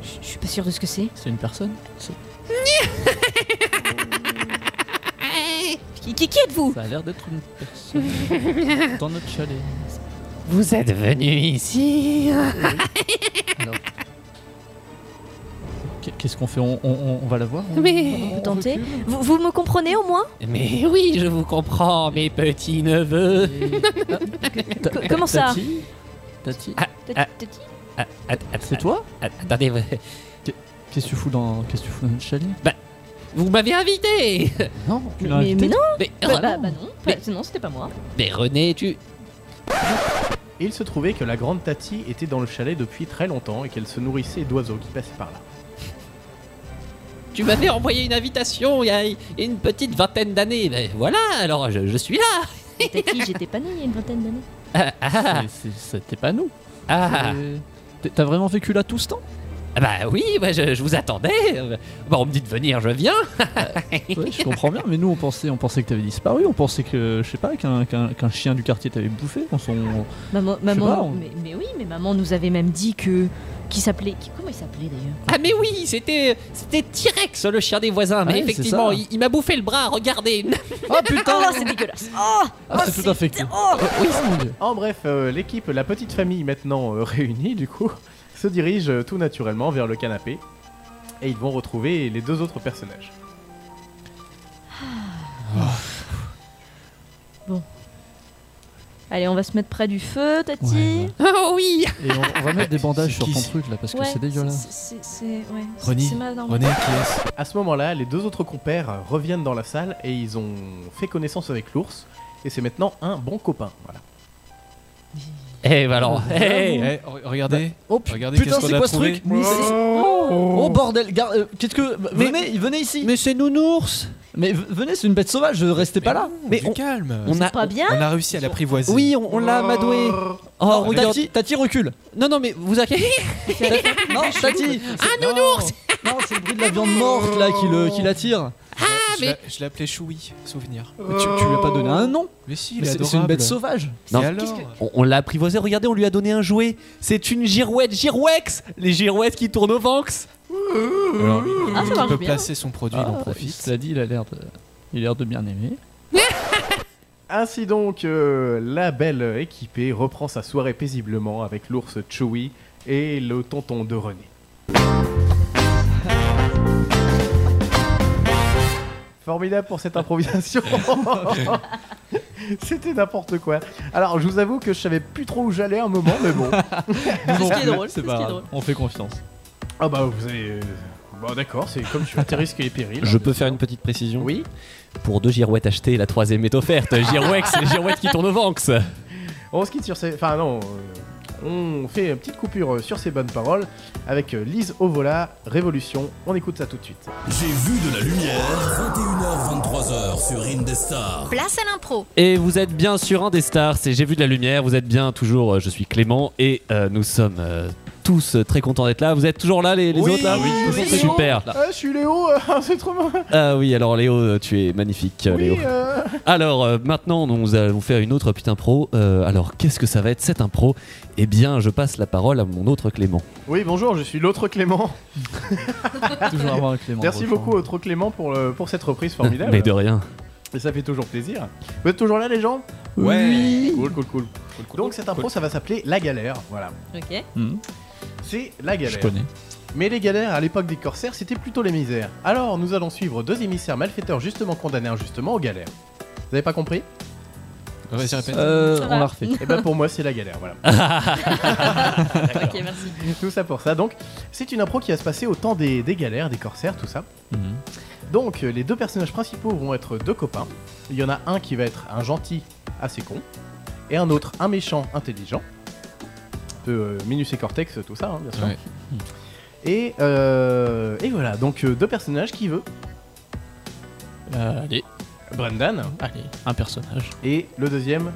Speaker 7: Je je suis pas sûre de ce que c'est.
Speaker 6: C'est une personne C'est-
Speaker 7: Qui, qui- qui êtes-vous
Speaker 6: Ça a l'air d'être une personne dans notre chalet.
Speaker 4: Vous êtes venu ici
Speaker 6: Alors. Qu- Qu'est-ce qu'on fait on, on- on- on va la voir hein, on-
Speaker 4: Mais-
Speaker 6: on- on
Speaker 7: Vous tentez
Speaker 6: recule Eh
Speaker 7: vous, vous me comprenez au moins
Speaker 4: Mais oui, je vous comprends, mes petits neveux.
Speaker 6: Ta- ta-
Speaker 7: comment ça
Speaker 6: Tati Tati
Speaker 7: T'as-
Speaker 4: Ah.
Speaker 7: t'as dit
Speaker 6: C'est toi
Speaker 4: Attendez, vous-
Speaker 6: Qu'est-ce que tu fous dans qu'est-ce que tu fous dans notre chalet
Speaker 4: vous m'avez invité
Speaker 6: Non, tu
Speaker 7: Mais,
Speaker 6: l'as
Speaker 7: mais- mais
Speaker 6: invité
Speaker 7: non
Speaker 4: mais,
Speaker 7: bah, bah- bah non,
Speaker 4: Mais-
Speaker 7: bah, non, c'était pas moi.
Speaker 4: mais René, tu...
Speaker 1: Et il se trouvait que la grande Tati était dans le chalet depuis très longtemps et qu'elle se nourrissait d'oiseaux qui passaient par là.
Speaker 4: Tu m'avais envoyé une invitation il y a une petite vingtaine d'années. Ben voilà, alors je, je suis là.
Speaker 7: T'as dit, j'étais pas née il y a une vingtaine d'années.
Speaker 6: C'est- c'est- C'était pas nous.
Speaker 4: Ah,
Speaker 6: C'est- t'es- T'as vraiment vécu là tout ce temps
Speaker 4: bah oui, bah je, je vous attendais. Bon, on me dit de venir, je viens.
Speaker 6: Ouais, je comprends bien, mais nous on pensait, on pensait que t'avais disparu, on pensait que, je sais pas, qu'un qu'un- qu'un chien du quartier t'avait bouffé. On s'en-
Speaker 7: Maman,
Speaker 6: sais
Speaker 7: maman
Speaker 6: pas, on-
Speaker 7: mais, mais oui, mais maman nous avait même dit que. Qui s'appelait. qui- Comment il s'appelait d'ailleurs
Speaker 4: Ah mais oui, c'était c'était T-Rex, le chien des voisins. Mais
Speaker 6: ouais, c'est
Speaker 4: effectivement,
Speaker 6: ça.
Speaker 4: il, il m'a bouffé le bras, regardez.
Speaker 6: Oh putain
Speaker 7: Oh, c'est dégueulasse Oh
Speaker 6: Ah, C'est tout infecté. Oh, mon dieu.
Speaker 1: En bref, euh, l'équipe, la petite famille maintenant euh, réunie du coup, se dirige euh, tout naturellement vers le canapé. Et ils vont retrouver les deux autres personnages.
Speaker 7: Allez, on va se mettre près du feu, Tati.
Speaker 6: Ouais,
Speaker 4: Oh oui.
Speaker 6: Et on, on va mettre des bandages
Speaker 5: C'est
Speaker 6: sur
Speaker 5: qui,
Speaker 6: ton
Speaker 5: c'est-
Speaker 6: truc là parce que
Speaker 7: Ouais,
Speaker 6: c'est dégueulasse.
Speaker 7: C'est c'est- c'est- ouais, c'est-
Speaker 5: René,
Speaker 7: c'est mal normal.
Speaker 5: René, qui est-ce
Speaker 1: À ce moment-là, les deux autres compères euh, reviennent dans la salle et ils ont fait connaissance avec l'ours. Et c'est maintenant un bon copain. Voilà.
Speaker 4: Eh bah alors, hey
Speaker 5: Eh, re- regardez.
Speaker 9: Oh pu-
Speaker 5: Regardez
Speaker 9: putain,
Speaker 5: qu'est-ce qu'on
Speaker 9: c'est
Speaker 5: a
Speaker 9: quoi ce
Speaker 5: trouvé.
Speaker 9: truc Mais c'est- Oh bordel, gar- euh, qu'est-ce que
Speaker 4: Mais-
Speaker 9: venez, venez ici.
Speaker 4: Mais c'est nounours
Speaker 9: Mais v- venez, c'est une bête sauvage, restez pas là.
Speaker 5: Mais
Speaker 4: Mais
Speaker 5: du
Speaker 4: on-
Speaker 5: calme.
Speaker 4: On a.
Speaker 7: Pas bien
Speaker 5: On a réussi à l'apprivoiser.
Speaker 4: Oui, on, on l'a amadoué. Oh, regarde.
Speaker 9: Tati, Tati recule.
Speaker 4: Non, non, mais vous inquiétez.
Speaker 9: non, Tati. Un nounours. Non, c'est le bruit de la viande morte là qui le- qui l'attire.
Speaker 5: Je
Speaker 10: mais-
Speaker 5: l'a- Je l'appelais Choui, souvenir.
Speaker 9: Mais tu, tu lui as pas donné un nom.
Speaker 5: Mais si,
Speaker 9: Mais
Speaker 5: il est
Speaker 9: C'est c'est une
Speaker 5: adorable.
Speaker 9: bête sauvage.
Speaker 5: Et
Speaker 4: Non,
Speaker 5: alors
Speaker 4: On, on l'a apprivoisé, regardez, on lui a donné un jouet. C'est une girouette, girouex Les girouettes qui tournent au vanx
Speaker 5: Alors,
Speaker 7: Ah, ça
Speaker 5: il peut
Speaker 7: marche bien.
Speaker 5: placer son produit, il en profite.
Speaker 9: Cela dit, il a l'air de, il a l'air de bien aimer.
Speaker 1: Ainsi donc, euh, la belle équipée reprend sa soirée paisiblement avec l'ours Chewy et le tonton de René. Formidable pour cette improvisation. C'était n'importe quoi. Alors, je vous avoue que je savais plus trop où j'allais un moment, mais bon.
Speaker 7: C'est ce qui est drôle.
Speaker 9: C'est
Speaker 7: C'est ce
Speaker 9: pas
Speaker 7: qui est
Speaker 9: grave,
Speaker 7: drôle.
Speaker 9: on fait confiance.
Speaker 1: Ah bah, vous avez. euh, Bon, d'accord, c'est comme tu as risques et périls.
Speaker 4: Je peux faire une petite précision
Speaker 1: Oui.
Speaker 4: Pour deux girouettes achetées, la troisième est offerte. Girouex, les girouettes qui tournent au vanx
Speaker 1: On se quitte sur ces. Enfin, non. euh, On fait une petite coupure euh, sur ces bonnes paroles avec euh, Lise Ovola, Révolution. On écoute ça tout de suite.
Speaker 2: J'ai vu de la lumière. 21h23h sur Indestar.
Speaker 8: Place à l'impro.
Speaker 4: Et vous êtes bien sur un des stars, c'est J'ai vu de la lumière, vous êtes bien toujours, euh, je suis Clément et euh, nous sommes euh, tous euh, très contents d'être là. Vous êtes toujours là les, les
Speaker 1: Oui,
Speaker 4: autres là
Speaker 1: oui, oui,
Speaker 4: c'est
Speaker 1: Clément.
Speaker 4: super.
Speaker 1: Ah, je suis Léo, c'est trop marrant.
Speaker 4: Ah oui, alors Léo, euh, tu es magnifique euh, Léo. Alors euh, maintenant, nous allons faire une autre petite impro. Euh, alors qu'est-ce que ça va être cette impro Eh bien, je passe la parole à mon autre Clément.
Speaker 1: Oui, bonjour, je suis l'autre Clément.
Speaker 9: Toujours avoir un Clément.
Speaker 1: Merci
Speaker 9: Rochon.
Speaker 1: beaucoup, autre Clément, pour, le- pour cette reprise formidable.
Speaker 4: Mais de rien.
Speaker 1: Et ça fait toujours plaisir. Vous êtes toujours là, les gens
Speaker 5: Ouais.
Speaker 1: Cool, cool, cool. Donc, cette impro, ça va s'appeler La galère. Voilà.
Speaker 7: Ok.
Speaker 9: Hmm,
Speaker 1: C'est la
Speaker 9: je
Speaker 1: galère.
Speaker 9: connais.
Speaker 1: Mais les galères à l'époque des corsaires, c'était plutôt les misères. Alors, nous allons suivre deux émissaires malfaiteurs justement condamnés injustement aux galères. Vous avez pas compris
Speaker 5: Vas-y, répète.
Speaker 9: Euh,
Speaker 7: Ça
Speaker 9: on
Speaker 7: va.
Speaker 9: la refait.
Speaker 1: Et ben pour moi, c'est la galère, voilà.
Speaker 7: Ok, merci.
Speaker 1: Tout ça pour ça. Donc, c'est une impro qui va se passer au temps des, des galères, des corsaires, tout ça.
Speaker 9: Mhm.
Speaker 1: Donc, euh, les deux personnages principaux vont être deux copains. Il y en a un qui va être un gentil, assez con, et un autre, un méchant, intelligent. Un peu euh, Minus et Cortex, tout ça, hein, bien sûr.
Speaker 5: Ouais.
Speaker 1: Et, euh, et voilà, donc euh, deux personnages qui veut
Speaker 9: Euh, allez,
Speaker 1: Brendan
Speaker 9: allez, un personnage.
Speaker 1: et le deuxième.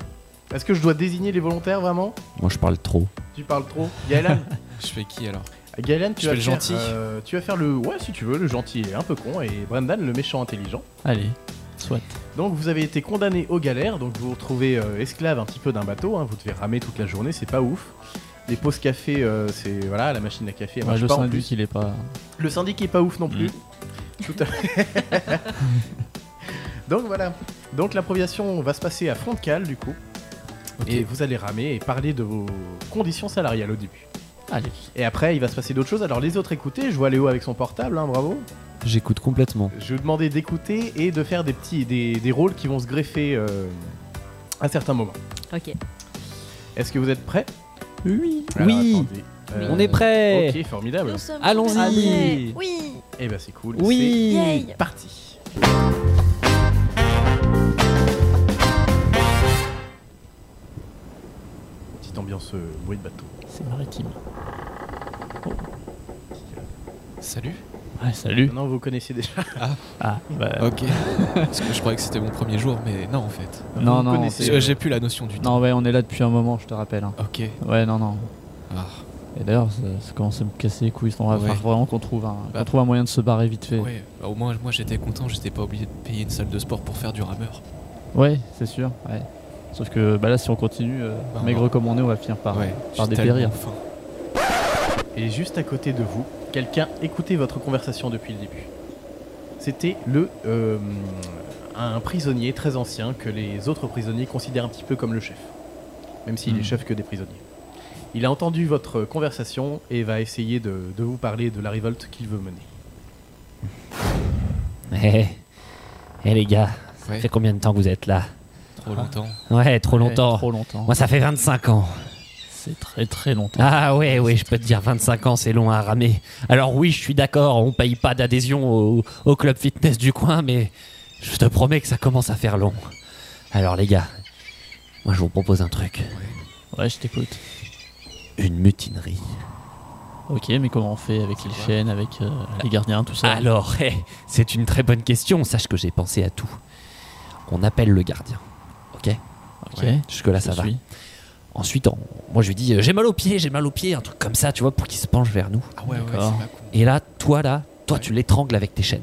Speaker 1: Est-ce que je dois désigner les volontaires vraiment
Speaker 4: Moi, je parle trop.
Speaker 1: Tu parles trop. Gaëlan, Ah,
Speaker 5: Je fais qui alors
Speaker 1: Gaëlan tu,
Speaker 5: Je
Speaker 1: vas
Speaker 5: fais le
Speaker 1: faire,
Speaker 5: gentil.
Speaker 1: euh, tu vas faire le. Ouais, si tu veux, le gentil et un peu con, et Brendan, le méchant intelligent.
Speaker 9: Allez, soit.
Speaker 1: Donc vous avez été condamné aux galères, donc vous vous retrouvez euh, esclave un petit peu d'un bateau, hein, vous devez ramer toute la journée, c'est pas ouf. Les pauses café, euh, c'est voilà, la machine à café, elle
Speaker 9: Ouais,
Speaker 1: marche
Speaker 9: le
Speaker 1: pas en
Speaker 9: syndic,
Speaker 1: plus.
Speaker 9: il est pas.
Speaker 1: Le syndic est pas ouf non plus. Tout à fait. donc voilà. Donc l'improvisation va se passer à front de cale du coup. Et vous allez ramer et parler de vos conditions salariales au début.
Speaker 9: Allez.
Speaker 1: Et après, il va se passer d'autres choses. Alors les autres, écoutez, je vois Léo avec son portable, hein, bravo.
Speaker 4: J'écoute complètement.
Speaker 1: Je vais vous demander d'écouter et de faire des petits des, des rôles qui vont se greffer euh, à certains moments.
Speaker 7: Ok.
Speaker 1: Est-ce que vous êtes prêts
Speaker 9: Oui.
Speaker 1: Alors,
Speaker 4: Oui.
Speaker 1: attendez. Euh,
Speaker 4: On est prêt.
Speaker 1: Ok, formidable.
Speaker 7: Nous sommes
Speaker 4: Allons-y.
Speaker 7: prêts. Oui.
Speaker 1: Eh ben c'est cool.
Speaker 4: Oui.
Speaker 1: C'est
Speaker 7: Yay.
Speaker 1: parti. Petite ambiance euh, bruit de bateau.
Speaker 9: C'est maritime.
Speaker 5: Salut.
Speaker 9: Ouais, salut.
Speaker 1: Maintenant vous connaissez déjà.
Speaker 9: Ah, bah.
Speaker 5: Ok. Parce que je croyais que c'était mon premier jour, mais non en fait. Euh,
Speaker 9: Non,
Speaker 1: vous
Speaker 9: non,
Speaker 1: connaissez.
Speaker 5: J'ai j'ai plus la notion du temps.
Speaker 9: Non, ouais, on est là depuis un moment, je te rappelle. hein.
Speaker 5: Ok.
Speaker 9: Ouais, non, non.
Speaker 5: Ah.
Speaker 9: Et d'ailleurs, ça, ça commence à me casser les couilles. On va
Speaker 5: Ouais.
Speaker 9: falloir vraiment qu'on trouve, un, qu'on
Speaker 5: Bah.
Speaker 9: trouve un moyen de se barrer vite fait. Ouais,
Speaker 5: Ouais, bah, au moins moi j'étais content, j'étais pas obligé de payer une salle de sport pour faire du rameur.
Speaker 9: c'est sûr. Ouais. Sauf que bah là, si on continue, euh,
Speaker 5: Bah,
Speaker 9: maigre
Speaker 5: non.
Speaker 9: comme on est, on va finir par,
Speaker 5: ouais,
Speaker 9: par
Speaker 5: j'ai
Speaker 9: dépérir.
Speaker 5: tellement faim.
Speaker 1: Et juste à côté de vous, quelqu'un écoutait votre conversation depuis le début. C'était le euh, un prisonnier très ancien que les autres prisonniers considèrent un petit peu comme le chef, même s'il
Speaker 9: Mhm.
Speaker 1: est chef que des prisonniers. Il a entendu votre conversation et va essayer de, de vous parler de la révolte qu'il veut mener.
Speaker 4: Eh les gars,
Speaker 5: Ouais,
Speaker 4: combien de temps que vous êtes là
Speaker 5: trop longtemps.
Speaker 4: Ouais, trop longtemps.
Speaker 9: Trop longtemps.
Speaker 4: Moi, ça fait 25 ans.
Speaker 9: C'est très très longtemps.
Speaker 4: Ah ouais, ouais, je peux te dire, 25 ans, c'est long à ramer. Alors oui, je suis d'accord, on paye pas d'adhésion au, au club fitness du coin, mais je te promets que ça commence à faire long. Alors les gars, moi je vous propose un truc.
Speaker 6: Ouais, je t'écoute.
Speaker 4: Une mutinerie.
Speaker 6: Ok, mais comment on fait avec les chaînes, avec euh, les gardiens, tout ça
Speaker 4: Alors, hé, c'est une très bonne question. Sache que j'ai pensé à tout. On appelle le gardien. Ok
Speaker 6: Ok.
Speaker 4: Jusque-là, ça
Speaker 6: je
Speaker 4: va.
Speaker 6: suis.
Speaker 4: Ensuite, on- moi, je lui dis euh, J'ai mal au pied, j'ai mal au pied, un truc comme ça, tu vois, pour qu'il se penche vers nous.
Speaker 5: Ah ouais, ouais, c'est
Speaker 6: D'accord.
Speaker 5: pas cool.
Speaker 4: Et là, toi, là, toi,
Speaker 5: Ouais.
Speaker 4: tu l'étrangles avec tes chaînes.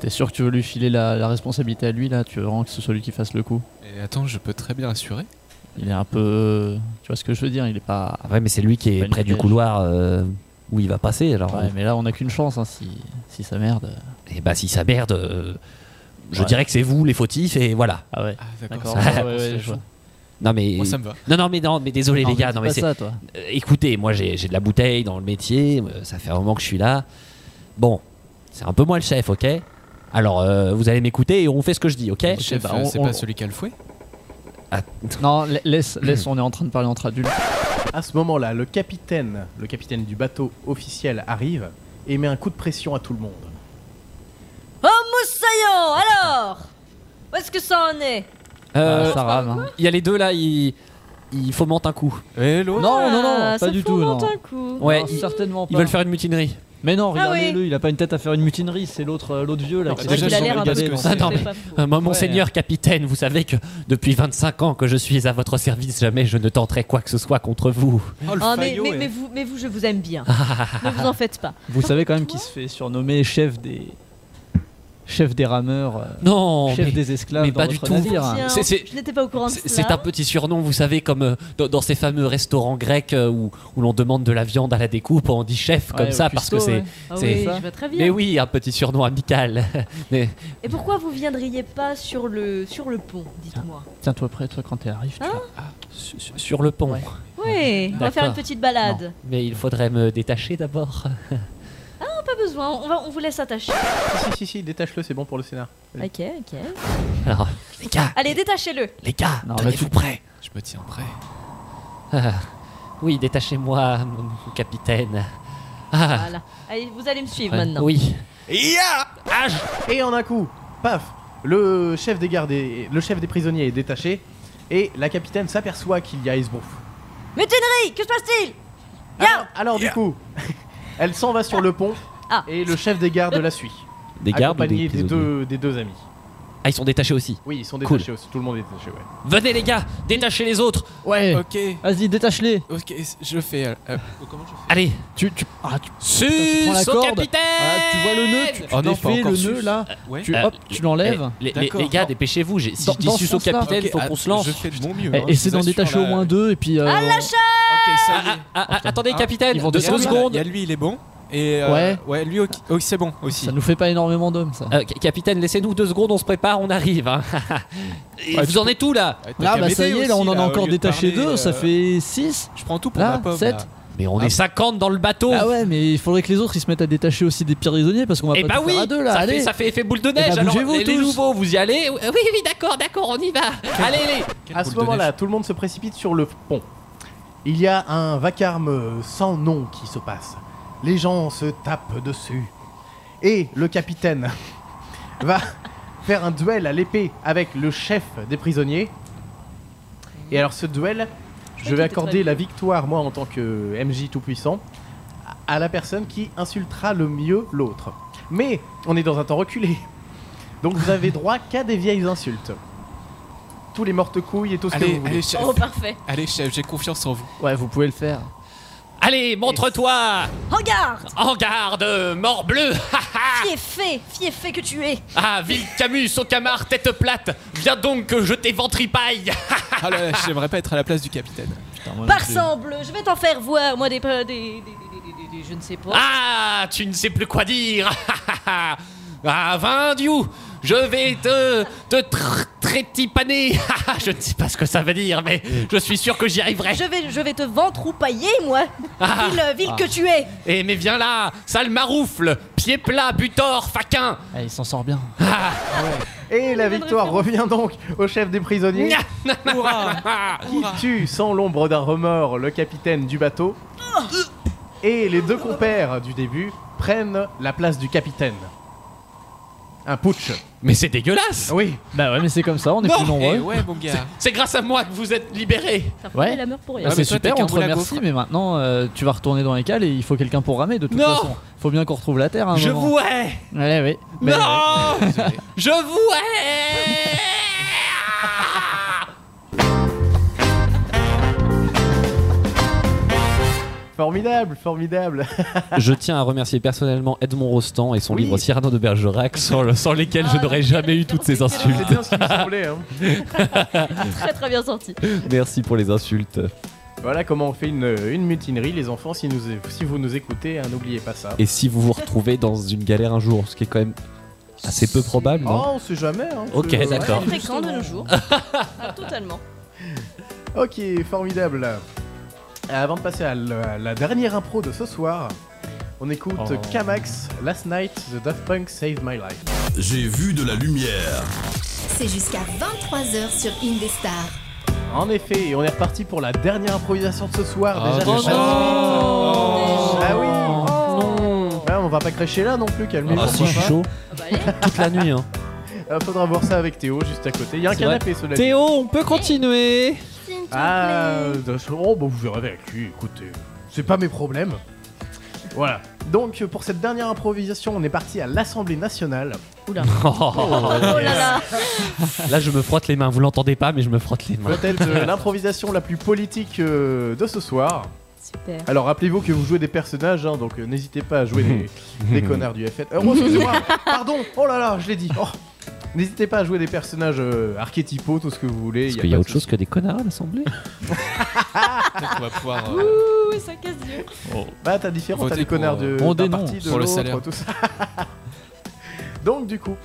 Speaker 6: T'es sûr que tu veux lui filer la, la responsabilité à lui là Tu veux vraiment que ce soit lui qui fasse le coup
Speaker 5: Et attends, je peux très bien assurer.
Speaker 6: Il est un peu. Tu vois ce que je veux dire Il est pas.
Speaker 4: Ah ouais, mais c'est lui qui est
Speaker 6: Bonne
Speaker 4: près du
Speaker 6: idée.
Speaker 4: couloir euh, où il va passer. Alors,
Speaker 6: Ouais, mais là on a qu'une chance hein, si, si ça merde.
Speaker 4: et bah, si ça merde, euh, je
Speaker 6: Ouais.
Speaker 4: dirais que c'est vous les fautifs et voilà.
Speaker 6: Ah ouais.
Speaker 5: Ah
Speaker 6: D'accord,
Speaker 5: ça
Speaker 6: ouais,
Speaker 5: va,
Speaker 6: ouais,
Speaker 5: c'est
Speaker 6: ouais, je vois.
Speaker 5: chaud.
Speaker 4: Non, mais.
Speaker 5: Moi, ça me va.
Speaker 4: Non, non, mais, non, mais désolé, les gars.
Speaker 6: mais
Speaker 4: Non, mais
Speaker 6: dis pas
Speaker 4: c'est.
Speaker 6: ça, toi.
Speaker 4: Euh, écoutez, moi j'ai j'ai de la bouteille dans le métier, euh, ça fait un moment que je suis là. Bon, c'est un peu moi le chef, ok Alors, euh, vous allez m'écouter et on fait ce que je dis, ok
Speaker 5: Le Chef,
Speaker 6: bah,
Speaker 5: euh,
Speaker 6: on-
Speaker 5: c'est
Speaker 6: on-
Speaker 5: pas celui qui a le fouet
Speaker 6: Non, la- laisse, laisse, on est en train de parler entre adultes.
Speaker 1: À ce moment-là, le capitaine, le capitaine du bateau officiel arrive et met un coup de pression à tout le monde.
Speaker 7: Oh Moussaillon, alors Où est-ce que ça en est
Speaker 4: Euh,
Speaker 6: Ah, ça rame. hein.
Speaker 4: Il y a les deux là, ils, ils fomentent un coup.
Speaker 5: Hello
Speaker 6: Non, non, non,
Speaker 7: Ah,
Speaker 6: pas
Speaker 7: ça
Speaker 6: du tout. Non.
Speaker 7: fomente un coup.
Speaker 4: Ouais,
Speaker 6: Non,
Speaker 4: ils,
Speaker 6: certainement pas.
Speaker 4: ils veulent faire une mutinerie.
Speaker 6: Mais non,
Speaker 7: Ah
Speaker 6: regardez-le, il a pas une tête à faire une mutinerie, c'est l'autre euh, l'autre vieux là.
Speaker 5: Non,
Speaker 6: qui
Speaker 5: c'est
Speaker 6: s'est
Speaker 5: déjà
Speaker 6: fait
Speaker 5: son
Speaker 6: regarder
Speaker 5: regard,
Speaker 6: dans-
Speaker 5: parce que
Speaker 4: Ah, non, mais-
Speaker 7: C'est pas fou.
Speaker 4: Euh, moi, Monseigneur capitaine, vous savez que depuis 25 ans que je suis à votre service, jamais je ne tenterai quoi que ce soit contre vous.
Speaker 5: Oh, le
Speaker 7: Ah, mais,
Speaker 5: faillot,
Speaker 7: mais-
Speaker 5: ouais.
Speaker 7: mais vous, mais vous, je vous aime bien. ne vous en faites pas.
Speaker 6: Vous savez quand même qui se fait surnommer chef des chef des rameurs, euh,
Speaker 4: Non,
Speaker 6: chef
Speaker 4: mais-
Speaker 6: des esclaves
Speaker 4: mais
Speaker 6: dans
Speaker 4: pas du
Speaker 6: votre
Speaker 4: tout.
Speaker 6: navire.
Speaker 7: Tiens,
Speaker 4: C'est- c'est-
Speaker 7: Je n'étais pas au courant de
Speaker 4: C'est c'est
Speaker 7: cela.
Speaker 4: un petit surnom, vous savez, comme euh, dans, dans ces fameux restaurants grecs euh, où, où l'on demande de la viande à la découpe, on dit chef comme
Speaker 6: Ouais,
Speaker 4: ça
Speaker 6: au
Speaker 4: parce que
Speaker 6: cuistot,
Speaker 4: c'est.
Speaker 6: ouais.
Speaker 7: Ah
Speaker 4: c'est-
Speaker 7: oui, je vois très bien.
Speaker 4: Mais oui, un petit surnom amical. Mais
Speaker 7: Et pourquoi vous viendriez pas sur le, sur le pont, dites-moi
Speaker 4: Ah.
Speaker 6: Tiens-toi prêt, toi quand t'es arrives. tu
Speaker 7: Hein
Speaker 6: vois.
Speaker 4: su- su- sur le pont.
Speaker 6: Ouais.
Speaker 7: Oui, on va
Speaker 4: D'accord.
Speaker 7: faire une petite balade.
Speaker 4: Mais il faudrait me détacher d'abord.
Speaker 7: Pas besoin, on, va, on vous laisse attacher.
Speaker 1: Si, si, si, si détache-le, c'est bon pour le scénar.
Speaker 7: Ok, ok.
Speaker 4: Alors, les gars,
Speaker 7: Allez, détachez-le.
Speaker 4: les gars,
Speaker 6: Non,
Speaker 4: tenez-vous prêts.
Speaker 5: Je me tiens prêt.
Speaker 4: Ah, oui, détachez-moi, mon mon capitaine. Ah,
Speaker 7: Voilà. Allez, vous allez me suivre
Speaker 4: euh,
Speaker 7: maintenant.
Speaker 4: Oui.
Speaker 1: Et en un coup, paf, le chef des gardes, est- le chef des prisonniers est détaché et la capitaine s'aperçoit qu'il y a Esbrouf.
Speaker 7: Mutinerie, que se passe-t-il
Speaker 1: Alors, alors du coup, elle s'en va sur le pont
Speaker 7: Ah.
Speaker 1: et le chef des gardes la suit,
Speaker 4: Des
Speaker 6: Ah,
Speaker 1: accompagné des, deux, des deux amis.
Speaker 4: Ah, ils sont détachés aussi.
Speaker 1: Oui, ils sont
Speaker 4: Cool.
Speaker 1: détachés aussi, tout le monde est détaché, ouais.
Speaker 4: Venez, les gars, détachez les autres.
Speaker 6: Ouais.
Speaker 5: Ok,
Speaker 6: Vas-y, détache-les.
Speaker 5: ok, je fais. euh, comment je fais
Speaker 4: Allez,
Speaker 6: Tu tu ah, tu,
Speaker 4: sus
Speaker 6: prends la
Speaker 4: au
Speaker 6: corde.
Speaker 4: capitaine.
Speaker 6: ah, tu vois le nœud, tu, tu
Speaker 5: Oh non, pas
Speaker 6: défais
Speaker 5: encore
Speaker 6: le
Speaker 5: sus.
Speaker 6: nœud là,
Speaker 5: Ouais.
Speaker 6: tu
Speaker 4: Euh,
Speaker 6: hop, tu l'enlèves.
Speaker 4: Eh, les, les-
Speaker 5: D'accord.
Speaker 4: les gars,
Speaker 5: Non.
Speaker 4: dépêchez-vous. j'ai- Si
Speaker 6: Dans-
Speaker 4: je dis
Speaker 6: dans
Speaker 4: sus
Speaker 6: ce
Speaker 4: au
Speaker 6: sens-là.
Speaker 4: capitaine,
Speaker 5: Ok,
Speaker 4: faut
Speaker 5: ah,
Speaker 4: qu'on se lance.
Speaker 5: Je fais de mon mieux.
Speaker 6: Eh, Et-
Speaker 5: hein, je
Speaker 6: Essaie
Speaker 5: vous
Speaker 6: d'en
Speaker 5: assure,
Speaker 6: détacher au
Speaker 5: là. Ah,
Speaker 6: moins deux et puis. euh,
Speaker 5: Ok, ça y est.
Speaker 4: Ah, ah, ah, attendez,
Speaker 5: Ah,
Speaker 4: capitaine,
Speaker 6: ils vont
Speaker 4: deux
Speaker 5: Il y a lui, là,
Speaker 4: secondes.
Speaker 5: Il y a lui, il est bon. Et euh,
Speaker 6: Ouais.
Speaker 5: ouais, lui ok, ok, c'est bon aussi.
Speaker 6: Ça nous fait pas énormément d'hommes ça.
Speaker 4: Euh, ca- capitaine, laissez-nous deux secondes, on se prépare, on arrive. hein. Et
Speaker 5: Ouais,
Speaker 4: vous
Speaker 5: tu
Speaker 4: en êtes où là
Speaker 5: Ah, t'as
Speaker 6: Là
Speaker 5: qu'à
Speaker 6: bah ça y
Speaker 5: m'aider
Speaker 6: est, là on
Speaker 5: aussi,
Speaker 6: en a
Speaker 5: au
Speaker 6: encore
Speaker 5: lieu de
Speaker 6: détaché
Speaker 5: parler,
Speaker 6: deux, ça
Speaker 5: euh,
Speaker 6: fait six.
Speaker 5: Je prends tout pour
Speaker 6: Là,
Speaker 5: ma pauvre.
Speaker 6: sept.
Speaker 5: là.
Speaker 4: Mais on
Speaker 5: Ah.
Speaker 4: est 50 dans le bateau.
Speaker 9: Bah
Speaker 6: Ah ouais, mais il faudrait que les autres ils se mettent à détacher aussi des prisonniers parce qu'on va
Speaker 4: Et
Speaker 6: pas
Speaker 4: bah
Speaker 6: tout
Speaker 4: oui,
Speaker 6: faire à deux là.
Speaker 4: ça,
Speaker 6: Allez.
Speaker 4: fait, ça fait effet boule de
Speaker 6: bah,
Speaker 4: neige. alors,
Speaker 6: bougez-vous
Speaker 4: les, les
Speaker 6: tous.
Speaker 4: nouveaux, vous y allez Oui, oui, d'accord, d'accord, on y va. Allez, allez.
Speaker 5: Quelle
Speaker 1: À
Speaker 5: boule
Speaker 1: ce
Speaker 5: de
Speaker 1: moment-là,
Speaker 5: neige.
Speaker 1: tout le monde se précipite sur le pont. Il y a un vacarme euh, sans nom qui se passe. Les gens se tapent dessus. Et le capitaine va faire un duel à l'épée avec le chef des prisonniers. Et alors ce duel, je vais
Speaker 7: crois qu'il était
Speaker 1: accorder
Speaker 7: très
Speaker 1: la victoire, moi en tant que MJ tout-puissant, à- à la personne qui insultera le mieux l'autre. Mais on est dans un temps reculé. Donc vous avez droit qu'à des vieilles insultes. Tous les mortes-couilles et tout ce que
Speaker 5: Allez,
Speaker 1: vous voulez.
Speaker 5: allez, chef.
Speaker 7: Oh, parfait.
Speaker 5: Allez, chef, j'ai confiance en vous.
Speaker 6: Ouais, vous pouvez le faire.
Speaker 4: Allez, montre-toi
Speaker 7: Regarde
Speaker 4: En garde, mort bleu Ha, ha.
Speaker 7: Fier fait, fier fait que tu es
Speaker 4: Ah, ville Camus, au camar, tête plate Viens donc que je t'éventripaille
Speaker 5: Ah là, là, j'aimerais pas être à la place du capitaine.
Speaker 7: Par sang bleu, je vais t'en faire voir, moi, des. des, des, des, des- des- des- je ne sais pas.
Speaker 4: Ah, tu ne sais plus quoi dire Ah, Vindiou je vais te, te tr- trétipaner. je ne sais pas ce que ça veut dire, mais je suis sûr que j'y arriverai.
Speaker 7: Je vais, je vais te ventroupailler, moi
Speaker 4: Ah.
Speaker 7: Ville, ville que tu es
Speaker 4: Eh, mais viens là, sale maroufle, pied plat, butor, faquin.
Speaker 6: Ah, il s'en sort bien.
Speaker 1: Et la victoire revient donc au chef des prisonniers
Speaker 4: Nya.
Speaker 1: qui tue sans l'ombre d'un remords le capitaine du bateau. Et les deux compères du début prennent la place du capitaine. Un putsch.
Speaker 4: Mais c'est dégueulasse
Speaker 1: Oui.
Speaker 9: Bah ouais, mais c'est comme ça, on est
Speaker 4: Non,
Speaker 9: plus nombreux.
Speaker 5: Eh ouais, mon gars.
Speaker 4: C'est grâce à moi que vous êtes libérés
Speaker 7: T'as
Speaker 9: Ouais.
Speaker 7: ouais. la mort pour
Speaker 9: Bah,
Speaker 7: rien.
Speaker 5: Ouais,
Speaker 9: c'est
Speaker 5: mais toi, t'es
Speaker 9: super,
Speaker 5: qu'un
Speaker 9: on te
Speaker 5: roule à
Speaker 9: remercie,
Speaker 5: gaufres.
Speaker 9: mais maintenant euh, tu vas retourner dans les cales et il faut quelqu'un pour ramer de toute
Speaker 4: Non
Speaker 9: façon. Faut bien qu'on retrouve la terre à un
Speaker 4: Je
Speaker 9: moment.
Speaker 4: vous hais
Speaker 9: Ouais, ouais. Mais-
Speaker 4: Non Je vous hais
Speaker 1: Formidable, formidable.
Speaker 4: Je tiens à remercier personnellement Edmond Rostand et son
Speaker 1: Oui.
Speaker 4: livre Cyrano de Bergerac, sans, le- sans lesquels je
Speaker 7: Ah,
Speaker 4: n'aurais
Speaker 7: mais
Speaker 4: jamais
Speaker 7: quelle
Speaker 4: eu toutes ces
Speaker 7: excellente
Speaker 1: C'est
Speaker 4: insultes.
Speaker 1: bien ce qui me semblait. hein.
Speaker 7: Très très bien sorti.
Speaker 4: Merci pour les insultes.
Speaker 1: Voilà comment on fait une, une mutinerie, les enfants. Si, nous, si vous nous écoutez, hein, n'oubliez pas ça.
Speaker 4: Et si vous vous retrouvez dans une galère un jour, ce qui est quand même assez peu probable,
Speaker 1: Oh,
Speaker 4: non
Speaker 1: on sait jamais. hein,
Speaker 4: Ok,
Speaker 1: que-
Speaker 4: d'accord.
Speaker 1: Ouais,
Speaker 7: Fréquent de nos
Speaker 1: justement.
Speaker 7: jours. Ah, totalement.
Speaker 1: Ok, formidable. Euh, Avant de passer à l- à la dernière impro de ce soir, on écoute
Speaker 5: Oh.
Speaker 1: Kamax, Last Night, The Daft Punk Saved My Life.
Speaker 2: J'ai vu de la lumière.
Speaker 8: C'est jusqu'à 23h sur Indestar.
Speaker 1: En effet, et on est reparti pour la dernière improvisation de ce soir.
Speaker 5: Ah,
Speaker 1: déjà,
Speaker 5: oh
Speaker 1: la chasse-
Speaker 7: non
Speaker 1: Ah oui
Speaker 7: non.
Speaker 1: Ouais, On va pas cracher là non plus, calmez-vous.
Speaker 4: Ah si, je suis chaud.
Speaker 7: Ah bah, allez.
Speaker 4: Toute la nuit, hein.
Speaker 1: Euh, Faudra voir ça avec Théo juste à côté. Il y a un
Speaker 4: C'est vrai.
Speaker 1: canapé cela dit.
Speaker 4: Théo, on peut continuer
Speaker 1: Ah, euh, oh, bon, vous verrez avec lui, écoutez, c'est pas mes problèmes. Voilà. Donc, pour cette dernière improvisation, on est parti à l'Assemblée nationale.
Speaker 7: Oh là là.
Speaker 4: Là, je me frotte les mains. Vous l'entendez pas, mais je me frotte les mains.
Speaker 1: Peut-être euh, l'improvisation la plus politique euh, de ce soir.
Speaker 7: Super.
Speaker 1: Alors, rappelez-vous que vous jouez des personnages, hein, donc euh, n'hésitez pas à jouer des, des connards du FN. Euh, oh, excusez-moi, pardon, oh là là, je l'ai dit. Oh. N'hésitez pas à jouer des personnages euh, archétypaux, tout ce que vous voulez.
Speaker 4: Parce
Speaker 1: y a
Speaker 4: qu'il y
Speaker 1: pas
Speaker 4: a
Speaker 1: de
Speaker 4: autre chose
Speaker 1: souci.
Speaker 4: que des connards à l'Assemblée
Speaker 5: Peut-être qu'on va pouvoir. euh,
Speaker 7: Ouh, ça casse dur.
Speaker 1: Bah, t'as différent, t'as
Speaker 5: Votez
Speaker 1: des connards
Speaker 5: pour,
Speaker 1: de,
Speaker 5: euh,
Speaker 9: on
Speaker 1: d'un
Speaker 9: dénonce
Speaker 1: parti, de
Speaker 5: pour le
Speaker 1: l'autre,
Speaker 5: salaire.
Speaker 1: tout ça. Donc, du coup,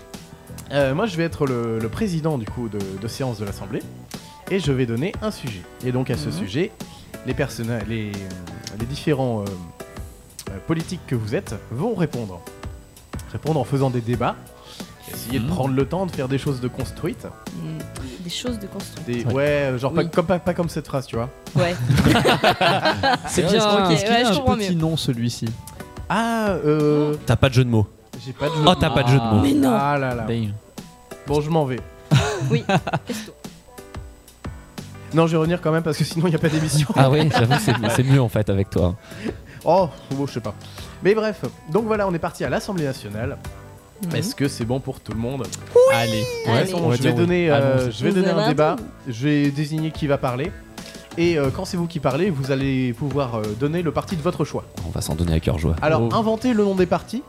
Speaker 1: euh, moi je vais être le, le président du coup de, de séance de l'Assemblée et je vais donner un sujet. Et donc, à
Speaker 5: Mhm.
Speaker 1: ce sujet, les, personnages, les, les différents euh, euh, politiques que vous êtes vont répondre. Répondre en faisant des débats, essayer
Speaker 5: Mhm.
Speaker 1: de prendre le temps de faire des choses de construites.
Speaker 7: Des choses de construire.
Speaker 1: Des,
Speaker 4: Ouais.
Speaker 1: ouais. euh, genre pas,
Speaker 7: Oui.
Speaker 1: comme, pas, pas comme cette phrase, tu vois.
Speaker 7: Ouais.
Speaker 9: Ah,
Speaker 4: C'est
Speaker 7: bien.
Speaker 4: bien.
Speaker 7: Ok,
Speaker 9: Est-ce qu'il
Speaker 7: ouais,
Speaker 9: a
Speaker 7: je
Speaker 9: un
Speaker 7: comprends
Speaker 9: petit nom celui-ci
Speaker 1: Ah, euh.
Speaker 4: T'as pas de jeu de mots.
Speaker 1: J'ai pas de.
Speaker 4: Oh, t'as pas de jeu de mots.
Speaker 7: Mais non.
Speaker 1: Ah là là.
Speaker 9: Damn.
Speaker 1: Bon, je m'en vais.
Speaker 7: Oui. Testo.
Speaker 1: Non, je vais revenir quand même parce que sinon il n'y a pas d'émission.
Speaker 4: Ah oui, j'avoue, c'est- c'est mieux en fait avec toi.
Speaker 1: Oh, bon, je sais pas. Mais bref, donc voilà, on est parti à l'Assemblée nationale. Est-ce que c'est bon pour tout le monde
Speaker 4: Allez.
Speaker 1: Ouais,
Speaker 7: Allez.
Speaker 1: c'est bon,
Speaker 5: On va
Speaker 1: je vais
Speaker 5: dire oui.
Speaker 1: donner, euh,
Speaker 4: Allons-y.
Speaker 1: je vais
Speaker 7: Vous
Speaker 1: donner
Speaker 7: avez
Speaker 1: un
Speaker 7: un
Speaker 1: débat.
Speaker 7: thème
Speaker 1: Je vais désigner qui va parler. Et euh, quand c'est vous qui parlez, vous allez pouvoir euh, donner le parti de votre choix.
Speaker 4: On va s'en donner à cœur joie.
Speaker 1: Alors,
Speaker 4: Oh.
Speaker 1: inventer le nom des partis.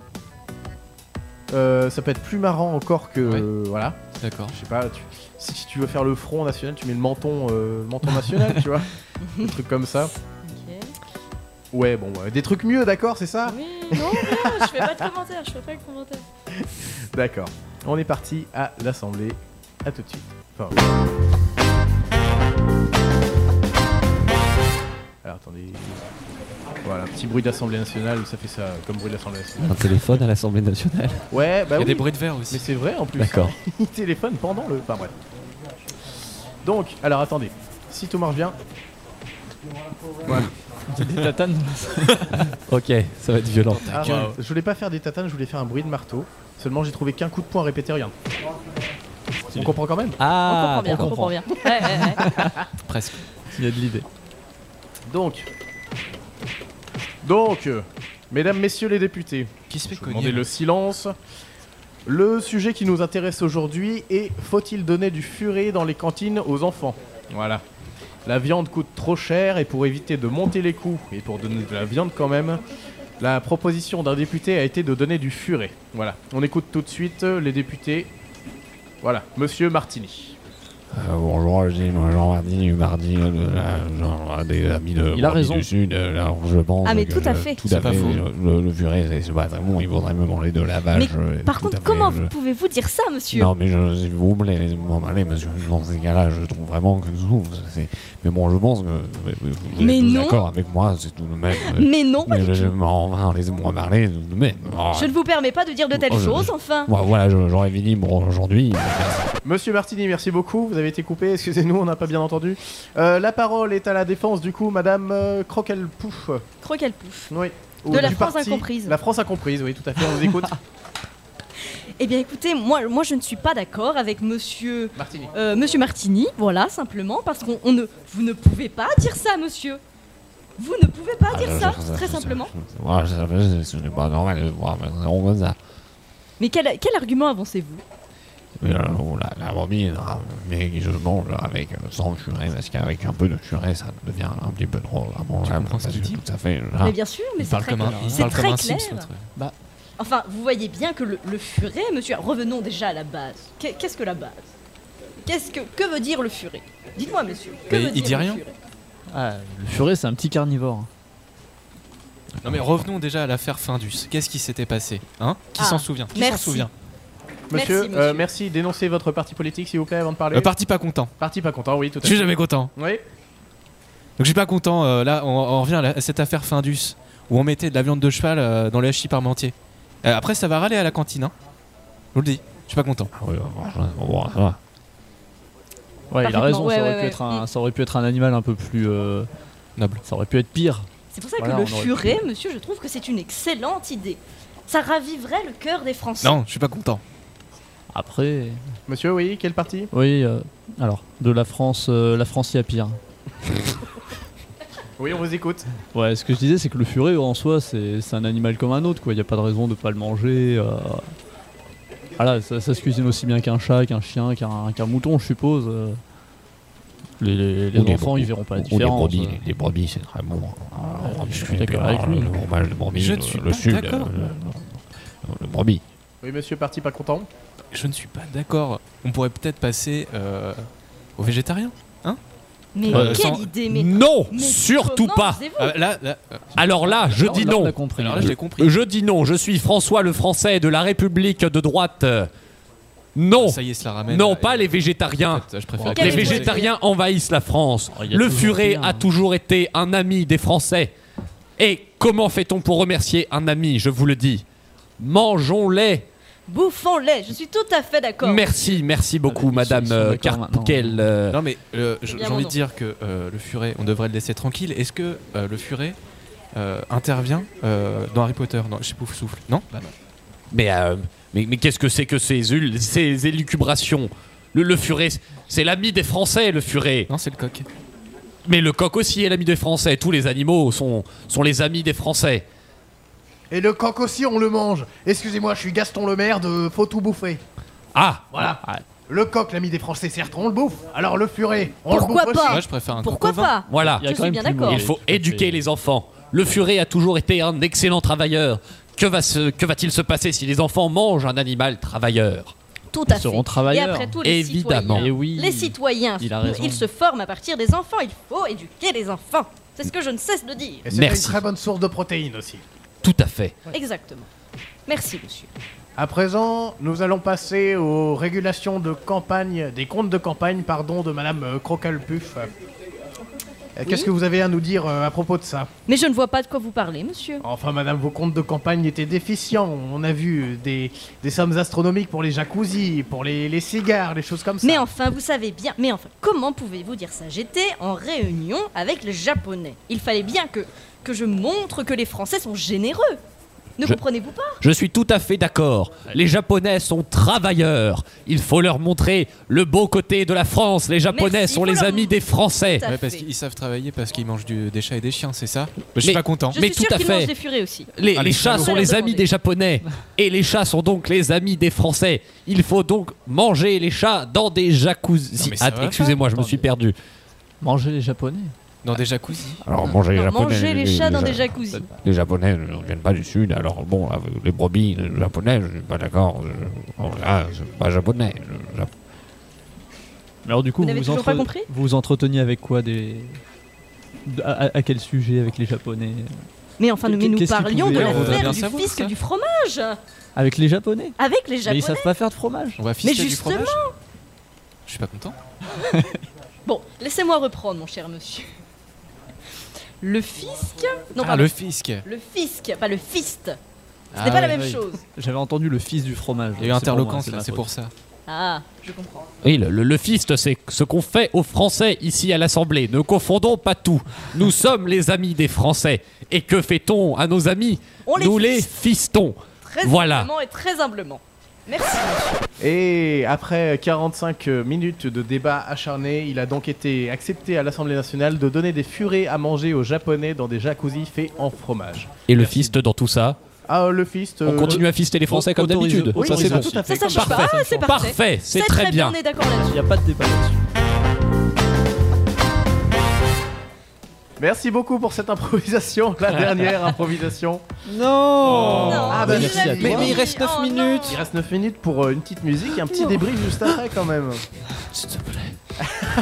Speaker 1: Euh, ça peut être plus marrant encore que
Speaker 5: Ouais.
Speaker 1: euh, voilà,
Speaker 5: D'accord.
Speaker 1: je sais pas. tu- si, tu veux faire le Front national, tu mets le menton, euh, le menton national, tu vois, des trucs comme ça.
Speaker 7: Ok.
Speaker 1: Ouais, bon, ouais, des trucs mieux, d'accord, c'est ça
Speaker 7: Oui, non, non, je fais pas de commentaire, je fais pas de commentaire.
Speaker 1: D'accord. On est parti à l'Assemblée. À tout de suite. Enfin, Alors attendez. Voilà, petit bruit d'Assemblée nationale, ça fait ça comme bruit d'Assemblée nationale.
Speaker 4: Un téléphone à l'Assemblée nationale.
Speaker 1: Ouais, bah
Speaker 5: Il y
Speaker 6: Ah
Speaker 5: a
Speaker 1: oui.
Speaker 5: des bruits de verre aussi.
Speaker 1: Mais c'est vrai en plus.
Speaker 4: D'accord.
Speaker 1: Il téléphone pendant le. Enfin bref. Donc, alors attendez. Si tout marche bien.
Speaker 9: Des platanes
Speaker 4: Ok, ça va être violent.
Speaker 1: Ah, Je voulais pas faire des tatanes, je voulais faire un bruit de marteau. Seulement j'ai trouvé qu'un coup de poing répété, regarde. On comprend quand même
Speaker 4: Ah,
Speaker 7: on comprend bien, on comprend bien. Ouais, ouais, ouais.
Speaker 5: Presque.
Speaker 9: Il y a de l'idée.
Speaker 1: Donc. Donc, euh, mesdames, messieurs les députés,
Speaker 5: Qui se fait
Speaker 1: je vais demander
Speaker 5: cogner
Speaker 1: le silence. Le sujet qui nous intéresse aujourd'hui est faut-il donner du furet dans les cantines aux enfants Voilà. La viande coûte trop cher et pour éviter de monter les coûts et pour donner de la viande quand même, la proposition d'un député a été de donner du furet. Voilà. On écoute tout de suite euh, les députés. Voilà, monsieur Martini.
Speaker 10: Euh, bonjour, je dis bonjour mardi, mardi, euh, de la- genre, Ah, des amis de
Speaker 9: Il a
Speaker 10: Mardi
Speaker 9: raison.
Speaker 10: du Sud, euh, là, je pense.
Speaker 7: Ah, mais
Speaker 10: que
Speaker 7: tout à
Speaker 10: le-
Speaker 7: fait.
Speaker 10: Tout
Speaker 5: C'est
Speaker 10: à
Speaker 5: pas
Speaker 10: fait.
Speaker 5: faux.
Speaker 10: Le, le furet, c'est- c'est pas très bon, il faudrait me manger de la vache.
Speaker 7: Mais
Speaker 10: euh,
Speaker 7: Par
Speaker 10: tout à
Speaker 7: contre,
Speaker 10: fait,
Speaker 7: comment
Speaker 10: je-
Speaker 7: vous pouvez-vous dire ça, monsieur
Speaker 10: Non, mais je, si vous voulez, laissez-moi parler, monsieur. Dans ces cas-là, je trouve vraiment que nous, c'est- Mais bon, je pense que. mais- mais Vous
Speaker 7: Mais
Speaker 10: êtes tous
Speaker 7: non.
Speaker 10: d'accord avec moi, c'est tout de même. euh,
Speaker 7: Mais non,
Speaker 10: mais je, je- enfin, laissez-moi parler, tout de même. Ah,
Speaker 7: je ne vous permets pas de dire de telles
Speaker 10: Oh, je-
Speaker 7: choses, enfin.
Speaker 10: Voilà, voilà, je- j'aurais fini pour aujourd'hui.
Speaker 1: Monsieur Martini, merci beaucoup. Vous avez été coupé. Excusez-nous, on n'a pas bien entendu. Euh, la parole est à la défense, du coup, Madame euh, Croquelpouf.
Speaker 7: Croquelpouf.
Speaker 1: Oui. Ou
Speaker 7: De la
Speaker 1: du
Speaker 7: France
Speaker 1: parti-
Speaker 7: incomprise.
Speaker 1: La France incomprise, oui, tout à fait. On vous écoute.
Speaker 7: Eh bien, écoutez, moi, moi, je ne suis pas d'accord avec Monsieur
Speaker 1: Martini.
Speaker 7: euh, Monsieur Martini. Voilà, simplement parce qu'on on ne, vous ne pouvez pas dire ça, Monsieur. Vous ne pouvez
Speaker 10: Ah
Speaker 7: pas Ah, dire ça, très simplement.
Speaker 11: Moi, Euh, je savais, ce n'est pas normal de voir maintenant comme ça.
Speaker 7: Mais quel, quel argument avancez-vous
Speaker 11: Mais euh, on la, la momie, là, mais je mange avec euh, sans furet, parce qu'avec un peu de furet, ça devient un petit peu trop. Ah, bon, là, parce que tout à fait. là.
Speaker 7: Mais bien sûr, mais c'est très, clair. C'est très clair. Enfin, vous voyez bien que le, le furet, Monsieur, revenons déjà à la base. Qu'est- Qu'est-ce que la base Qu'est-ce que que veut dire le furet Dites-moi, Monsieur. que veut dire le furet
Speaker 6: Ah, le furet, c'est un petit carnivore.
Speaker 5: Non mais revenons déjà à l'affaire Findus. Qu'est-ce qui s'était passé hein Qui
Speaker 1: Ah,
Speaker 5: s'en souvient Qui s'en
Speaker 1: merci.
Speaker 5: souvient
Speaker 1: Monsieur,
Speaker 5: Merci,
Speaker 1: euh, merci, dénoncez votre parti politique s'il vous plaît avant de parler.
Speaker 5: Le Euh, parti pas content.
Speaker 1: Parti pas content, oui, tout à
Speaker 5: Je
Speaker 1: fait.
Speaker 5: suis jamais content.
Speaker 1: Oui.
Speaker 5: Donc je suis pas content. euh, là, on, on revient à, la- à cette affaire Findus où on mettait de la viande de cheval euh, dans le hachis parmentier. Euh, après, ça va râler à la cantine. Hein je vous le dis. Je suis pas content.
Speaker 6: Ouais, il a
Speaker 5: Parfaitement.
Speaker 6: raison,
Speaker 7: Ouais,
Speaker 6: ça, aurait
Speaker 7: ouais,
Speaker 6: pu
Speaker 7: ouais.
Speaker 6: Être un, ça aurait pu être un animal un peu plus. euh,
Speaker 5: noble.
Speaker 6: Ça aurait pu être pire.
Speaker 7: C'est pour ça que
Speaker 6: Voilà,
Speaker 7: le
Speaker 6: on aurait
Speaker 7: furet,
Speaker 6: pu-
Speaker 7: Monsieur, je trouve que c'est une excellente idée. Ça raviverait le cœur des Français.
Speaker 5: Non, je suis pas content.
Speaker 6: Après.
Speaker 1: Monsieur, oui, quel parti
Speaker 6: Oui, euh, alors, de la France, euh, la France y a pire.
Speaker 1: Oui, on vous écoute.
Speaker 6: Ouais, ce que je disais, c'est que le furet, en soi, c'est c'est un animal comme un autre, quoi. Il n'y a pas de raison de pas le manger. euh. Voilà, ça, ça se cuisine aussi bien qu'un chat, qu'un chien, qu'un qu'un mouton, je suppose. euh. Les, les- les
Speaker 11: Ou des
Speaker 6: enfants,
Speaker 11: brebis.
Speaker 6: ils verront pas la
Speaker 11: Ou des
Speaker 6: différence.
Speaker 11: brebis,
Speaker 6: euh.
Speaker 11: Les brebis, c'est très bon. Ah,
Speaker 6: je suis d'accord avec lui.
Speaker 11: Le fromage de brebis,
Speaker 6: Je
Speaker 11: le,
Speaker 6: ne suis
Speaker 11: le
Speaker 6: pas
Speaker 11: sud,
Speaker 6: d'accord.
Speaker 11: le, le- le brebis.
Speaker 1: Oui, monsieur, parti pas content.
Speaker 5: Je ne suis pas d'accord. On pourrait peut-être passer euh, aux végétariens. Hein
Speaker 7: Mais
Speaker 4: Euh,
Speaker 7: quelle
Speaker 4: sans-
Speaker 7: idée, mais.
Speaker 4: Non,
Speaker 7: mais
Speaker 4: surtout
Speaker 7: comment
Speaker 4: pas.
Speaker 7: osez-vous
Speaker 5: Ah, là, là, euh,
Speaker 4: Alors là, je
Speaker 5: Alors
Speaker 4: dis
Speaker 5: là,
Speaker 4: non.
Speaker 5: on a compris. Alors là, je l'ai compris.
Speaker 4: Je dis non. Je suis François le Français de la République de droite. Non.
Speaker 5: Ça y est, cela ramène.
Speaker 4: Non, pas les végétariens.
Speaker 5: je préfère
Speaker 4: les
Speaker 5: être-
Speaker 4: végétariens envahissent la France.
Speaker 5: Oh, y a
Speaker 4: Le
Speaker 5: toujours
Speaker 4: furet
Speaker 5: pire,
Speaker 4: a toujours été un ami des Français. Et comment fait-on pour remercier un ami Je vous le dis. Mangeons-les.
Speaker 7: Bouffons-les, je suis tout à fait d'accord.
Speaker 4: Merci, merci beaucoup,
Speaker 5: Ah,
Speaker 4: Madame euh, Carpquel. euh,
Speaker 5: Non mais euh, je-
Speaker 7: Bien
Speaker 5: j'ai envie
Speaker 7: mon
Speaker 5: de dire que euh, le furet, on devrait le laisser tranquille. Est-ce que euh, le furet euh, intervient euh, dans Harry Potter, dans chez Pouf Souffle Bah Non
Speaker 4: Mais, euh, mais, mais qu'est-ce que c'est que ces, ul- ces élucubrations le, le furet, c'est l'ami des Français, le furet.
Speaker 5: Non, c'est le coq.
Speaker 4: Mais le coq aussi est l'ami des Français. Tous les animaux sont, sont les amis des Français.
Speaker 1: Et le coq aussi, on le mange. Excusez-moi, je suis Gaston le maire de Faut tout bouffer.
Speaker 4: Ah
Speaker 1: Voilà. Le coq, l'ami des Français, certes, on le bouffe. Alors le furet, on
Speaker 7: Pourquoi
Speaker 1: le bouffe
Speaker 7: pas
Speaker 1: aussi.
Speaker 7: Moi, je
Speaker 5: préfère un
Speaker 7: Ah, Pourquoi pas
Speaker 4: Voilà.
Speaker 7: Je suis bien d'accord.
Speaker 4: Il faut éduquer les enfants. Le furet a toujours été un excellent travailleur. Que va se- que va-t-il se passer si les enfants mangent un animal travailleur
Speaker 7: Tout à fait.
Speaker 4: seront travailleurs.
Speaker 7: Et après tout, les
Speaker 4: Évidemment.
Speaker 7: citoyens.
Speaker 4: Et oui,
Speaker 7: les citoyens,
Speaker 4: il a raison.
Speaker 7: ils se forment à partir des enfants. Il faut éduquer les enfants. C'est ce que je ne cesse de dire.
Speaker 1: Et c'est
Speaker 4: Merci.
Speaker 1: une très bonne source de protéines aussi.
Speaker 4: Tout à fait.
Speaker 7: Exactement. Merci, monsieur.
Speaker 1: À présent, nous allons passer aux régulations de campagne, des comptes de campagne, pardon, de Madame euh, Crocalpuff. Euh, Qu'est-ce
Speaker 7: Oui
Speaker 1: que vous avez à nous dire euh, à propos de ça
Speaker 7: Mais je ne vois pas de quoi vous parlez, monsieur.
Speaker 1: Enfin, Madame, vos comptes de campagne étaient déficients. On a vu euh, des, des sommes astronomiques pour les jacuzzis, pour les, les cigares, les choses comme ça.
Speaker 7: Mais enfin, vous savez bien. Mais enfin, comment pouvez-vous dire ça J'étais en réunion avec les Japonais. Il fallait bien que, que je montre que les Français sont généreux. Ne
Speaker 4: Je-
Speaker 7: comprenez-vous pas
Speaker 4: Je suis tout à fait d'accord. Les Japonais sont travailleurs. Il faut leur montrer le beau côté de la France. Les Japonais
Speaker 5: Merci,
Speaker 4: sont
Speaker 5: il faut
Speaker 4: les
Speaker 5: leur
Speaker 4: amis des Français.
Speaker 5: Ouais, parce qu'ils savent travailler, parce qu'ils mangent du- des chats et des chiens, c'est ça Mais Je suis pas content.
Speaker 7: Je suis sûre qu'ils mangent des furets aussi.
Speaker 4: Les, les chats
Speaker 7: On
Speaker 4: sont
Speaker 7: va
Speaker 4: les
Speaker 7: leur
Speaker 4: amis
Speaker 7: demander.
Speaker 4: des Japonais et les chats sont donc les amis des Français. Il faut donc manger les chats dans des
Speaker 6: Non,
Speaker 4: jacuzzis.
Speaker 6: mais ça
Speaker 4: Ah,
Speaker 6: va pas.
Speaker 4: Excusez-moi, je me suis perdu.
Speaker 6: Manger les japonais
Speaker 5: Dans des jacuzzis
Speaker 11: Alors, manger les
Speaker 7: Non,
Speaker 11: japonais.
Speaker 7: manger les chats dans des
Speaker 11: Ja-
Speaker 7: jacuzzis.
Speaker 11: Les japonais ne viennent pas du sud, alors bon, avec les brebis les japonais, je suis pas d'accord. je- bon, Là, c'est pas japonais. le Jap-
Speaker 6: Mais alors, du coup,
Speaker 7: Vous
Speaker 6: vous
Speaker 7: n'avez
Speaker 6: vous,
Speaker 7: toujours pas
Speaker 6: entre-
Speaker 7: compris
Speaker 6: vous vous entreteniez avec quoi des. de- À, à- à quel sujet avec les japonais
Speaker 7: Mais enfin, nous, mais nous
Speaker 6: Qu'est-ce qu'ils
Speaker 7: parlions de
Speaker 6: pouvaient-
Speaker 7: l'affaire du fisc du fromage
Speaker 6: Avec les japonais
Speaker 7: avec les
Speaker 6: Mais
Speaker 7: Japonais.
Speaker 6: ils savent pas faire de fromage.
Speaker 5: On va
Speaker 7: Mais
Speaker 5: fisquer du
Speaker 7: justement,
Speaker 5: fromage Je suis pas content.
Speaker 7: bon, laissez-moi reprendre, mon cher monsieur. Le fisc Non,
Speaker 5: Ah,
Speaker 7: pardon.
Speaker 5: le fisc.
Speaker 7: Le fisc, pas le fist. Ce
Speaker 5: Ah
Speaker 7: n'est pas la
Speaker 5: ouais,
Speaker 7: même
Speaker 5: oui.
Speaker 7: chose.
Speaker 6: J'avais entendu le fils du fromage.
Speaker 5: Il y a eu interloquence là, c'est pour ça.
Speaker 7: Ah, je comprends.
Speaker 4: Oui, le, le- le fist, c'est ce qu'on fait aux Français ici à l'Assemblée. Ne confondons pas tout. Nous sommes les amis des Français. Et que fait-on à nos amis
Speaker 7: On les
Speaker 4: Nous les fistons.
Speaker 7: Très
Speaker 4: Voilà.
Speaker 7: humblement et très humblement.
Speaker 12: Merci.
Speaker 1: Et après 45 minutes de débat acharné, il a donc été accepté à l'Assemblée nationale de donner des furets à manger aux Japonais dans des jacuzzi faits en fromage.
Speaker 4: Et le fist dans tout ça
Speaker 1: Ah, le fist.
Speaker 4: On continue à fister les Français comme d'habitude.
Speaker 1: Oui,
Speaker 4: ça, c'est
Speaker 1: oui,
Speaker 4: bon.
Speaker 1: tout à fait.
Speaker 12: Ça, ça change pas. Ah, c'est parfait.
Speaker 4: Parfait, c'est très bien.
Speaker 12: On est d'accord là-dessus.
Speaker 6: Il n'y a pas de débat là-dessus.
Speaker 1: Merci beaucoup pour cette improvisation, la dernière improvisation.
Speaker 6: Non Oh.
Speaker 1: Ah, bah, merci à toi.
Speaker 6: reste 9
Speaker 7: Oh,
Speaker 6: minutes
Speaker 1: Il reste 9 minutes pour euh, une petite musique et un petit débrief juste après quand même.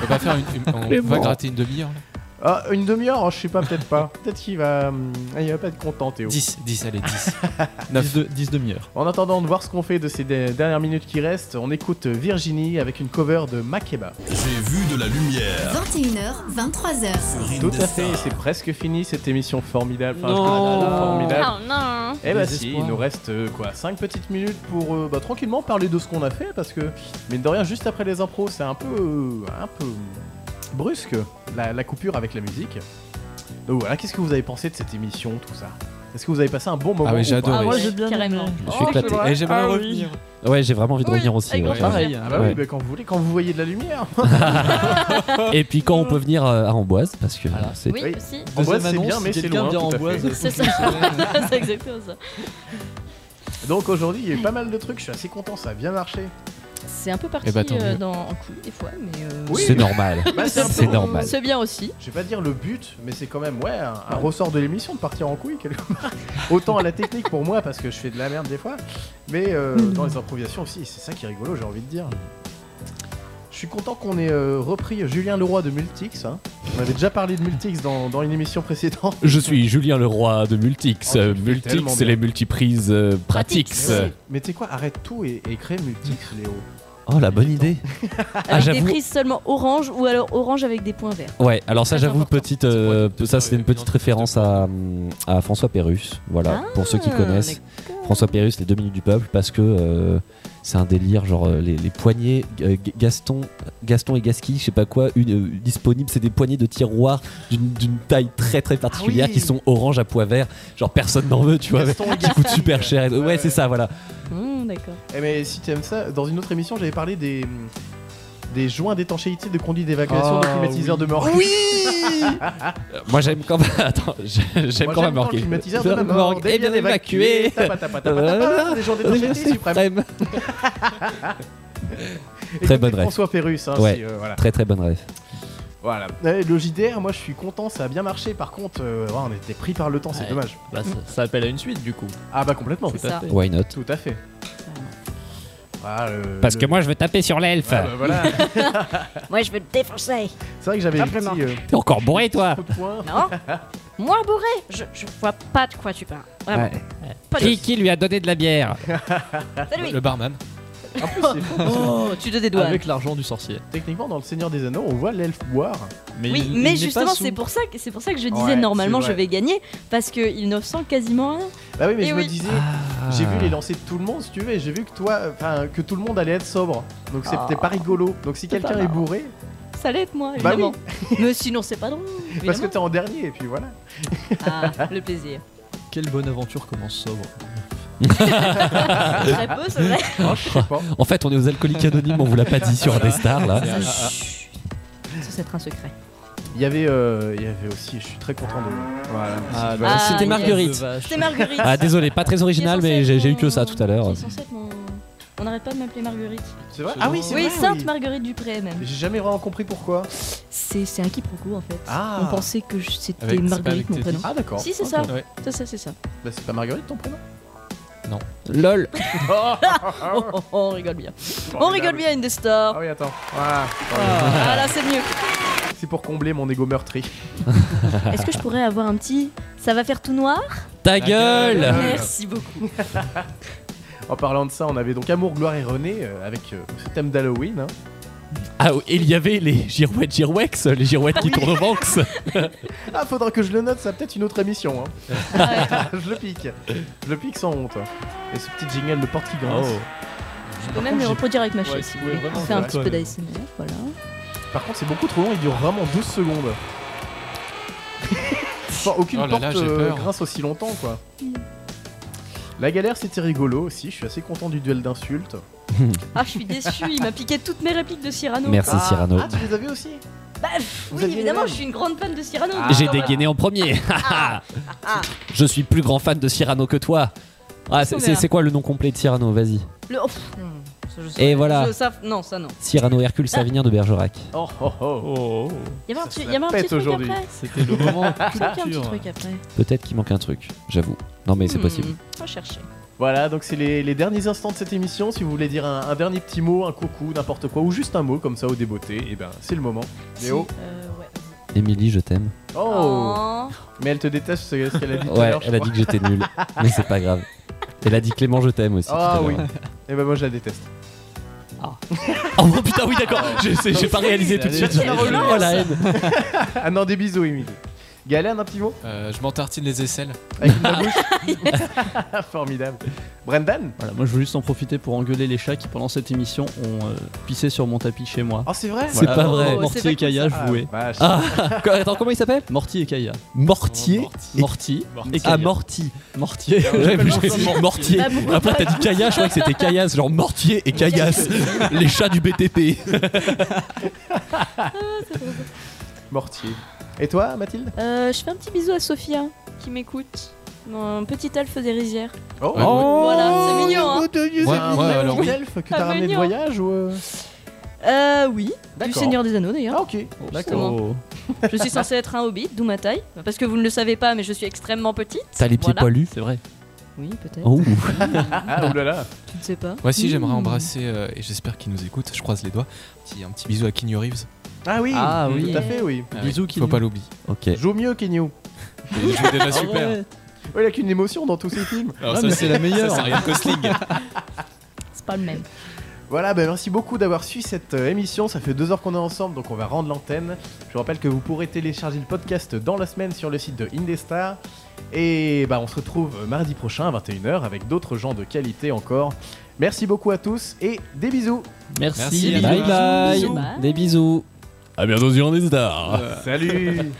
Speaker 5: On va faire une, une- on va
Speaker 1: Clément.
Speaker 5: gratter une demi-heure. là.
Speaker 1: Ah, une demi-heure, oh, je sais pas, peut-être pas. Peut-être qu'il va, hum, il va pas être content, Théo.
Speaker 5: 10, 10, allez, 10.
Speaker 6: 10, de- 10 demi-heures.
Speaker 1: En attendant de voir ce qu'on fait de ces de- dernières minutes qui restent, on écoute Virginie avec une cover de Makeba.
Speaker 2: J'ai vu de la lumière.
Speaker 8: 21h, 23h.
Speaker 1: Tout à fait, c'est presque fini cette émission formidable. Enfin, je
Speaker 6: Non.
Speaker 1: trouve ça formidable.
Speaker 13: Oh non
Speaker 1: Eh bah
Speaker 6: Des
Speaker 1: si,
Speaker 6: espoirs.
Speaker 1: il nous reste euh, quoi 5 petites minutes pour euh, bah, tranquillement parler de ce qu'on a fait parce que, mais de rien, juste après les impros, c'est un peu, euh, un peu brusque la, la coupure avec la musique. Donc voilà, qu'est-ce que vous avez pensé de cette émission, tout ça Est-ce que vous avez passé un bon moment
Speaker 5: Ah oui,
Speaker 1: ou
Speaker 5: j'ai
Speaker 1: pas
Speaker 5: adoré.
Speaker 13: Moi j'ai bien
Speaker 7: Carrément.
Speaker 13: aimé.
Speaker 4: Je me suis éclaté.
Speaker 5: Et j'aimerais
Speaker 13: Ah oui.
Speaker 5: revenir.
Speaker 4: Ouais, j'ai vraiment envie de revenir aussi.
Speaker 7: avec
Speaker 4: ouais.
Speaker 6: Eh,
Speaker 7: grand plaisir.
Speaker 6: Pareil. hein.
Speaker 1: Ah bah
Speaker 4: Ouais.
Speaker 1: oui, bah, quand vous voulez, quand vous voyez de la lumière.
Speaker 4: Et puis quand on peut venir euh, à Amboise, parce que
Speaker 6: Voilà.
Speaker 4: c'est
Speaker 7: Oui,
Speaker 1: Oui.
Speaker 7: aussi.
Speaker 1: Amboise,
Speaker 6: Deuxième
Speaker 1: c'est bien,
Speaker 6: annonce,
Speaker 1: mais c'est
Speaker 6: quelqu'un
Speaker 1: loin.
Speaker 6: vient
Speaker 1: tout à
Speaker 6: Amboise,
Speaker 1: fait.
Speaker 7: C'est ça. c'est exactement ça.
Speaker 1: Donc aujourd'hui, il y a eu pas mal de trucs, je suis assez content, ça a bien marché.
Speaker 7: C'est un peu parti
Speaker 5: Eh bah, tant
Speaker 7: euh,
Speaker 5: mieux.
Speaker 7: dans, en couille des fois, mais. euh,
Speaker 1: Oui.
Speaker 4: c'est normal.
Speaker 1: Bah, c'est un peu-
Speaker 4: C'est normal.
Speaker 7: C'est bien aussi.
Speaker 1: Je vais pas dire le but, mais c'est quand même ouais, un, un ressort de l'émission de partir en couille quelque part. Autant à la technique pour moi, parce que je fais de la merde des fois, mais euh, dans les improvisations aussi, c'est ça qui est rigolo, j'ai envie de dire. Je suis content qu'on ait euh, repris Julien Leroy de Multix. hein. On avait déjà parlé de Multix dans, dans une émission précédente.
Speaker 4: Je suis Julien Leroy de Multix.
Speaker 1: Oh, tu
Speaker 4: Euh,
Speaker 1: le fais
Speaker 4: Multix,
Speaker 1: tellement
Speaker 4: c'est
Speaker 1: bien.
Speaker 4: les multiprises euh,
Speaker 7: Pratix.
Speaker 4: Pratix.
Speaker 1: Mais tu sais quoi, arrête tout et, et crée Multix, Léo.
Speaker 4: Oh, la bonne idée. Ah,
Speaker 7: Avec des
Speaker 4: j'avoue.
Speaker 7: prises seulement orange ou alors orange avec des points verts.
Speaker 4: Ouais, alors ça, j'avoue, petite, euh,
Speaker 5: important.
Speaker 4: ça c'était une petite référence à, hum, à François Pérus. Voilà, pour ceux qui
Speaker 7: Ah,
Speaker 4: connaissent. François Pérus, les deux minutes du peuple, parce que euh, c'est un délire, genre euh, les, les poignées euh, G- Gaston, Gaston et Gasqui, je sais pas quoi, une, euh, disponibles, c'est des poignées de tiroir d'une- d'une taille très très particulière
Speaker 1: Ah oui.
Speaker 4: qui sont orange à pois vert, genre personne n'en veut, tu vois,
Speaker 1: Gaston et
Speaker 4: qui coûtent
Speaker 1: Gasqui.
Speaker 4: super cher. et-
Speaker 1: Ouais, ouais.
Speaker 4: Ouais, c'est ça, voilà.
Speaker 7: Hum, D'accord.
Speaker 1: Eh mais si t'aimes ça, dans une autre émission, j'avais parlé des des joints d'étanchéité de conduite d'évacuation de
Speaker 6: Ah,
Speaker 1: climatiseur de mort. Oui,
Speaker 4: Moi j'aime quand même. Attends, j'ai- j'aime quand même
Speaker 1: Le
Speaker 4: Morgue.
Speaker 1: climatiseur de mort
Speaker 4: Morgue est bien évacué.
Speaker 1: Tapa, tapa, tapa, tapa, Des joints d'étanchéité suprême.
Speaker 4: Suprême. Très bonne ref.
Speaker 1: François Pérus, hein,
Speaker 4: Ouais.
Speaker 1: c'est, euh, voilà.
Speaker 4: Très très bonne rêve.
Speaker 1: voilà. Eh, le JDR, moi je suis content, ça a bien marché. Par contre, euh, ouais, on était pris par le temps, c'est
Speaker 6: Ouais.
Speaker 1: dommage.
Speaker 6: Bah, ça, ça appelle à une suite du coup.
Speaker 1: Ah bah complètement,
Speaker 7: C'est
Speaker 1: tout à
Speaker 7: ça.
Speaker 1: fait.
Speaker 4: Why not
Speaker 1: Tout à fait. Ah, le-
Speaker 4: Parce
Speaker 1: le-
Speaker 4: que moi je veux taper sur l'elfe.
Speaker 1: Ah, bah, voilà.
Speaker 12: Moi, je veux te défoncer.
Speaker 1: c'est vrai que j'avais eu un
Speaker 12: Simplement.
Speaker 1: petit euh,
Speaker 4: T'es encore bourré toi
Speaker 1: coup de poing.
Speaker 12: Non Moi, bourré je, je vois pas de quoi tu parles. Vraiment. Pas de-
Speaker 4: qui lui a donné de la bière
Speaker 12: Salut.
Speaker 5: Le barman.
Speaker 1: En plus, c'est fou, parce que
Speaker 12: Oh, tu te dédouanes.
Speaker 6: Avec l'argent du sorcier.
Speaker 1: techniquement, dans le Seigneur des Anneaux, on voit l'elfe boire.
Speaker 12: Oui,
Speaker 6: il- il
Speaker 12: mais
Speaker 6: n'est
Speaker 12: justement,
Speaker 6: pas sous.
Speaker 12: c'est pour ça que c'est pour ça que je disais
Speaker 1: Ouais,
Speaker 12: normalement
Speaker 1: c'est
Speaker 12: je
Speaker 1: vrai.
Speaker 12: vais gagner parce que il ne sent quasiment rien.
Speaker 1: Bah oui, mais
Speaker 12: Eh
Speaker 1: je me
Speaker 12: oui.
Speaker 1: disais, j'ai vu les lancers de tout le monde, si tu veux, et j'ai vu que toi, enfin, que tout le monde allait être sobre. Donc c'était
Speaker 12: Ah.
Speaker 1: pas rigolo. Donc si quelqu'un
Speaker 12: pas
Speaker 1: est
Speaker 12: marrant.
Speaker 1: bourré,
Speaker 12: Ça l'est moi
Speaker 1: Bah
Speaker 12: évidemment. mais sinon c'est pas drôle.
Speaker 1: parce que
Speaker 12: évidemment.
Speaker 1: t'es en dernier, et puis voilà.
Speaker 12: Ah, le plaisir.
Speaker 6: Quelle bonne aventure commence sobre.
Speaker 12: Très peu c'est vrai.
Speaker 1: Oh, je sais pas.
Speaker 4: En fait, on est aux alcooliques anonymes, on vous l'a pas dit sur des stars là.
Speaker 12: Ça c'est un secret.
Speaker 1: Il y avait, euh, il y avait aussi, je suis très content de. Voilà.
Speaker 6: Ah,
Speaker 12: bah, Ah,
Speaker 4: C'était
Speaker 12: yes.
Speaker 4: Marguerite.
Speaker 12: C'est Marguerite.
Speaker 4: Ah désolé, pas très original,
Speaker 12: Qui est
Speaker 4: mais
Speaker 12: censée
Speaker 4: j'ai
Speaker 12: être
Speaker 4: j'ai eu
Speaker 12: mon-
Speaker 4: que ça tout à l'heure.
Speaker 12: qui est censée être mon- On n'arrête pas de m'appeler Marguerite.
Speaker 1: C'est vrai. Ah oui, c'est
Speaker 12: Oui,
Speaker 1: vrai,
Speaker 12: Sainte Marguerite Dupré même.
Speaker 1: J'ai jamais vraiment compris pourquoi.
Speaker 12: C'est c'est un quiproquo en fait.
Speaker 1: Ah.
Speaker 12: On pensait que je- c'était
Speaker 5: Avec- c'est pas
Speaker 12: Marguerite
Speaker 5: avec
Speaker 12: mon
Speaker 5: tes
Speaker 12: prénom.
Speaker 1: Ah d'accord.
Speaker 12: Si c'est
Speaker 1: Ok.
Speaker 12: ça.
Speaker 5: Ouais.
Speaker 12: Ça, ça c'est ça.
Speaker 1: Bah c'est pas Marguerite ton prénom.
Speaker 4: LOL
Speaker 12: Oh, oh, oh, on rigole bien. On rigole bien
Speaker 1: Ah
Speaker 12: Indestar.
Speaker 1: oui attends. Voilà.
Speaker 12: Ah là c'est mieux.
Speaker 1: C'est pour combler mon ego meurtri.
Speaker 12: Est-ce que je pourrais avoir un petit ça va faire tout noir
Speaker 4: Ta gueule
Speaker 1: gueule.
Speaker 12: Merci beaucoup.
Speaker 1: En parlant de ça, on avait donc Amour, Gloire et René euh, avec euh, ce thème d'Halloween. hein.
Speaker 4: Ah, et il y avait les girouettes girouex, les girouettes qui tournent au Vanx.
Speaker 1: Ah faudra que je le note, ça a peut-être une autre émission. hein.
Speaker 12: Ah,
Speaker 1: je le pique. Je le pique sans honte. Et ce petit jingle de porte qui grince.
Speaker 5: Oh.
Speaker 12: Je peux même le reproduire avec ma chaise.
Speaker 6: si vous voulez vraiment,
Speaker 12: on fait un
Speaker 1: ouais.
Speaker 12: petit peu d'ASMR, voilà.
Speaker 1: Par contre, c'est beaucoup trop long, il dure vraiment 12 secondes. Enfin, aucune
Speaker 5: Oh là là,
Speaker 1: porte
Speaker 5: j'ai
Speaker 1: euh,
Speaker 5: peur.
Speaker 1: grince aussi longtemps, quoi. La galère, c'était rigolo aussi. Je suis assez content du duel d'insultes.
Speaker 7: Ah, je suis déçu, il m'a piqué toutes mes répliques de Cyrano.
Speaker 4: Merci,
Speaker 1: Ah,
Speaker 4: Cyrano.
Speaker 1: Ah, tu les avais aussi
Speaker 7: Bah, pff,
Speaker 1: Vous
Speaker 7: oui,
Speaker 1: aviez les
Speaker 7: évidemment,
Speaker 1: mêmes
Speaker 7: je suis une grande fan de Cyrano. donc,
Speaker 4: J'ai
Speaker 7: euh,
Speaker 4: dégainé en premier. Ah, Je suis plus grand fan de Cyrano que toi. Ah, c'est-
Speaker 12: On
Speaker 4: c'est
Speaker 12: verra.
Speaker 4: c'est quoi le nom complet de Cyrano Vas-y.
Speaker 12: Le... oh, pff, ça, je
Speaker 4: Et voilà.
Speaker 12: je- ça, non, ça non.
Speaker 4: Cyrano Hercule
Speaker 1: Ah.
Speaker 4: Savinien de Bergerac.
Speaker 1: Oh oh oh.
Speaker 12: Il y avait un
Speaker 1: Ça
Speaker 12: petit-
Speaker 1: se
Speaker 12: il y avait un
Speaker 1: la
Speaker 12: petit
Speaker 1: pète
Speaker 12: truc
Speaker 1: aujourd'hui.
Speaker 12: après.
Speaker 9: C'était le moment
Speaker 7: Il manquait un petit truc après.
Speaker 4: Peut-être qu'il manque un truc, j'avoue. Non, mais c'est
Speaker 1: Hmm.
Speaker 4: possible.
Speaker 7: On va Hmm. chercher.
Speaker 1: Voilà, donc c'est les, les derniers instants de cette émission. Si vous voulez dire un, un dernier petit mot, un coucou, n'importe quoi, ou juste un mot comme ça au débeauté, et ben c'est le moment. Léo
Speaker 7: euh,
Speaker 4: Émilie, je t'aime.
Speaker 1: Oh Mais elle te déteste, c'est ce qu'elle a dit tout à
Speaker 4: Ouais,
Speaker 1: l'heure, je
Speaker 4: elle a
Speaker 1: crois.
Speaker 4: dit que j'étais nul. mais c'est pas grave. Elle a dit Clément, je t'aime aussi. tout à
Speaker 1: Ah
Speaker 4: l'heure.
Speaker 1: oui. Et ben moi je la déteste.
Speaker 4: Oh putain, oui, d'accord. Je sais, j'ai pas réalisé tout de suite. Oh la haine.
Speaker 1: ah non, des bisous, Émilie. Galère, un petit mot
Speaker 5: euh, Je m'en tartine les aisselles.
Speaker 1: Avec une bouche Formidable. Brendan
Speaker 6: Voilà, moi je veux juste en profiter pour engueuler les chats qui pendant cette émission ont euh, pissé sur mon tapis chez moi.
Speaker 1: Ah c'est vrai
Speaker 4: C'est pas vrai.
Speaker 6: Morty et Kaya jouaient.
Speaker 4: Ah, quoi, attends, comment il s'appelle
Speaker 6: Morty et Kaya.
Speaker 4: Mortier
Speaker 6: Morty. et
Speaker 4: Ah,
Speaker 6: Kaya.
Speaker 4: Morty.
Speaker 6: Mortier.
Speaker 4: Ouais, mais j'ai dit Mortier. Bah, Après, t'as dit Caillasse, je crois que c'était Caillasse, genre Mortier et Caillasse. Les chats du BTP.
Speaker 1: Mortier. Et toi, Mathilde
Speaker 7: Euh, je fais un petit bisou à Sophia qui m'écoute. Mon petit elfe des rizières.
Speaker 1: Oh,
Speaker 7: Voilà, c'est mignon, hein.
Speaker 1: Moi, alors oui. que
Speaker 7: Ah,
Speaker 1: t'as ramené de
Speaker 7: mignon.
Speaker 1: voyage ou euh
Speaker 7: Euh, oui. Du
Speaker 1: D'accord. Oh.
Speaker 7: Seigneur des Anneaux d'ailleurs.
Speaker 1: Ah, ok.
Speaker 7: D'accord. Je suis censée être un hobbit, d'où ma taille. Parce que vous ne le savez pas, mais je suis extrêmement petite.
Speaker 4: T'as les pieds
Speaker 7: Voilà.
Speaker 4: poilus
Speaker 6: C'est vrai.
Speaker 7: Oui, peut-être.
Speaker 4: Oh.
Speaker 1: Ah oulala.
Speaker 7: Je ne sais pas.
Speaker 5: Moi aussi, j'aimerais
Speaker 7: Mmh.
Speaker 5: embrasser, euh, et j'espère qu'il nous écoute, je croise les doigts, petit- un petit bisou à Keanu Reeves.
Speaker 1: Ah oui,
Speaker 6: Ah oui.
Speaker 1: tout à fait, oui.
Speaker 5: Ah
Speaker 6: Bisous,
Speaker 5: ouais,
Speaker 6: Keanu.
Speaker 5: Faut pas l'oublier.
Speaker 4: Ok.
Speaker 1: Joue mieux, Kenyo.
Speaker 5: Il joue déjà
Speaker 1: Ah
Speaker 5: super.
Speaker 1: ouais. Ouais, il a qu'une émotion dans tous ses films.
Speaker 5: Alors
Speaker 6: Non,
Speaker 5: ça,
Speaker 6: mais c'est la meilleure.
Speaker 5: Ça, c'est Ryan Gosling.
Speaker 7: C'est pas le même.
Speaker 1: Voilà, ben merci beaucoup d'avoir suivi cette euh, émission. Ça fait deux heures qu'on est ensemble, donc on va rendre l'antenne. Je vous rappelle que vous pourrez télécharger le podcast dans la semaine sur le site de Indestar. Et bah, on se retrouve euh, mardi prochain à 21h avec d'autres gens de qualité encore. Merci beaucoup à tous et des bisous.
Speaker 5: Merci,
Speaker 4: Merci.
Speaker 5: les
Speaker 4: Bye
Speaker 5: gars.
Speaker 4: bye.
Speaker 7: Bisous.
Speaker 4: Des bisous. À bientôt sur les stars.
Speaker 1: Salut